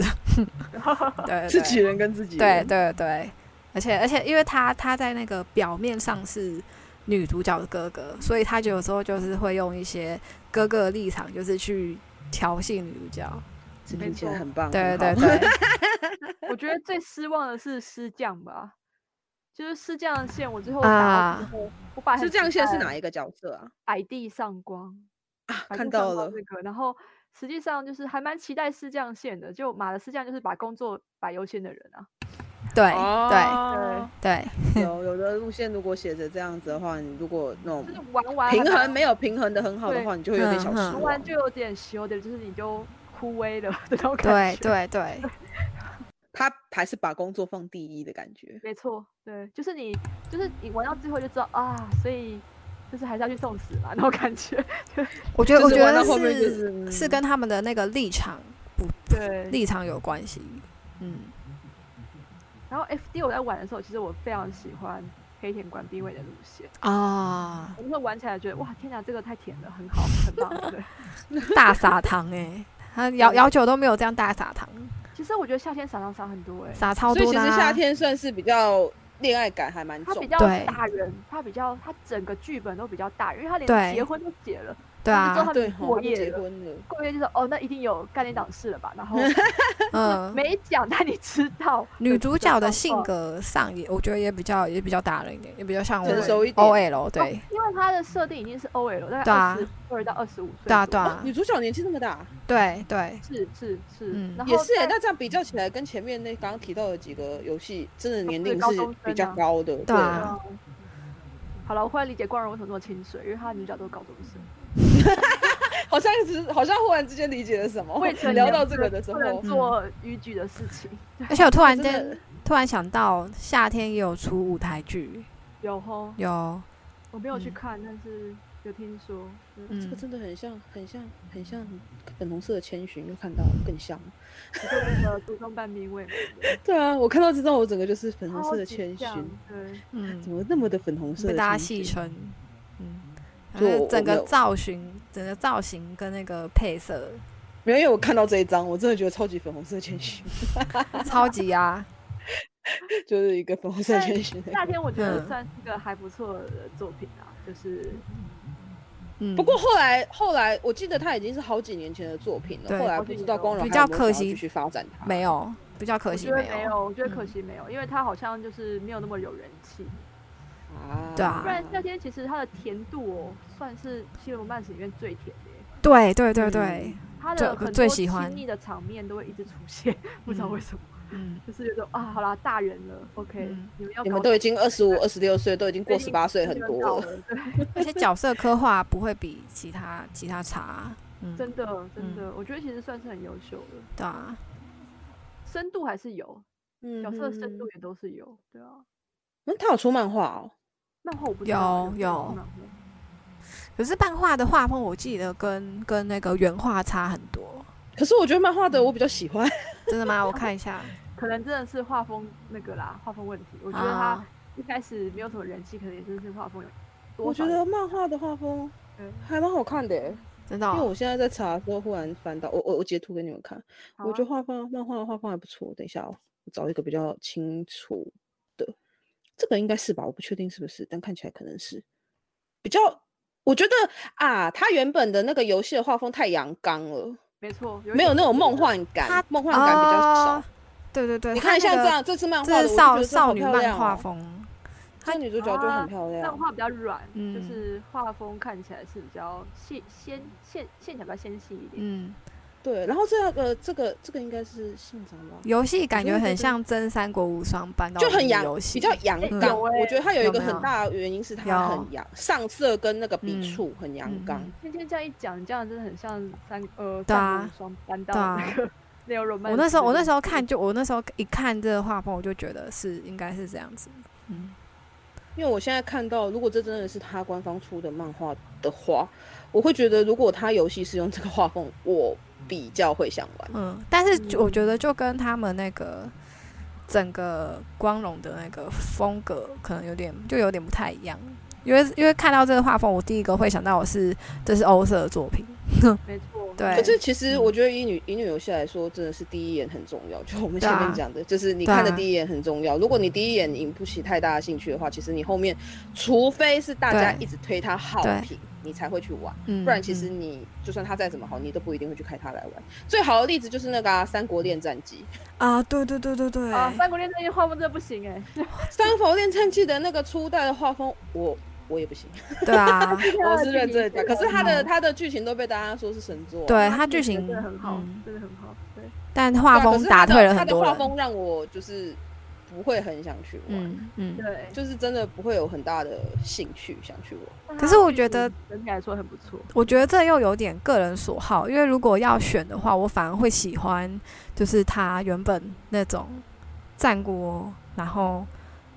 Speaker 1: *laughs* 对，对
Speaker 3: 自己人跟自己
Speaker 1: 对
Speaker 3: 人，
Speaker 1: 对对，而且而且，因为他他在那个表面上是女主角的哥哥，所以他就有时候就是会用一些哥哥的立场，就是去调戏女主角。
Speaker 3: 这
Speaker 2: 没
Speaker 3: 听起来
Speaker 2: 错
Speaker 3: 很棒，
Speaker 1: 对
Speaker 3: 很
Speaker 1: 对
Speaker 3: 嗯好
Speaker 1: 对 *laughs*
Speaker 3: *laughs*
Speaker 2: 我觉得最失望的是师匠吧，就是师匠的线，我最后打到
Speaker 1: 啊
Speaker 2: 之后，我把
Speaker 3: 是这样。现在是哪一个角色啊？
Speaker 2: 矮地上光，
Speaker 3: 啊，
Speaker 2: 百
Speaker 3: 看
Speaker 2: 度上
Speaker 3: 到
Speaker 2: 光
Speaker 3: 了，
Speaker 2: 这个，然后实际上就是还蛮期待师匠线的，就马的师匠就是把工作摆优先的人啊，
Speaker 1: 对对
Speaker 3: 哦
Speaker 1: 对，
Speaker 3: *laughs*
Speaker 2: *laughs*
Speaker 3: 有有的路线如果写着这样子的话，你如果那种
Speaker 2: 就是玩完
Speaker 3: 平
Speaker 2: 还
Speaker 3: 衡没有平衡的很好的话，你就会有点小
Speaker 1: 嗯
Speaker 3: 失
Speaker 2: 玩
Speaker 3: 望
Speaker 2: 完。就有点羞的，就是你就枯萎了的那种感
Speaker 1: 对
Speaker 2: 觉。，
Speaker 1: 对对，
Speaker 3: 他还是把工作放第一的感觉。
Speaker 2: 没错，对，就是你就是你玩到最后就知道啊，所以就是还是要去送死嘛，那种感觉。
Speaker 1: 我觉得我觉
Speaker 3: 就是玩到
Speaker 1: 得
Speaker 3: 后面就是嗯是
Speaker 1: 是跟他们的那个立场
Speaker 2: 对，
Speaker 1: 立场有关系。嗯，
Speaker 2: 然后 F D 我在玩的时候，其实我非常喜欢黑田官兵卫的路线，
Speaker 1: 啊，
Speaker 2: 我那时候玩起来觉得哇，天哪，这个太甜了，很好，很棒。对，
Speaker 1: 大撒糖哎、他摇摇酒都没有这样大撒糖，
Speaker 2: 其实我觉得夏天撒糖撒很多哎、
Speaker 1: 撒超
Speaker 3: 所以
Speaker 1: 多
Speaker 3: 其
Speaker 1: 的、
Speaker 3: 实
Speaker 1: 啊。
Speaker 3: 夏天算是比较恋爱感还蛮
Speaker 2: 他比
Speaker 3: 重
Speaker 2: 较
Speaker 3: 的，
Speaker 1: 对
Speaker 2: 大人，他比较他整个剧本都比较大，因为他
Speaker 1: 对
Speaker 2: 连结婚都结了，
Speaker 1: 对
Speaker 2: 就是
Speaker 1: 啊
Speaker 2: 说，
Speaker 3: 对，
Speaker 2: 他
Speaker 3: 吼
Speaker 2: 过
Speaker 3: 他们
Speaker 2: 夜
Speaker 3: 结
Speaker 2: 了。
Speaker 3: 婚了，
Speaker 2: 过夜就是哦，那一定有干那档事了吧？
Speaker 1: *laughs*
Speaker 2: 然后
Speaker 1: 嗯，
Speaker 2: 没讲，但你知道
Speaker 1: *laughs* 女主角的
Speaker 2: 状
Speaker 1: 性
Speaker 2: 况
Speaker 1: 格上也，我觉得也比较也比较大人一点，也比较像我
Speaker 3: 成熟一点。
Speaker 1: OL 对
Speaker 2: *laughs* 因为他的设定已经是 OL，大概
Speaker 1: 对啊
Speaker 2: 二十二到二十五岁左右，
Speaker 1: 对啊对啊
Speaker 3: 女主角年纪这么大，
Speaker 1: 对对
Speaker 2: 是是是，
Speaker 1: 嗯
Speaker 2: 然后
Speaker 3: 也是欸
Speaker 2: 在
Speaker 3: 那这样比较起来，跟前面那刚刚提到的几个游戏，真的年
Speaker 2: 对
Speaker 3: 龄
Speaker 2: 高
Speaker 3: 是
Speaker 2: 中生
Speaker 3: 比较
Speaker 2: 啊
Speaker 3: 高的。
Speaker 1: 对啊
Speaker 2: 嗯好了，我忽然理解光荣为什么这么清水，因为他的女主角都是高中生。
Speaker 1: 哦
Speaker 3: 好像是好像忽然之间理解了什么
Speaker 2: 未成。
Speaker 3: 聊
Speaker 2: 年
Speaker 3: 到
Speaker 2: 不
Speaker 3: 这
Speaker 2: 能
Speaker 3: 个的时
Speaker 2: 不能
Speaker 3: 候，
Speaker 2: 做逾矩的事情，
Speaker 1: 而且我突然
Speaker 3: 真的
Speaker 1: 间突然想到，夏天也有出舞台剧，
Speaker 2: 有吼，
Speaker 1: 有
Speaker 2: 我没有去
Speaker 1: 嗯
Speaker 2: 看，但是有听说，嗯
Speaker 1: 嗯
Speaker 3: 这个真的很像，很像，很像粉红色的千寻，又看到更像。
Speaker 2: 我就那个祖宗半兵卫嘛，对
Speaker 3: *laughs* 对啊，我看到之后，我整个就是粉红
Speaker 2: 超
Speaker 3: 色的
Speaker 2: 级
Speaker 3: 千寻
Speaker 2: 像，对，
Speaker 1: 嗯
Speaker 3: 怎么那么的粉红色
Speaker 1: 被
Speaker 3: 的千寻？
Speaker 1: 大家戏称，嗯，反
Speaker 3: 就
Speaker 1: 正
Speaker 3: 我
Speaker 1: 整
Speaker 3: 没
Speaker 1: 个
Speaker 3: 有
Speaker 1: 造型、整个造型跟那个配 *laughs* 色
Speaker 3: 没有，因为我看到这一张，我真的觉得超级粉红色的千寻， *laughs*
Speaker 1: 超级啊，
Speaker 3: 就是一个粉红色的
Speaker 2: 但
Speaker 3: 千寻。
Speaker 2: 夏天我觉得
Speaker 1: 嗯
Speaker 2: 算是个还不错的作品啊，就是
Speaker 1: 嗯，
Speaker 3: 不过后来，后来我记得他已经是好几年前的作品了。
Speaker 1: 对
Speaker 3: 后来不知道光荣
Speaker 1: 比
Speaker 3: 还有
Speaker 1: 较
Speaker 3: 没有
Speaker 1: 可
Speaker 3: 想
Speaker 1: 惜
Speaker 3: 要继续发展它。
Speaker 1: 没有，比较可
Speaker 2: 我
Speaker 1: 惜
Speaker 2: 觉得没
Speaker 1: 没有，
Speaker 2: 有，我觉得可
Speaker 1: 嗯
Speaker 2: 惜没有，因为他好像就是没有那么有人气，
Speaker 3: 啊，
Speaker 1: 对啊
Speaker 2: 不然夏天其实它的甜度哦，算是西罗曼史里面最甜的耶。
Speaker 1: 对对对对，
Speaker 2: 他
Speaker 1: 最
Speaker 2: 的
Speaker 3: 呃
Speaker 1: 我
Speaker 2: 很
Speaker 1: 最
Speaker 2: 多
Speaker 1: 喜欢
Speaker 2: 亲密的场面都会一直出现，不知道为什么，
Speaker 1: 嗯
Speaker 2: 就是有种啊，好啦，大人了，OK，、
Speaker 1: 嗯
Speaker 2: 你们要
Speaker 3: 你
Speaker 2: 搞
Speaker 3: 们都已经二十五、二十六岁，都已经过
Speaker 2: 对
Speaker 3: 十八岁
Speaker 2: 你
Speaker 3: 很
Speaker 2: 们
Speaker 3: 多
Speaker 2: 老
Speaker 3: 了。
Speaker 2: 了，对，
Speaker 1: 而且角色刻画不会比其他其他差，嗯，
Speaker 2: 真的真的，我觉得其实算是很优秀的，
Speaker 1: 对啊，
Speaker 2: 深度还是有，
Speaker 3: 嗯
Speaker 2: 角色的深度
Speaker 3: 哼
Speaker 2: 也都是有，对啊。
Speaker 3: 嗯，他有出漫画哦。
Speaker 2: 漫画我不知
Speaker 1: 有
Speaker 2: 道有
Speaker 1: 有
Speaker 2: 漫画
Speaker 1: 可是漫画的画风，我记得跟跟那个原画差很多，
Speaker 3: 可是我觉得漫
Speaker 1: 嗯
Speaker 3: 画的我比较喜欢，
Speaker 1: 真
Speaker 3: *laughs*
Speaker 1: 的吗？我看一下，
Speaker 2: 可能真的是画风那个啦，画风问题，我觉得他
Speaker 1: 啊
Speaker 2: 一开始没有什么人气，可能也真是画风有多
Speaker 3: 我觉
Speaker 2: 少
Speaker 3: 得
Speaker 1: 啊
Speaker 3: 漫画的画风
Speaker 1: 嗯
Speaker 2: 对
Speaker 3: 还蛮好看的耶。
Speaker 1: 真的
Speaker 3: 因为
Speaker 1: 哦、
Speaker 3: 我现在在查的时候，忽然翻到我我我截图给你们看，
Speaker 2: 好
Speaker 3: 我
Speaker 2: 啊
Speaker 3: 觉得画风漫画的画风还不错。等一下哦，我找一个比较清楚的，这个应该是吧？我不确定是不是，但看起来可能是比较。我觉得啊，它原本的那个游戏的画风太阳刚了，
Speaker 2: 没错，
Speaker 3: 没有那种梦
Speaker 2: 幻。
Speaker 3: 幻
Speaker 1: 它
Speaker 3: 感，梦幻感比较少
Speaker 1: 哦。对对对，
Speaker 3: 你
Speaker 1: 它那
Speaker 3: 看像
Speaker 1: 个
Speaker 3: 这样，，这次漫画
Speaker 1: 这
Speaker 3: 的
Speaker 1: 是
Speaker 3: 我
Speaker 1: 少
Speaker 3: 就觉得这
Speaker 1: 少
Speaker 3: 好
Speaker 1: 女
Speaker 3: 漂
Speaker 1: 漫
Speaker 3: 亮
Speaker 1: 画
Speaker 3: 哦，
Speaker 1: 风，
Speaker 3: 这个女主角就
Speaker 2: 啊
Speaker 3: 很漂
Speaker 2: 漫
Speaker 3: 亮。
Speaker 2: 画比较软，就
Speaker 1: 嗯
Speaker 2: 是画风看起来是比较细纤线线条比较纤细一点。
Speaker 1: 嗯，
Speaker 3: 对，然后这个这个这个应该是县长吧，
Speaker 1: 游戏感
Speaker 3: 觉
Speaker 1: 觉
Speaker 3: 得
Speaker 1: 很
Speaker 3: 这
Speaker 1: 像《真三国无双》搬到
Speaker 3: 就很
Speaker 1: 乙
Speaker 3: 阳
Speaker 1: 游，戏
Speaker 3: 比较阳
Speaker 2: 哎
Speaker 3: 刚。
Speaker 2: 有
Speaker 3: 我
Speaker 2: 欸
Speaker 3: 觉得它有一
Speaker 1: 有
Speaker 3: 个
Speaker 1: 没
Speaker 3: 很
Speaker 1: 有
Speaker 3: 大的原因是它
Speaker 1: 有
Speaker 3: 很阳，上色跟那个
Speaker 1: 嗯
Speaker 3: 笔触很阳
Speaker 1: 嗯
Speaker 3: 刚。
Speaker 1: 嗯
Speaker 2: 今天这样一讲，你这样真的很像三呃
Speaker 1: 对啊
Speaker 2: 三国无双搬到
Speaker 1: 对
Speaker 3: *laughs*
Speaker 1: 啊
Speaker 2: 那个那个 romance。
Speaker 1: 我那时候我那时候看就我那时候一看这个画风，我就觉得是应该是这样子，嗯，
Speaker 3: 因为我现在看到，如果这真的是他官方出的漫画的话，我会觉得如果他游戏是用这个画风，我比较会想玩。
Speaker 1: 嗯，但是就我觉得就跟他们那个整个光荣的那个风格可能有点就有点不太一样，因为因为看到这个画风，我第一个会想到我是这是欧瑟的作品，
Speaker 2: 没错，啊
Speaker 1: 对嗯
Speaker 3: 可是其实我觉得以女以女游戏来说，真的是第一眼很重要。就我们
Speaker 1: 对
Speaker 3: 前
Speaker 1: 啊
Speaker 3: 面讲的，就是你
Speaker 1: 对啊嗯
Speaker 3: 看的第一眼很重要。如果你第一眼引不起太大的兴趣的话，其实你后面除非是大家
Speaker 1: 对
Speaker 3: 一直推它好
Speaker 1: 对
Speaker 3: 评，你才会去玩。
Speaker 1: 嗯，
Speaker 3: 不然其实
Speaker 1: 嗯
Speaker 3: 你就算它再怎么好，你都不一定会去开它来玩。最好的例子就是那个、啊《三国恋战记》，
Speaker 1: 啊，对对对对对，
Speaker 3: 哦
Speaker 2: 啊，三国恋那些画风真的不行 *laughs* 哎、
Speaker 3: 《三国恋战记》的那个初代的画风，我我也不行，
Speaker 1: 对
Speaker 3: *laughs*
Speaker 1: 啊，
Speaker 3: 我是认真的讲。可是它的
Speaker 1: 嗯
Speaker 3: 它的剧情都被大家说是神作啊、
Speaker 1: 对
Speaker 2: 他
Speaker 1: 它剧情
Speaker 2: 真的很好，
Speaker 1: 嗯
Speaker 2: 真的很好，对。
Speaker 1: 但画
Speaker 3: 对啊可
Speaker 1: 风
Speaker 3: 是
Speaker 1: 打
Speaker 3: 它的
Speaker 1: 退了
Speaker 3: 它
Speaker 1: 很
Speaker 3: 的
Speaker 1: 多
Speaker 3: 画
Speaker 1: 人，
Speaker 3: 风让我就是不会很想去玩，
Speaker 1: 嗯嗯，
Speaker 2: 对，
Speaker 3: 就是真的不会有很大的兴趣想去玩。
Speaker 1: 可是我觉得
Speaker 2: 整体来说很不错。
Speaker 1: 我觉得这又有点个人所好，因为如果要选的话，我反而会喜欢就是他原本那种战国，然后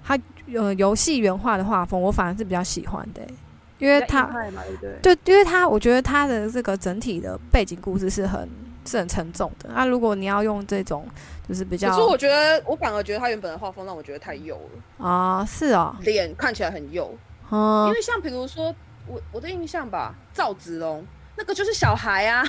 Speaker 1: 他呃游戏原画的画风，我反而是比较喜欢的欸、因为
Speaker 2: 比较
Speaker 1: 他
Speaker 2: 硬派嘛，对不对？
Speaker 1: 对，因为他我觉得他的这个整体的背景故事是很是很沉重的。那、啊如果你要用这种就是比较
Speaker 3: 可是我觉得，我反而觉得他原本的画风让我觉得太幼了，
Speaker 1: 啊、是哦，
Speaker 3: 脸看起来很幼。因
Speaker 1: 嗯，
Speaker 3: 为像比如说我我的印象吧，赵子龙那个就是小孩啊，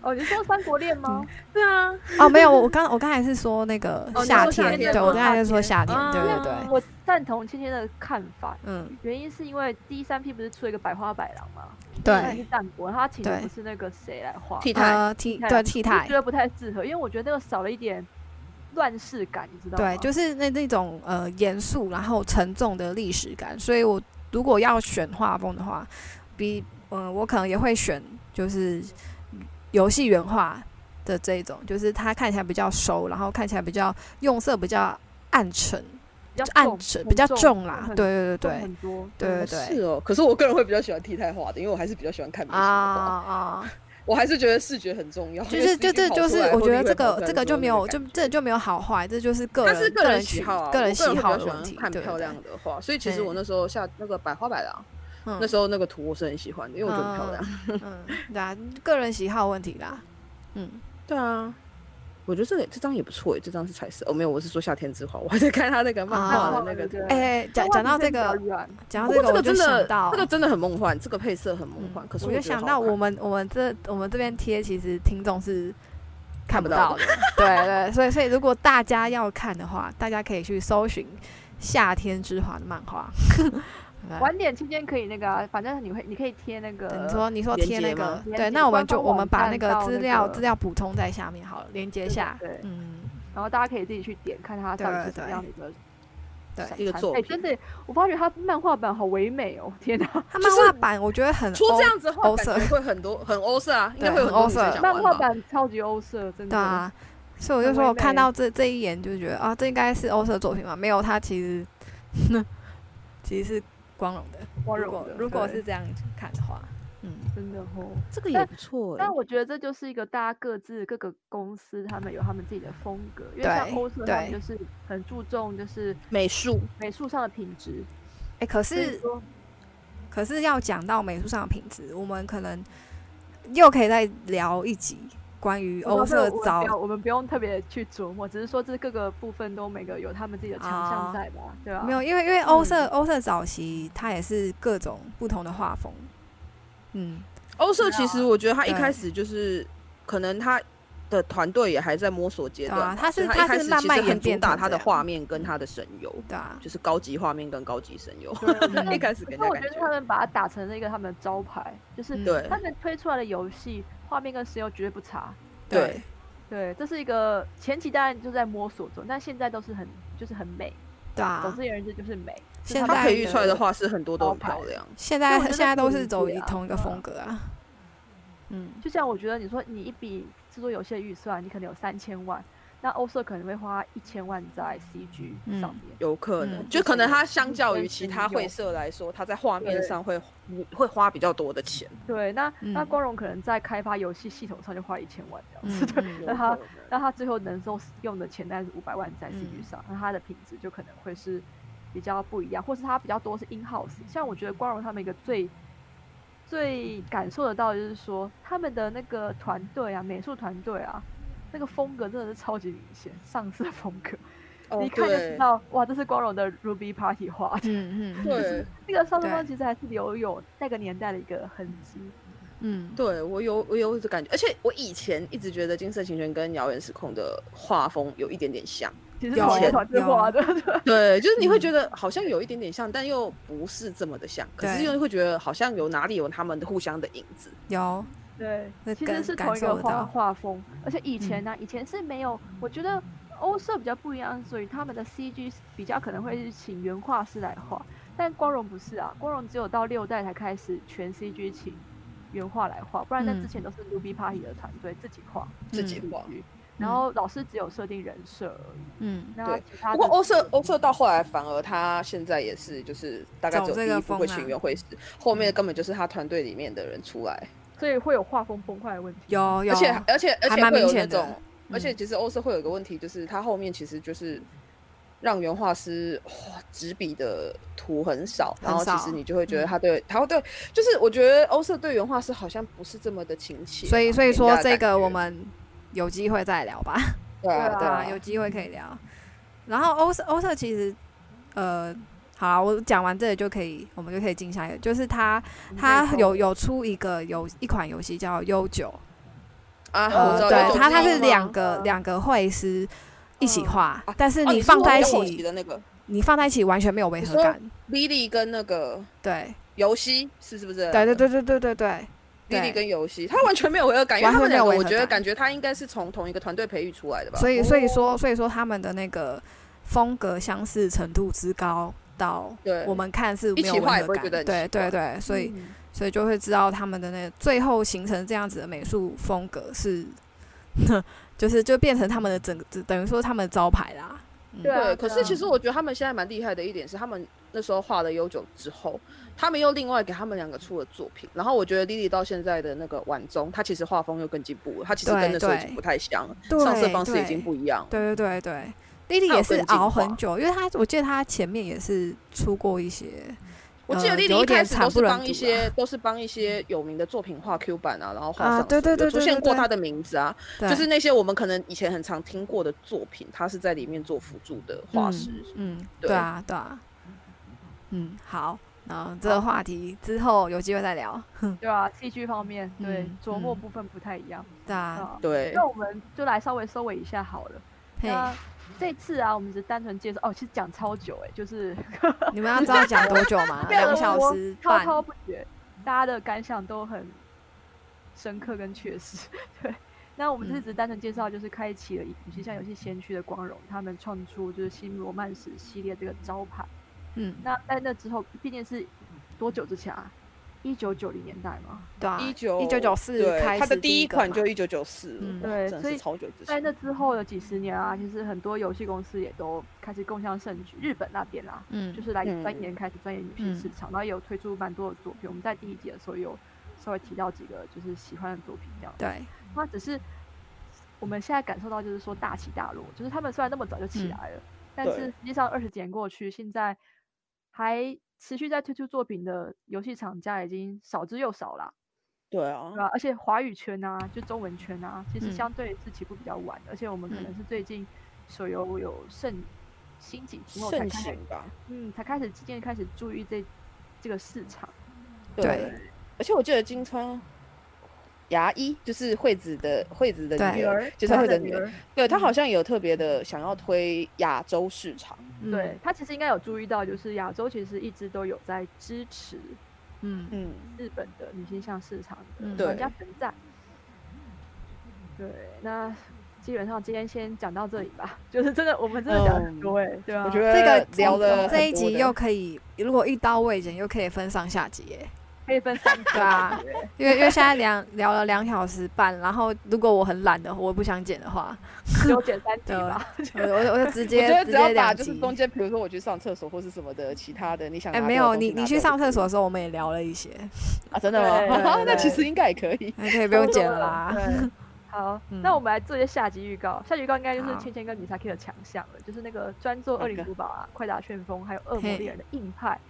Speaker 2: 哦，你是说三国恋吗？
Speaker 3: 对啊，
Speaker 1: 哦没有，我刚我刚才是说那个
Speaker 3: 哦你
Speaker 1: 夏
Speaker 3: 说夏
Speaker 1: 天，
Speaker 3: 天
Speaker 1: 对我
Speaker 2: 吗
Speaker 1: 刚才
Speaker 2: 夏
Speaker 1: 是说
Speaker 2: 天
Speaker 1: 夏天，对对对，
Speaker 3: 啊
Speaker 2: 我赞同芊芊的看法，
Speaker 1: 嗯，
Speaker 2: 原因是因为第三批不是出了一个百花百郎吗？他也
Speaker 1: 对
Speaker 2: 是，战国，他请的
Speaker 1: 对
Speaker 2: 不是那个谁来画，
Speaker 3: 替代、
Speaker 1: 呃替对替
Speaker 2: 我
Speaker 1: 代
Speaker 2: 觉，得不太适合，因为我觉得那个少了一点乱世感，你知道吗？
Speaker 1: 对，就是那那种呃严肃然后沉重的历史感，所以我如果要选画风的话，比嗯、我可能也会选就是游戏原画的这一种，就是它看起来比较熟，然后看起来比较用色比较暗沉，
Speaker 2: 比较
Speaker 1: 就暗
Speaker 2: 重
Speaker 1: 沉
Speaker 2: 很
Speaker 1: 比较
Speaker 2: 重
Speaker 1: 重啦，
Speaker 2: 很
Speaker 1: 对对对
Speaker 2: 重
Speaker 1: 对
Speaker 2: 很多。
Speaker 1: 对对
Speaker 3: 是
Speaker 1: 对
Speaker 3: 哦。可是我个人会比较喜欢替代画的，因为我还是比较喜欢看明
Speaker 1: 啊
Speaker 3: 星的画。
Speaker 1: 啊！
Speaker 3: *laughs* 我还是觉得视觉很重要。
Speaker 1: *laughs* 就
Speaker 3: 因为
Speaker 1: 是就
Speaker 3: 实际
Speaker 1: 这
Speaker 3: 跑
Speaker 1: 就
Speaker 3: 出
Speaker 1: 是
Speaker 3: 来
Speaker 1: 我觉
Speaker 3: 或立
Speaker 1: 得
Speaker 3: 绘
Speaker 1: 这
Speaker 3: 跑
Speaker 1: 个
Speaker 3: 出
Speaker 1: 这
Speaker 3: 来
Speaker 1: 个
Speaker 3: 的时
Speaker 1: 就
Speaker 3: 候
Speaker 1: 没
Speaker 3: 那个
Speaker 1: 有就
Speaker 3: 感觉
Speaker 1: 这就没有好坏，这就是个
Speaker 3: 它是
Speaker 1: 人
Speaker 3: 个人
Speaker 1: 取
Speaker 3: 喜好啊，
Speaker 1: 个
Speaker 3: 我
Speaker 1: 人
Speaker 3: 个
Speaker 1: 喜
Speaker 3: 人
Speaker 1: 好的
Speaker 3: 比较喜
Speaker 1: 问
Speaker 3: 欢
Speaker 1: 题，
Speaker 3: 看
Speaker 1: 对
Speaker 3: 漂
Speaker 1: 对
Speaker 3: 亮
Speaker 1: 对
Speaker 3: 的画，所以其实
Speaker 1: 对
Speaker 3: 我那时候下那个百花百郎，
Speaker 1: 嗯
Speaker 3: 那时候那个图我是很喜欢的，因为我觉得很漂
Speaker 1: *laughs*
Speaker 3: 亮。
Speaker 1: 嗯，对啊，个人喜好问题啦，嗯。
Speaker 3: 对啊，我觉得这个这张也不错诶，这张是彩色哦，没有，我是说夏天之花，我还在看他那个漫画的那个
Speaker 2: 哦对
Speaker 3: 图。
Speaker 2: 对对
Speaker 1: 哎、讲讲到这个，讲
Speaker 3: 不
Speaker 1: 到这个，我就
Speaker 3: 过这个真
Speaker 1: 想
Speaker 3: 的
Speaker 1: 到，，嗯
Speaker 3: 这个真的很梦幻，这个配色很梦幻。可是
Speaker 1: 我
Speaker 3: 觉
Speaker 1: 就
Speaker 3: 得
Speaker 1: 想
Speaker 3: 好
Speaker 1: 到
Speaker 3: 看
Speaker 1: 我们我们这我们这边贴，其实听众是看
Speaker 3: 看
Speaker 1: 不
Speaker 3: 不
Speaker 1: 到
Speaker 3: 到
Speaker 1: 的，对对，所以所以如果大家要看的话，大家可以去搜寻《夏天之华》的漫
Speaker 3: *laughs*
Speaker 1: 画。对啊
Speaker 2: 晚点期间可以那个、啊，反正你会你可以贴那个，
Speaker 1: 你说你说
Speaker 3: 连
Speaker 1: 贴
Speaker 3: 结
Speaker 1: 那个
Speaker 3: 吗，
Speaker 2: 连
Speaker 1: 对，
Speaker 2: 结
Speaker 1: 那我们
Speaker 2: 官
Speaker 1: 就
Speaker 2: 方
Speaker 1: 我们
Speaker 2: 网
Speaker 1: 把
Speaker 2: 站
Speaker 1: 那个
Speaker 2: 到
Speaker 1: 资
Speaker 2: 那
Speaker 1: 料
Speaker 2: 个
Speaker 1: 资料补充在下面好了，连接
Speaker 2: 对
Speaker 1: 下，
Speaker 2: 对
Speaker 1: 嗯，
Speaker 2: 然后大家可以自己去点看它到底
Speaker 1: 对
Speaker 2: 是什么
Speaker 1: 对
Speaker 2: 样的一个
Speaker 1: 对
Speaker 2: 产
Speaker 3: 一个
Speaker 2: 产
Speaker 3: 作
Speaker 2: 哎、
Speaker 3: 品
Speaker 2: 真的，我发觉它漫画版好唯美哦，天哪！
Speaker 1: 它漫画版我觉得很
Speaker 3: 出
Speaker 1: 嗯欧
Speaker 3: 这样子的
Speaker 1: 欧
Speaker 3: 话，感
Speaker 1: 色
Speaker 3: 觉会很多很欧色啊，应
Speaker 1: 对
Speaker 3: 该会有
Speaker 1: 很
Speaker 3: 很多
Speaker 1: 欧
Speaker 3: 女生
Speaker 1: 色
Speaker 3: 想
Speaker 2: 漫
Speaker 3: 玩
Speaker 2: 画
Speaker 3: 吧
Speaker 2: 版超级欧色，真
Speaker 1: 对
Speaker 2: 的。
Speaker 1: 啊，所以我就
Speaker 2: 嗯很
Speaker 1: 说
Speaker 2: 唯
Speaker 1: 我看
Speaker 2: 美
Speaker 1: 到这这一眼就觉得啊，这应该是欧式的作品嘛？没有，它其实其实是光荣的。
Speaker 2: 光
Speaker 1: 如
Speaker 2: 荣
Speaker 1: 果
Speaker 2: 的
Speaker 1: 如果
Speaker 2: 对
Speaker 1: 是这样看的话，嗯，
Speaker 2: 真的哦，
Speaker 3: 这个
Speaker 2: 但
Speaker 3: 也不错诶
Speaker 2: 但。我觉得这就是一个大家各自各个公司他们有他们自己的风格，因为像
Speaker 1: 对
Speaker 2: 欧色他们
Speaker 1: 对
Speaker 2: 就是很注重就是
Speaker 3: 美术
Speaker 2: 美术上的品质，
Speaker 1: 哎、可
Speaker 2: 所以
Speaker 1: 是
Speaker 2: 说
Speaker 1: 可是要讲到美术上的品质，我们可能又可以再聊一集关于
Speaker 2: 我
Speaker 1: 欧
Speaker 2: 说
Speaker 1: 色
Speaker 2: 哦这个我们不要
Speaker 1: 早
Speaker 2: 我们不用特别去琢磨，只是说这各个部分都每个有他们自己的强
Speaker 1: 啊
Speaker 2: 项在吧，对吧、嗯
Speaker 1: 没有，因为因为欧色欧色早期它也是各种不同的画风，嗯，
Speaker 3: 欧社其实我觉得他一
Speaker 1: 对
Speaker 3: 开始就是可能他的团队也还在摸索阶
Speaker 1: 对啊
Speaker 3: 段吧，
Speaker 1: 他是
Speaker 3: 所以
Speaker 1: 他
Speaker 3: 他一开
Speaker 1: 是
Speaker 3: 始
Speaker 1: 慢
Speaker 3: 其
Speaker 1: 慢
Speaker 3: 实
Speaker 1: 演
Speaker 3: 很主
Speaker 1: 变
Speaker 3: 打
Speaker 1: 成
Speaker 3: 他
Speaker 1: 这
Speaker 3: 的
Speaker 1: 样
Speaker 3: 画面跟他的声优，
Speaker 1: 对啊，
Speaker 3: 就是高级画面跟高级声优。
Speaker 1: 嗯
Speaker 3: *laughs* 一开始给
Speaker 2: 那
Speaker 3: 人
Speaker 2: 我
Speaker 3: 家
Speaker 2: 觉得
Speaker 3: 感觉
Speaker 2: 他，们把它打成了一个他们的招牌，就是
Speaker 1: 嗯
Speaker 3: 对
Speaker 2: 他们推出来的游戏画面跟石油绝对不差。
Speaker 3: 对，
Speaker 2: 对，这是一个前期当然就在摸索中，但现在都是很就是很美，
Speaker 1: 对啊，
Speaker 2: 总之言之就是美。是
Speaker 1: 现在
Speaker 2: 他们
Speaker 3: 他培育
Speaker 1: 的
Speaker 3: 出来的画是很多都很
Speaker 2: 招牌
Speaker 3: 漂亮。
Speaker 1: 现
Speaker 2: 所以
Speaker 1: 在
Speaker 2: 我觉得
Speaker 1: 现在都
Speaker 2: 可以
Speaker 1: 是
Speaker 2: 理
Speaker 1: 走
Speaker 2: 解
Speaker 1: 一
Speaker 2: 啊
Speaker 1: 同一个
Speaker 2: 对啊
Speaker 1: 风格啊，嗯，
Speaker 3: *laughs*
Speaker 2: 就像我觉得你说你一笔制作游戏的预算，你可能有三千万，那欧社可能会花一千万在 CG
Speaker 1: 嗯
Speaker 2: 上面。
Speaker 3: 有可能，
Speaker 1: 嗯
Speaker 3: 就可能它相较
Speaker 2: 就是
Speaker 3: 于其他会社来说，它在画面
Speaker 2: 对
Speaker 3: 上会会花比较多的钱。
Speaker 2: 对，那、那
Speaker 1: 嗯
Speaker 2: 光荣可能在开发游戏系统上就花了一千万这样子。
Speaker 1: 嗯
Speaker 2: 对，
Speaker 1: 嗯
Speaker 2: 那
Speaker 3: 有
Speaker 2: 他
Speaker 3: 可能
Speaker 2: 那他最后能收用的钱大概是五百万在 CG
Speaker 1: 嗯
Speaker 2: 上，那他的品质就可能会是比较不一样，或是他比较多是 in house。像我觉得光荣他们一个最最感受得到的就是说，他们的那个团队啊，美术团队啊，那个风格真的是超级明显，上色风格，
Speaker 3: 哦
Speaker 2: 你一看就
Speaker 3: 对
Speaker 2: 知道，哇，这是光荣的 Ruby Party 画的。
Speaker 1: 嗯嗯，嗯
Speaker 3: 对，
Speaker 2: 这个上色风
Speaker 1: 对
Speaker 2: 其实还是留有那个年代的一个痕迹。
Speaker 1: 嗯，
Speaker 3: 对我有我有这感觉，而且我以前一直觉得《金色情人》跟《遥远时空》的画风有一点点像， *laughs*
Speaker 2: 其实
Speaker 1: 有
Speaker 2: 我团队
Speaker 1: 有
Speaker 2: 画的，对
Speaker 3: 对，就是你会觉得好像有一点点像，但又不是这么的像，可是
Speaker 1: 对
Speaker 3: 又会觉得好像有哪里有他们的互相的影子。
Speaker 1: 有，那
Speaker 2: 对，其实
Speaker 1: 感
Speaker 2: 是
Speaker 1: 感
Speaker 2: 同一
Speaker 1: 受得
Speaker 2: 个画
Speaker 1: 到嗯
Speaker 2: 画风，而且以前呢、啊以前是没有，我觉得欧社比较不一样，所以他们的 CG 是比较可能会是请原画师来画，但光荣不是啊，光荣只有到六代才开始全 CG 请原画来画，不然在之
Speaker 1: 嗯
Speaker 2: 前都是 Ruby Party 的团队自己画
Speaker 3: 自己
Speaker 2: CG，、
Speaker 3: 画
Speaker 2: 然后老师只有设定人设而已，
Speaker 1: 嗯，
Speaker 2: 那
Speaker 3: 对
Speaker 2: 其他
Speaker 3: 不过
Speaker 2: 的
Speaker 3: 欧
Speaker 2: 是
Speaker 3: 社欧社到后来反而他现在也是就是大概
Speaker 1: 走
Speaker 3: 只有
Speaker 1: 这
Speaker 3: 第
Speaker 1: 个
Speaker 3: 一部
Speaker 1: 风
Speaker 3: 会
Speaker 1: 啊嗯
Speaker 3: 请袁惠师，后面根本就是他团队里面的人出来，
Speaker 2: 所以会有画风崩坏的问题。
Speaker 1: 有有，嗯
Speaker 3: 而且而且而
Speaker 1: 还
Speaker 3: 且
Speaker 1: 蛮
Speaker 3: 会有
Speaker 1: 明
Speaker 3: 那
Speaker 1: 显的
Speaker 3: 种，而且
Speaker 1: 嗯
Speaker 3: 其实欧社会有一个问题，就是他后面其实就是让原画师哇执笔的图很少，然
Speaker 1: 很
Speaker 3: 后其
Speaker 1: 少嗯
Speaker 3: 实你就会觉得他对他会对，就是我觉得欧社对原画师好像不是这么的亲切啊，
Speaker 1: 所以所
Speaker 3: 给
Speaker 1: 以
Speaker 3: 人
Speaker 1: 说
Speaker 3: 家的
Speaker 1: 这
Speaker 3: 感
Speaker 1: 个我
Speaker 3: 觉
Speaker 1: 们有机会再聊
Speaker 3: *laughs*
Speaker 1: 吧。
Speaker 3: 对啊
Speaker 2: 对
Speaker 3: 对
Speaker 1: 对
Speaker 2: 啊
Speaker 1: 啊，有机会可以聊。然后欧社欧社其实，呃，好啊，我讲完这里就可以，我们就可以进下一个，就是他他有有出一个有一款游戏叫《悠久》，
Speaker 3: 啊，我
Speaker 1: 呃
Speaker 3: 知，道有
Speaker 1: 对，
Speaker 3: 种
Speaker 1: 它
Speaker 3: 是
Speaker 1: 它
Speaker 3: 那
Speaker 1: 是
Speaker 3: 个吗
Speaker 1: 两个两个会师一起画，但是
Speaker 3: 哦
Speaker 1: 你
Speaker 3: 是
Speaker 1: 放
Speaker 3: 我
Speaker 1: 在一
Speaker 3: 比较好奇
Speaker 1: 起，
Speaker 3: 的那个
Speaker 1: 你放在一起完全没有违
Speaker 3: 你
Speaker 1: 和
Speaker 3: 说
Speaker 1: 感。
Speaker 3: Lily 跟那个
Speaker 1: 对，
Speaker 3: 游戏是是不是？
Speaker 1: 对对对对对对对，
Speaker 3: 莉莉
Speaker 1: 对
Speaker 3: 呃跟游戏，他完全没有违和感，因为
Speaker 1: 完
Speaker 3: 他们
Speaker 1: 全没有
Speaker 3: 两个，
Speaker 1: 违
Speaker 3: 我
Speaker 1: 和
Speaker 3: 觉得
Speaker 1: 感
Speaker 3: 感觉他应该是从同一个团队培育出来的吧。哦
Speaker 1: 所以所以说所以说他们的那个风格相似程度之高。到
Speaker 3: 对
Speaker 1: 我们看是
Speaker 3: 一
Speaker 1: 没
Speaker 3: 起
Speaker 1: 有违
Speaker 3: 画也
Speaker 1: 和
Speaker 3: 不会觉
Speaker 1: 感
Speaker 3: 得，很
Speaker 1: 对
Speaker 3: 奇
Speaker 1: 对
Speaker 3: 怪
Speaker 1: 对，所以
Speaker 2: 嗯
Speaker 1: 所以就会知道他们的那个最后形成这样子的美术风格是， *laughs* 就是就变成他们的整个等于说他们的招牌啦。嗯
Speaker 2: 对啊
Speaker 3: 对，可是其实我觉得他们现在蛮厉害的一点是，他们那时候画了悠久之后，他们又另外给他们两个出了作品。然后我觉得莉莉到现在的那个晚钟，她其实画风又更进步了，她其实
Speaker 1: 对
Speaker 3: 跟那时候已经
Speaker 1: 对
Speaker 3: 不太像了，
Speaker 1: 对
Speaker 3: 上色方式已
Speaker 1: 对
Speaker 3: 经不一样了。
Speaker 1: 对对对对，莉莉
Speaker 3: 她有
Speaker 1: 也是
Speaker 3: 更进
Speaker 1: 熬
Speaker 3: 化
Speaker 1: 很久，因为她我记得她前面也是出过一些，
Speaker 3: 我记得
Speaker 1: 呃
Speaker 3: 莉
Speaker 1: 有
Speaker 3: 莉一
Speaker 1: 点
Speaker 3: 开始
Speaker 1: 惨
Speaker 3: 都
Speaker 1: 不
Speaker 3: 是
Speaker 1: 忍
Speaker 3: 帮一
Speaker 1: 睹 *laughs*
Speaker 3: 些都是帮一些有名的作品画 Q 版啊，然后画
Speaker 1: 啊
Speaker 3: 上
Speaker 1: 对对
Speaker 3: 色
Speaker 1: 对
Speaker 3: 有出
Speaker 1: 对
Speaker 3: 现
Speaker 1: 对
Speaker 3: 过
Speaker 1: 对
Speaker 3: 她的名字啊。
Speaker 1: 对
Speaker 3: 就是那些我们可能以前很常听过的作品，它是在里面做辅助的画师。
Speaker 1: 嗯，
Speaker 3: 对
Speaker 1: 对啊对啊，嗯好，然后这个话题之后有机会再聊。
Speaker 2: 对啊，戏剧方面对、
Speaker 1: 嗯
Speaker 2: 琢磨
Speaker 1: 嗯
Speaker 2: 部分不太一样。
Speaker 1: 对啊，
Speaker 2: 啊
Speaker 3: 对，
Speaker 2: 那我们就来稍微收尾一下好了。
Speaker 1: 嘿，
Speaker 2: 那这次啊，我们只是单纯介绍哦，其实讲超久哎、就是
Speaker 1: 你们要知道讲多久
Speaker 3: *laughs*
Speaker 1: 吗？
Speaker 2: 对
Speaker 1: 两个
Speaker 2: 我
Speaker 1: 小
Speaker 2: 我
Speaker 1: 时
Speaker 2: *laughs* 滔
Speaker 1: 半。
Speaker 2: 滔不绝，大家的感想都很深刻跟确实。 *laughs* 对，那我们这次
Speaker 1: 嗯
Speaker 2: 只是单纯介绍，就是开启了以游戏像游戏先驱的光荣，他们创出就是新罗曼史系列这个招牌。
Speaker 1: 嗯，
Speaker 2: 那在那之后，毕竟是多久之前啊？一九九零年代嘛。
Speaker 1: 对啊，
Speaker 3: 一九
Speaker 1: 一九九四
Speaker 3: 对
Speaker 1: 开始
Speaker 3: 它的第
Speaker 1: 第
Speaker 3: 一
Speaker 1: 个
Speaker 3: 款
Speaker 1: 嘛
Speaker 3: 就一九九四，
Speaker 1: 嗯
Speaker 3: 哇
Speaker 2: 对
Speaker 3: 真
Speaker 2: 所
Speaker 3: 的
Speaker 2: 以
Speaker 3: 是超久之
Speaker 2: 在
Speaker 3: 前。
Speaker 2: 那之后的几十年啊，其实很多游戏公司也都开始共襄盛举，日本那边啦，
Speaker 1: 嗯
Speaker 2: 就是来
Speaker 3: 嗯
Speaker 2: 钻研开始钻研女性市场，然后也有推出蛮多的作品。我们在第一集的时候有稍微提到几个就是喜欢的作品这样。
Speaker 1: 对。
Speaker 2: 那只是我们现在感受到就是说大起大落，就是他们虽然那么早就
Speaker 1: 嗯
Speaker 2: 起来了，但
Speaker 3: 对
Speaker 2: 是实际上二十几年过去，现在还持续在推出作品的游戏厂家已经少之又少啦。
Speaker 3: 对啊
Speaker 2: 对，啊，而且华语圈啊，就中文圈啊，其实
Speaker 1: 嗯
Speaker 2: 相对是起步比较晚，而且我们可能
Speaker 1: 嗯
Speaker 2: 是最近手游有盛兴起之后才
Speaker 3: 盛
Speaker 2: 开始
Speaker 3: 行，吧。
Speaker 2: 嗯，才开始渐渐开始注意这这个市场。
Speaker 1: 对
Speaker 3: 而且我记得金川牙医就是惠子的惠子的
Speaker 1: 对
Speaker 3: 女儿，哎就是
Speaker 2: 对她
Speaker 3: 惠子
Speaker 2: 的
Speaker 3: 的女
Speaker 2: 女
Speaker 3: 儿
Speaker 2: 儿，
Speaker 3: 对
Speaker 1: 嗯
Speaker 3: 她好像有特别的想要推亚洲市场。
Speaker 2: 对，他其实应该有注意到，就是亚洲其实一直都有在支持
Speaker 1: 嗯，嗯，
Speaker 3: 嗯，
Speaker 2: 日本的女性向市场
Speaker 1: 嗯
Speaker 2: 的玩家
Speaker 3: 对
Speaker 2: 存在。对，那基本上今天先讲到这里吧， *laughs* 就是真的，我们真的讲很
Speaker 3: 嗯
Speaker 2: 多哎、对啊，
Speaker 3: 我觉
Speaker 1: 这个
Speaker 3: 得聊了
Speaker 1: 这一
Speaker 3: 很多
Speaker 1: 集
Speaker 3: 的
Speaker 1: 又可以，如果一刀未剪，又可以分上下集耶。
Speaker 2: 可以分
Speaker 3: *laughs*
Speaker 2: 三
Speaker 1: 对啊，因为因为现在两聊了两小时半，然后如果我很懒的，我不想剪的话，
Speaker 2: 有简单集
Speaker 1: 对
Speaker 2: 吧，
Speaker 1: 我我我就直
Speaker 3: *laughs* 我觉
Speaker 1: 接
Speaker 3: 得
Speaker 1: 直接
Speaker 3: 只要把
Speaker 1: 两
Speaker 3: 就是
Speaker 1: 集。
Speaker 3: 中间，比如说我去上厕所或是什么的，其他的你想
Speaker 1: 哎，
Speaker 3: 拿
Speaker 1: 没
Speaker 3: 掉的
Speaker 1: 有，
Speaker 3: 东西
Speaker 1: 你你
Speaker 3: 拿
Speaker 1: 去
Speaker 3: 掉
Speaker 1: 上
Speaker 3: 就
Speaker 1: 厕
Speaker 3: 可以
Speaker 1: 所的时候，我们也聊了一些， *laughs*
Speaker 3: 啊？真的吗
Speaker 2: 对对？对
Speaker 3: *laughs* 那其实应该也可以。
Speaker 1: 哎可以不
Speaker 2: 不
Speaker 1: 用剪了
Speaker 2: *laughs*
Speaker 1: 啦。
Speaker 2: 对，好，
Speaker 1: *laughs* 嗯
Speaker 2: 那我们来做一些下集预告。下集预告应该就是
Speaker 1: 好
Speaker 2: 芊芊跟米萨 K 的强项了，就是那个专做《恶灵古堡》啊、《快打旋风》还有《恶魔
Speaker 1: 嘿
Speaker 2: 猎人》的硬派。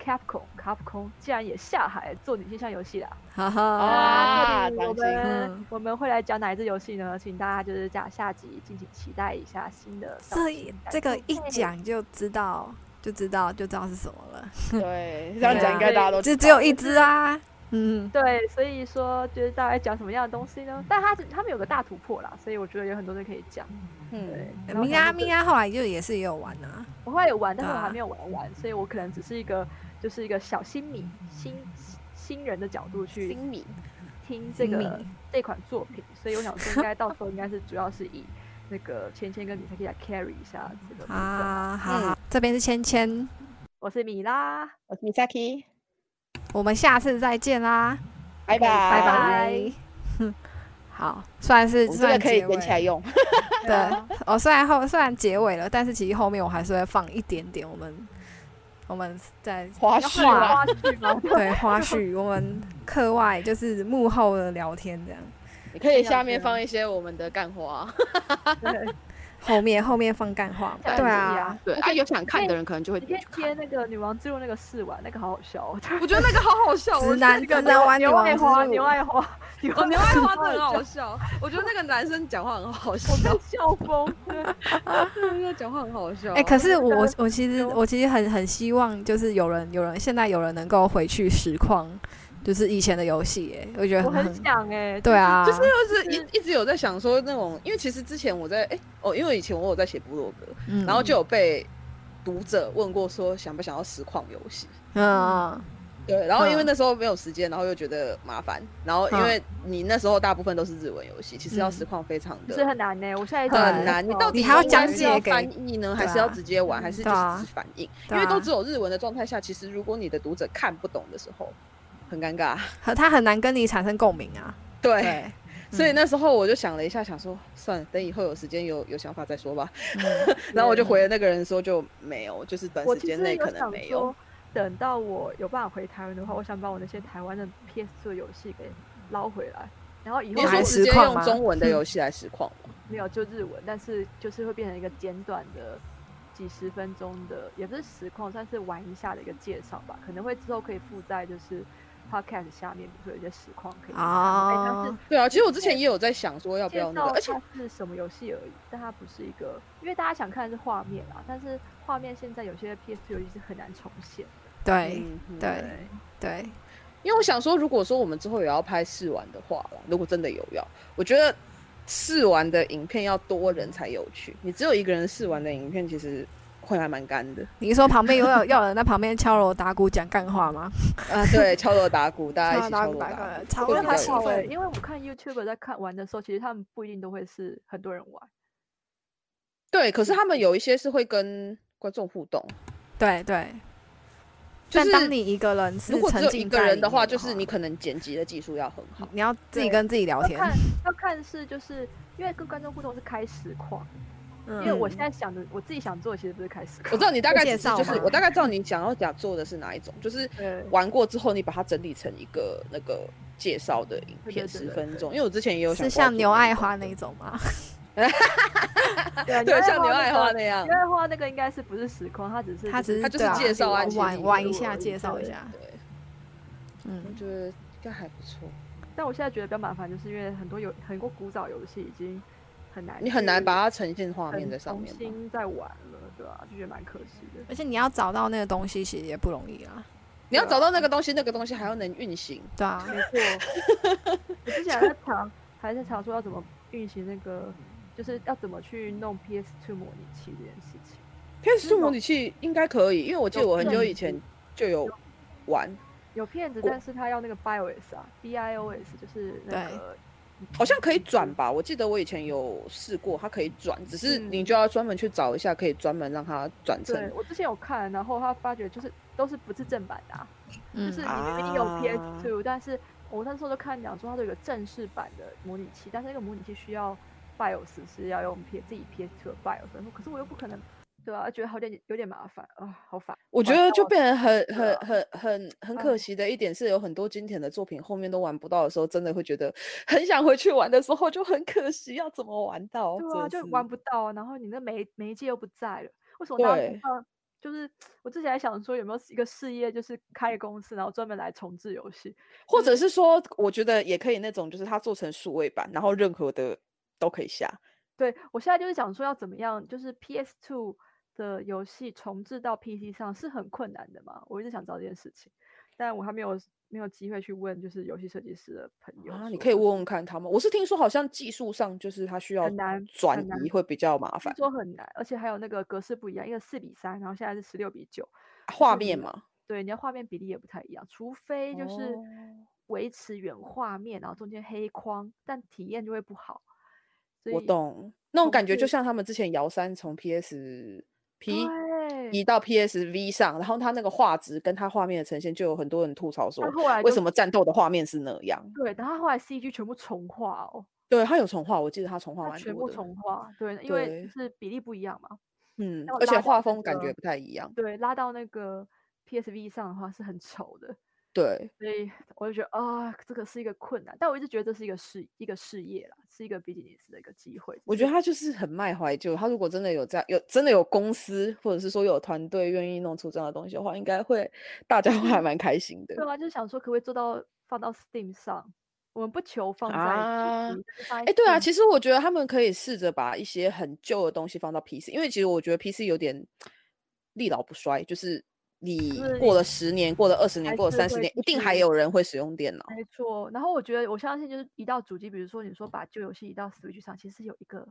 Speaker 2: Capcom Capcom 竟然也下海做女性向游戏啦！
Speaker 1: 哈哈，
Speaker 3: 啊
Speaker 2: 那
Speaker 3: 担
Speaker 2: 我
Speaker 3: 心
Speaker 2: 们
Speaker 1: 嗯
Speaker 2: 我们会来讲哪一支游戏呢？请大家就是讲下集，敬请期待一下新的上
Speaker 1: 这
Speaker 2: 新
Speaker 1: 一
Speaker 2: 感
Speaker 1: 这个
Speaker 2: 受
Speaker 1: 一
Speaker 2: 嘿
Speaker 1: 讲就知道，就知道就知道是什么了，
Speaker 3: 对，这样讲应该大家都
Speaker 1: 啊这
Speaker 3: 知
Speaker 1: 只有
Speaker 3: 道
Speaker 1: 一只啊。嗯，
Speaker 2: *laughs* 对，所以说就是大概讲什么样的东西呢？但他是他们有个大突破啦，所以我觉得有很多人可以讲。对
Speaker 4: 嗯，，
Speaker 2: 然后
Speaker 1: 明啊
Speaker 2: 还有一个
Speaker 1: 明啊，后来就也是也有玩啊，
Speaker 2: 我后来有玩，但是我
Speaker 1: 对啊
Speaker 2: 还没有玩完，所以我可能只是一个就是一个小新迷新新人的角度去
Speaker 4: 新米
Speaker 2: 听这
Speaker 1: 新
Speaker 2: 个
Speaker 1: 迷
Speaker 2: 这款作品，所以我想说，应该到时候应该是主要是以那个芊芊跟米才可以来 carry 一下这个部分。
Speaker 1: 啊，好好，这边是芊芊，
Speaker 2: 我是米拉，
Speaker 4: 我是 Misaki，
Speaker 1: 我们下次再见啦，
Speaker 4: 拜拜
Speaker 2: 拜
Speaker 4: 拜
Speaker 2: 拜。
Speaker 1: 哼 *laughs* 好，算是
Speaker 4: 我们这
Speaker 1: 算
Speaker 4: 个可以
Speaker 1: 结
Speaker 4: 连起来
Speaker 1: 尾
Speaker 4: 用。
Speaker 1: *laughs*
Speaker 2: 啊
Speaker 1: 对，哦，虽然后虽然结尾了，但是其实后面我还是会放一点点我们我们在
Speaker 4: 花
Speaker 2: 要
Speaker 4: 絮
Speaker 2: 换
Speaker 4: 啊，
Speaker 2: 花絮吗？
Speaker 1: *laughs*
Speaker 2: *laughs*
Speaker 1: 对花絮，我们课外就是幕后的聊天这样，
Speaker 4: 你可以
Speaker 2: 要
Speaker 4: 下
Speaker 2: 这
Speaker 4: 面
Speaker 2: 样
Speaker 4: 放一些我们的干
Speaker 3: *laughs*
Speaker 4: 花。
Speaker 1: *laughs*
Speaker 2: 对，
Speaker 1: 后面后面放干话，
Speaker 2: 下一
Speaker 1: 对
Speaker 2: 集
Speaker 1: 啊，，
Speaker 4: 对啊，有想看的人可能就会
Speaker 2: 你可以
Speaker 4: 点去看。
Speaker 2: 贴那个女王之路那个试玩，那个好好笑哦。
Speaker 3: 我觉得那个好好笑，我
Speaker 1: 直
Speaker 3: 觉得
Speaker 1: 男
Speaker 3: 那
Speaker 1: 直
Speaker 3: 个
Speaker 1: 男玩女
Speaker 2: 牛爱
Speaker 1: 王之
Speaker 2: 花，
Speaker 1: 路
Speaker 2: 牛，爱花，牛
Speaker 3: 哦，牛
Speaker 2: 爱
Speaker 3: 爱花真的很好笑，我觉得那个男生讲话很好
Speaker 1: *laughs*
Speaker 3: 笑，
Speaker 2: 笑疯。对
Speaker 3: 那个讲话很好笑。啊
Speaker 1: 哎、可是
Speaker 2: 我
Speaker 1: 我
Speaker 2: 觉
Speaker 1: 我其实
Speaker 2: 有
Speaker 1: 我其实很很希望，就是有人有人现在有人能够回去实况，就是以前的游戏，哎，我觉得
Speaker 2: 我
Speaker 1: 很
Speaker 2: 很想哎，
Speaker 1: 对，啊，
Speaker 3: 就是就是一一直有在想说那种，因为其实之前我在哎、哦，因为以前我有在写部落格，
Speaker 1: 嗯
Speaker 3: 然后就有被读者问过说想不想要实况游戏，
Speaker 1: 嗯
Speaker 3: 对，然后因为
Speaker 1: 嗯
Speaker 3: 那时候没有时间，然后又觉得麻烦，然后因为你那时候大部分都是日文游戏，其实要
Speaker 1: 嗯
Speaker 3: 实况非常
Speaker 2: 就是
Speaker 3: 的
Speaker 2: 很哦难呢。我现在
Speaker 1: 很
Speaker 3: 很难，你到底
Speaker 1: 你还要
Speaker 3: 应该
Speaker 1: 讲
Speaker 3: 是要
Speaker 1: 解给
Speaker 3: 翻译呢，还
Speaker 1: 对
Speaker 3: 是要
Speaker 1: 啊
Speaker 3: 直接玩，还是就
Speaker 1: 对啊
Speaker 3: 是只反应？因
Speaker 1: 对
Speaker 3: 为都
Speaker 1: 啊
Speaker 3: 只有日文的状态下，其实如果你的读者看不懂的时候，很尴尬。
Speaker 1: 很他很难跟你产生共鸣啊，
Speaker 3: 对，
Speaker 1: 对，嗯
Speaker 3: 所以那时候我就想了一下，想说算了，等以后有时间有有想法再说吧。
Speaker 1: 嗯
Speaker 3: 然后我就回了那个人说就没有，就是短
Speaker 2: 我
Speaker 3: 时
Speaker 2: 其
Speaker 3: 间
Speaker 2: 实
Speaker 3: 内
Speaker 2: 有
Speaker 3: 可能
Speaker 2: 想
Speaker 3: 没有
Speaker 2: 说，。等到我有办法回台湾的话，我想把我那些台湾的 PS 的游戏给捞回来，然后以后
Speaker 1: 你
Speaker 3: 你是
Speaker 1: 说
Speaker 3: 说
Speaker 1: 还
Speaker 3: 直
Speaker 1: 实
Speaker 3: 接
Speaker 1: 况吗
Speaker 3: 用中文的游戏来实况吗？
Speaker 2: 没有就日文，但是就是会变成一个简短的几十分钟的，也不是实况，算是玩一下的一个介绍吧。可能会之后可以附在就是 podcast 下面，比如说有一些实况可以看哎但是
Speaker 1: 哦
Speaker 3: 对啊，其实我之前也有在想说要不
Speaker 2: 介 *laughs*
Speaker 3: 要那个，
Speaker 2: 绍
Speaker 3: 而且
Speaker 2: 它是什么游戏而已，但它不是一个，因为大家想看的是画面啊，但是画面现在有些 PS 游戏是很难重现。
Speaker 3: *laughs*
Speaker 1: 对
Speaker 3: 嗯嗯
Speaker 1: 对对，
Speaker 3: 因为我想说，如果说我们之后也要拍试玩的话啦，如果真的有要，我觉得试玩的影片要多人才有趣，你只有一个人试玩的影片，其实会还蛮干的。
Speaker 1: 你是说旁边有有要有人在旁边敲锣打鼓讲干话吗？
Speaker 3: 啊，对， *laughs* 敲锣打鼓，大家一起
Speaker 1: 敲
Speaker 3: 敲
Speaker 1: 锣
Speaker 3: 锣
Speaker 1: 打鼓
Speaker 3: 打鼓，
Speaker 1: 敲
Speaker 3: 会
Speaker 1: 锣
Speaker 3: 比
Speaker 1: 打
Speaker 3: 较
Speaker 1: 鼓
Speaker 3: 有趣
Speaker 1: 会
Speaker 2: 对，因为我看 YouTube 在看玩的时候，其实他们不一定都会是很多人玩。
Speaker 3: 对，可是他们有一些是会跟观众互动，
Speaker 1: 对对，
Speaker 3: 就
Speaker 1: 但当
Speaker 3: 是
Speaker 1: 你一个人是
Speaker 3: 如果只
Speaker 1: 沉
Speaker 3: 有
Speaker 1: 浸
Speaker 3: 一个
Speaker 1: 在
Speaker 3: 人
Speaker 1: 里
Speaker 3: 的
Speaker 1: 面
Speaker 3: 话，
Speaker 1: 话，嗯
Speaker 3: 就是你可能剪辑的技术要很好。
Speaker 1: 你要自己
Speaker 2: 对
Speaker 1: 跟自己聊
Speaker 2: 要
Speaker 1: 天，
Speaker 2: 看要看是就是因为跟观众互动是开实况，因为
Speaker 1: 嗯
Speaker 2: 我现在想的我自己想做的其实不是开实况。
Speaker 3: 我知道你大概
Speaker 1: 介
Speaker 3: 只是
Speaker 1: 绍
Speaker 3: 就是
Speaker 1: 吗
Speaker 3: 我大概知道你想要讲做的是哪一种，就是 *laughs*
Speaker 2: 对
Speaker 3: 玩过之后你把它整理成一个那个介绍的影
Speaker 2: 对对
Speaker 3: 片
Speaker 2: 对
Speaker 3: 十
Speaker 2: 对
Speaker 3: 分
Speaker 2: 对
Speaker 3: 钟，因为我之前也有想
Speaker 1: 是
Speaker 3: 过要
Speaker 1: 像
Speaker 3: 做
Speaker 1: 牛爱
Speaker 3: 种
Speaker 1: 花
Speaker 3: 的
Speaker 1: 那一种吗？
Speaker 2: 对啊
Speaker 3: 对，像牛爱花
Speaker 2: 那
Speaker 3: 那样
Speaker 2: 个牛。爱花那个应该是不是实况，它只是
Speaker 1: 他只是
Speaker 3: 它就是
Speaker 1: 对啊
Speaker 3: 介绍啊
Speaker 1: 玩
Speaker 3: 其实
Speaker 1: 玩
Speaker 3: 你
Speaker 1: 玩
Speaker 2: 就
Speaker 1: 一下，
Speaker 2: 而已
Speaker 1: 介绍一
Speaker 2: 对
Speaker 1: 下，
Speaker 3: 对，我
Speaker 1: 嗯，
Speaker 3: 觉得应该还不错。
Speaker 2: 但我现在觉得比较麻烦，就是因为很多有很多古早游戏已经很难去，
Speaker 3: 你很难把它呈现画面
Speaker 2: 很
Speaker 3: 在上
Speaker 2: 重
Speaker 3: 面吧。
Speaker 2: 新在玩了，对吧、就觉得蛮可惜
Speaker 3: *laughs*
Speaker 2: 的。
Speaker 1: 而且你要找到那个东西其实也不容易啦，
Speaker 3: 你要找到那个东西，那个东西还要能运行。
Speaker 1: 对啊，
Speaker 2: 没错，我之前还在查，还在查说要怎么运行那个，就是要怎么去弄 PS2 模拟器这件事情。
Speaker 3: PS 模拟器应该可以，因为我记得我很久
Speaker 2: 有
Speaker 3: 以前就有玩，
Speaker 2: 有片子，
Speaker 3: 我
Speaker 2: 但是他要那个 BIOS 啊，BIOS 就是那
Speaker 1: 对
Speaker 2: 个嗯
Speaker 3: 好像可以转吧。我记得我以前有试过，它可以转，只是
Speaker 2: 嗯
Speaker 3: 你就要专门去找一下，可以专门让它转成
Speaker 2: 对我之前有看，然后他发觉就是都是不是正版的、啊，
Speaker 1: 嗯
Speaker 2: 就是你明明有
Speaker 3: 啊
Speaker 2: PS2，、但是我那时候就看讲说它都有个正式版的模拟器，但是那个模拟器需要 BIOS 是要用 P 自己 PS2 的 BIOS，然后可是我又不可能，对啊，觉得有点有点麻烦啊，好烦。
Speaker 3: 我啊嗯觉
Speaker 2: 玩
Speaker 3: 得
Speaker 2: 到
Speaker 3: 就
Speaker 2: 了
Speaker 3: 变得很很
Speaker 2: 了
Speaker 3: 很很很可惜的一点是，有很多经典的作品后面都玩不到的时候，真的会觉得很想回去玩的时候就很可惜，要怎么玩到？
Speaker 2: 对啊，
Speaker 3: 真
Speaker 2: 就
Speaker 3: 的是
Speaker 2: 玩不到啊，然后你那媒媒介又不在了，为什么大家不
Speaker 3: 对
Speaker 2: 放？就是我之前还想说有没有一个事业，就是开个公司，然后专门来重置游戏，
Speaker 3: 或者是说，我觉得也可以那种，就是它做成数位版，然后任何的都可以下。
Speaker 2: 对我现在就是想说要怎么样，就是 PS Two 的游戏重置到 PC 上是很困难的嘛，我一直想知道这件事情，但我还没有没有机会去问，就是游戏设计师的朋友
Speaker 3: 啊，你
Speaker 2: 说
Speaker 3: 可以问问看他们。我是听说好像技术上就是他需要
Speaker 2: 很难很
Speaker 3: 转
Speaker 2: 难
Speaker 3: 移会比较麻
Speaker 2: 听
Speaker 3: 烦，
Speaker 2: 说很难，而且还有那个格式不一样，一个四比三，然后现在是十六比九，
Speaker 3: 画
Speaker 2: 你
Speaker 3: 面
Speaker 2: 的
Speaker 3: 嘛，
Speaker 2: 对，你的画面比例也不太一样，除非就是
Speaker 3: 哦
Speaker 2: 维持原画面，然后中间黑框，但体验就会不好。所
Speaker 3: 我
Speaker 2: 以，
Speaker 3: 懂那种
Speaker 2: 重
Speaker 3: 感觉，就
Speaker 2: 置
Speaker 3: 像他们之前摇三从 PS P
Speaker 2: 对
Speaker 3: 移到 PSV 上，然后它那个画质跟它画面的呈现，就有很多人吐槽说
Speaker 2: 他，后来
Speaker 3: 为
Speaker 2: 就
Speaker 3: 什么战斗的画面是那样？
Speaker 2: 对，但他后来 CG 全部重画哦，
Speaker 3: 对，它有重画，我记得它重画
Speaker 2: 他
Speaker 3: 蛮
Speaker 2: 全
Speaker 3: 多
Speaker 2: 部
Speaker 3: 的，
Speaker 2: 重画，对，因为
Speaker 3: 对
Speaker 2: 就是比例不一样嘛，
Speaker 3: 嗯
Speaker 2: 要，
Speaker 3: 而且
Speaker 2: 拉到
Speaker 3: 画
Speaker 2: 那
Speaker 3: 风感
Speaker 2: 个
Speaker 3: 觉不太一样。
Speaker 2: 对，拉到那个 PSV 上的话是很丑的，
Speaker 3: 对，
Speaker 2: 所以我就觉得啊，这个是一个困难，但我一直觉得这是一个事一个事业啦，是一个比吉尼斯的一个机会。
Speaker 3: 我觉得他就是很卖怀旧。他如果真的有这样，有真的有公司，或者是说有团队愿意弄出这样的东西的话，应该会大家会还蛮开心的
Speaker 2: 对。啊，就是想说可不可以做到放到 Steam 上，我们不求放在
Speaker 3: 啊
Speaker 2: PC，但是放
Speaker 3: 哎、
Speaker 2: 在
Speaker 3: 对啊，
Speaker 2: Steam
Speaker 3: 其实我觉得他们可以试着把一些很旧的东西放到 PC，因为其实我觉得 PC 有点历老不衰，就是你
Speaker 2: 是
Speaker 3: 过了十年、过了二十年、
Speaker 2: 还
Speaker 3: 过了
Speaker 2: 是
Speaker 3: 三十
Speaker 2: 会
Speaker 3: 年，
Speaker 2: 继
Speaker 3: 一定还
Speaker 2: 续
Speaker 3: 有人会使用电脑。
Speaker 2: 没错，然后我觉得我相信就是移到主机，比如说你说把旧游戏移到 Switch 上，其实有一个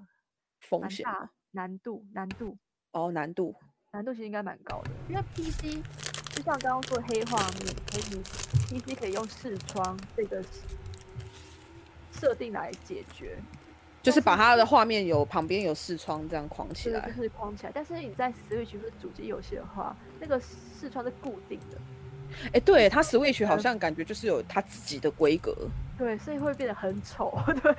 Speaker 3: 风
Speaker 2: 蛮
Speaker 3: 险
Speaker 2: 大
Speaker 3: 嘛
Speaker 2: 难度，难度
Speaker 3: 哦，难度
Speaker 2: 难度其实应该蛮高的，因为 PC 就像刚刚说的黑画面，可以 PC 可以用视窗这个设定来解决，
Speaker 3: 就
Speaker 2: 但
Speaker 3: 是
Speaker 2: 是
Speaker 3: 把它的画面有旁边有视窗这样框起
Speaker 2: 对，
Speaker 3: 来
Speaker 2: 就。是框起来。但是你在 Switch 或者主机游戏的话，那个视窗是固定的，
Speaker 3: 哎、对，它 Switch 好
Speaker 2: 嗯
Speaker 3: 像感觉就是有它自己的规格，
Speaker 2: 对，所以会变得很丑， *laughs* 对。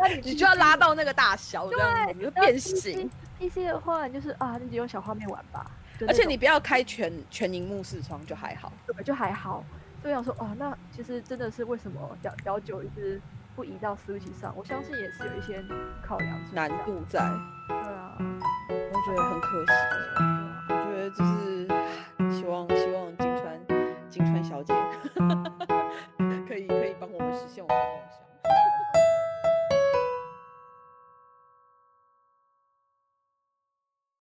Speaker 2: 那你
Speaker 3: 你就要拉到那个大小这样子，就变
Speaker 2: 形
Speaker 3: 形。
Speaker 2: PC 的话，你就是啊，你就用小画面玩吧。就
Speaker 3: 而
Speaker 2: 那
Speaker 3: 且
Speaker 2: 种嗯
Speaker 3: 你不要开全全荧幕视窗就还好。
Speaker 2: 对，就还好。所以想说，哦，那其实真的是为什么摇摇九一直不移到 Switch 上？我相信也是有一些考量存
Speaker 3: 难
Speaker 2: 在
Speaker 3: 度在，
Speaker 2: 对啊，
Speaker 3: 我觉得很可惜。我觉得就是希望 *laughs* 希望金川金川小姐可以可以帮我们实现我们的。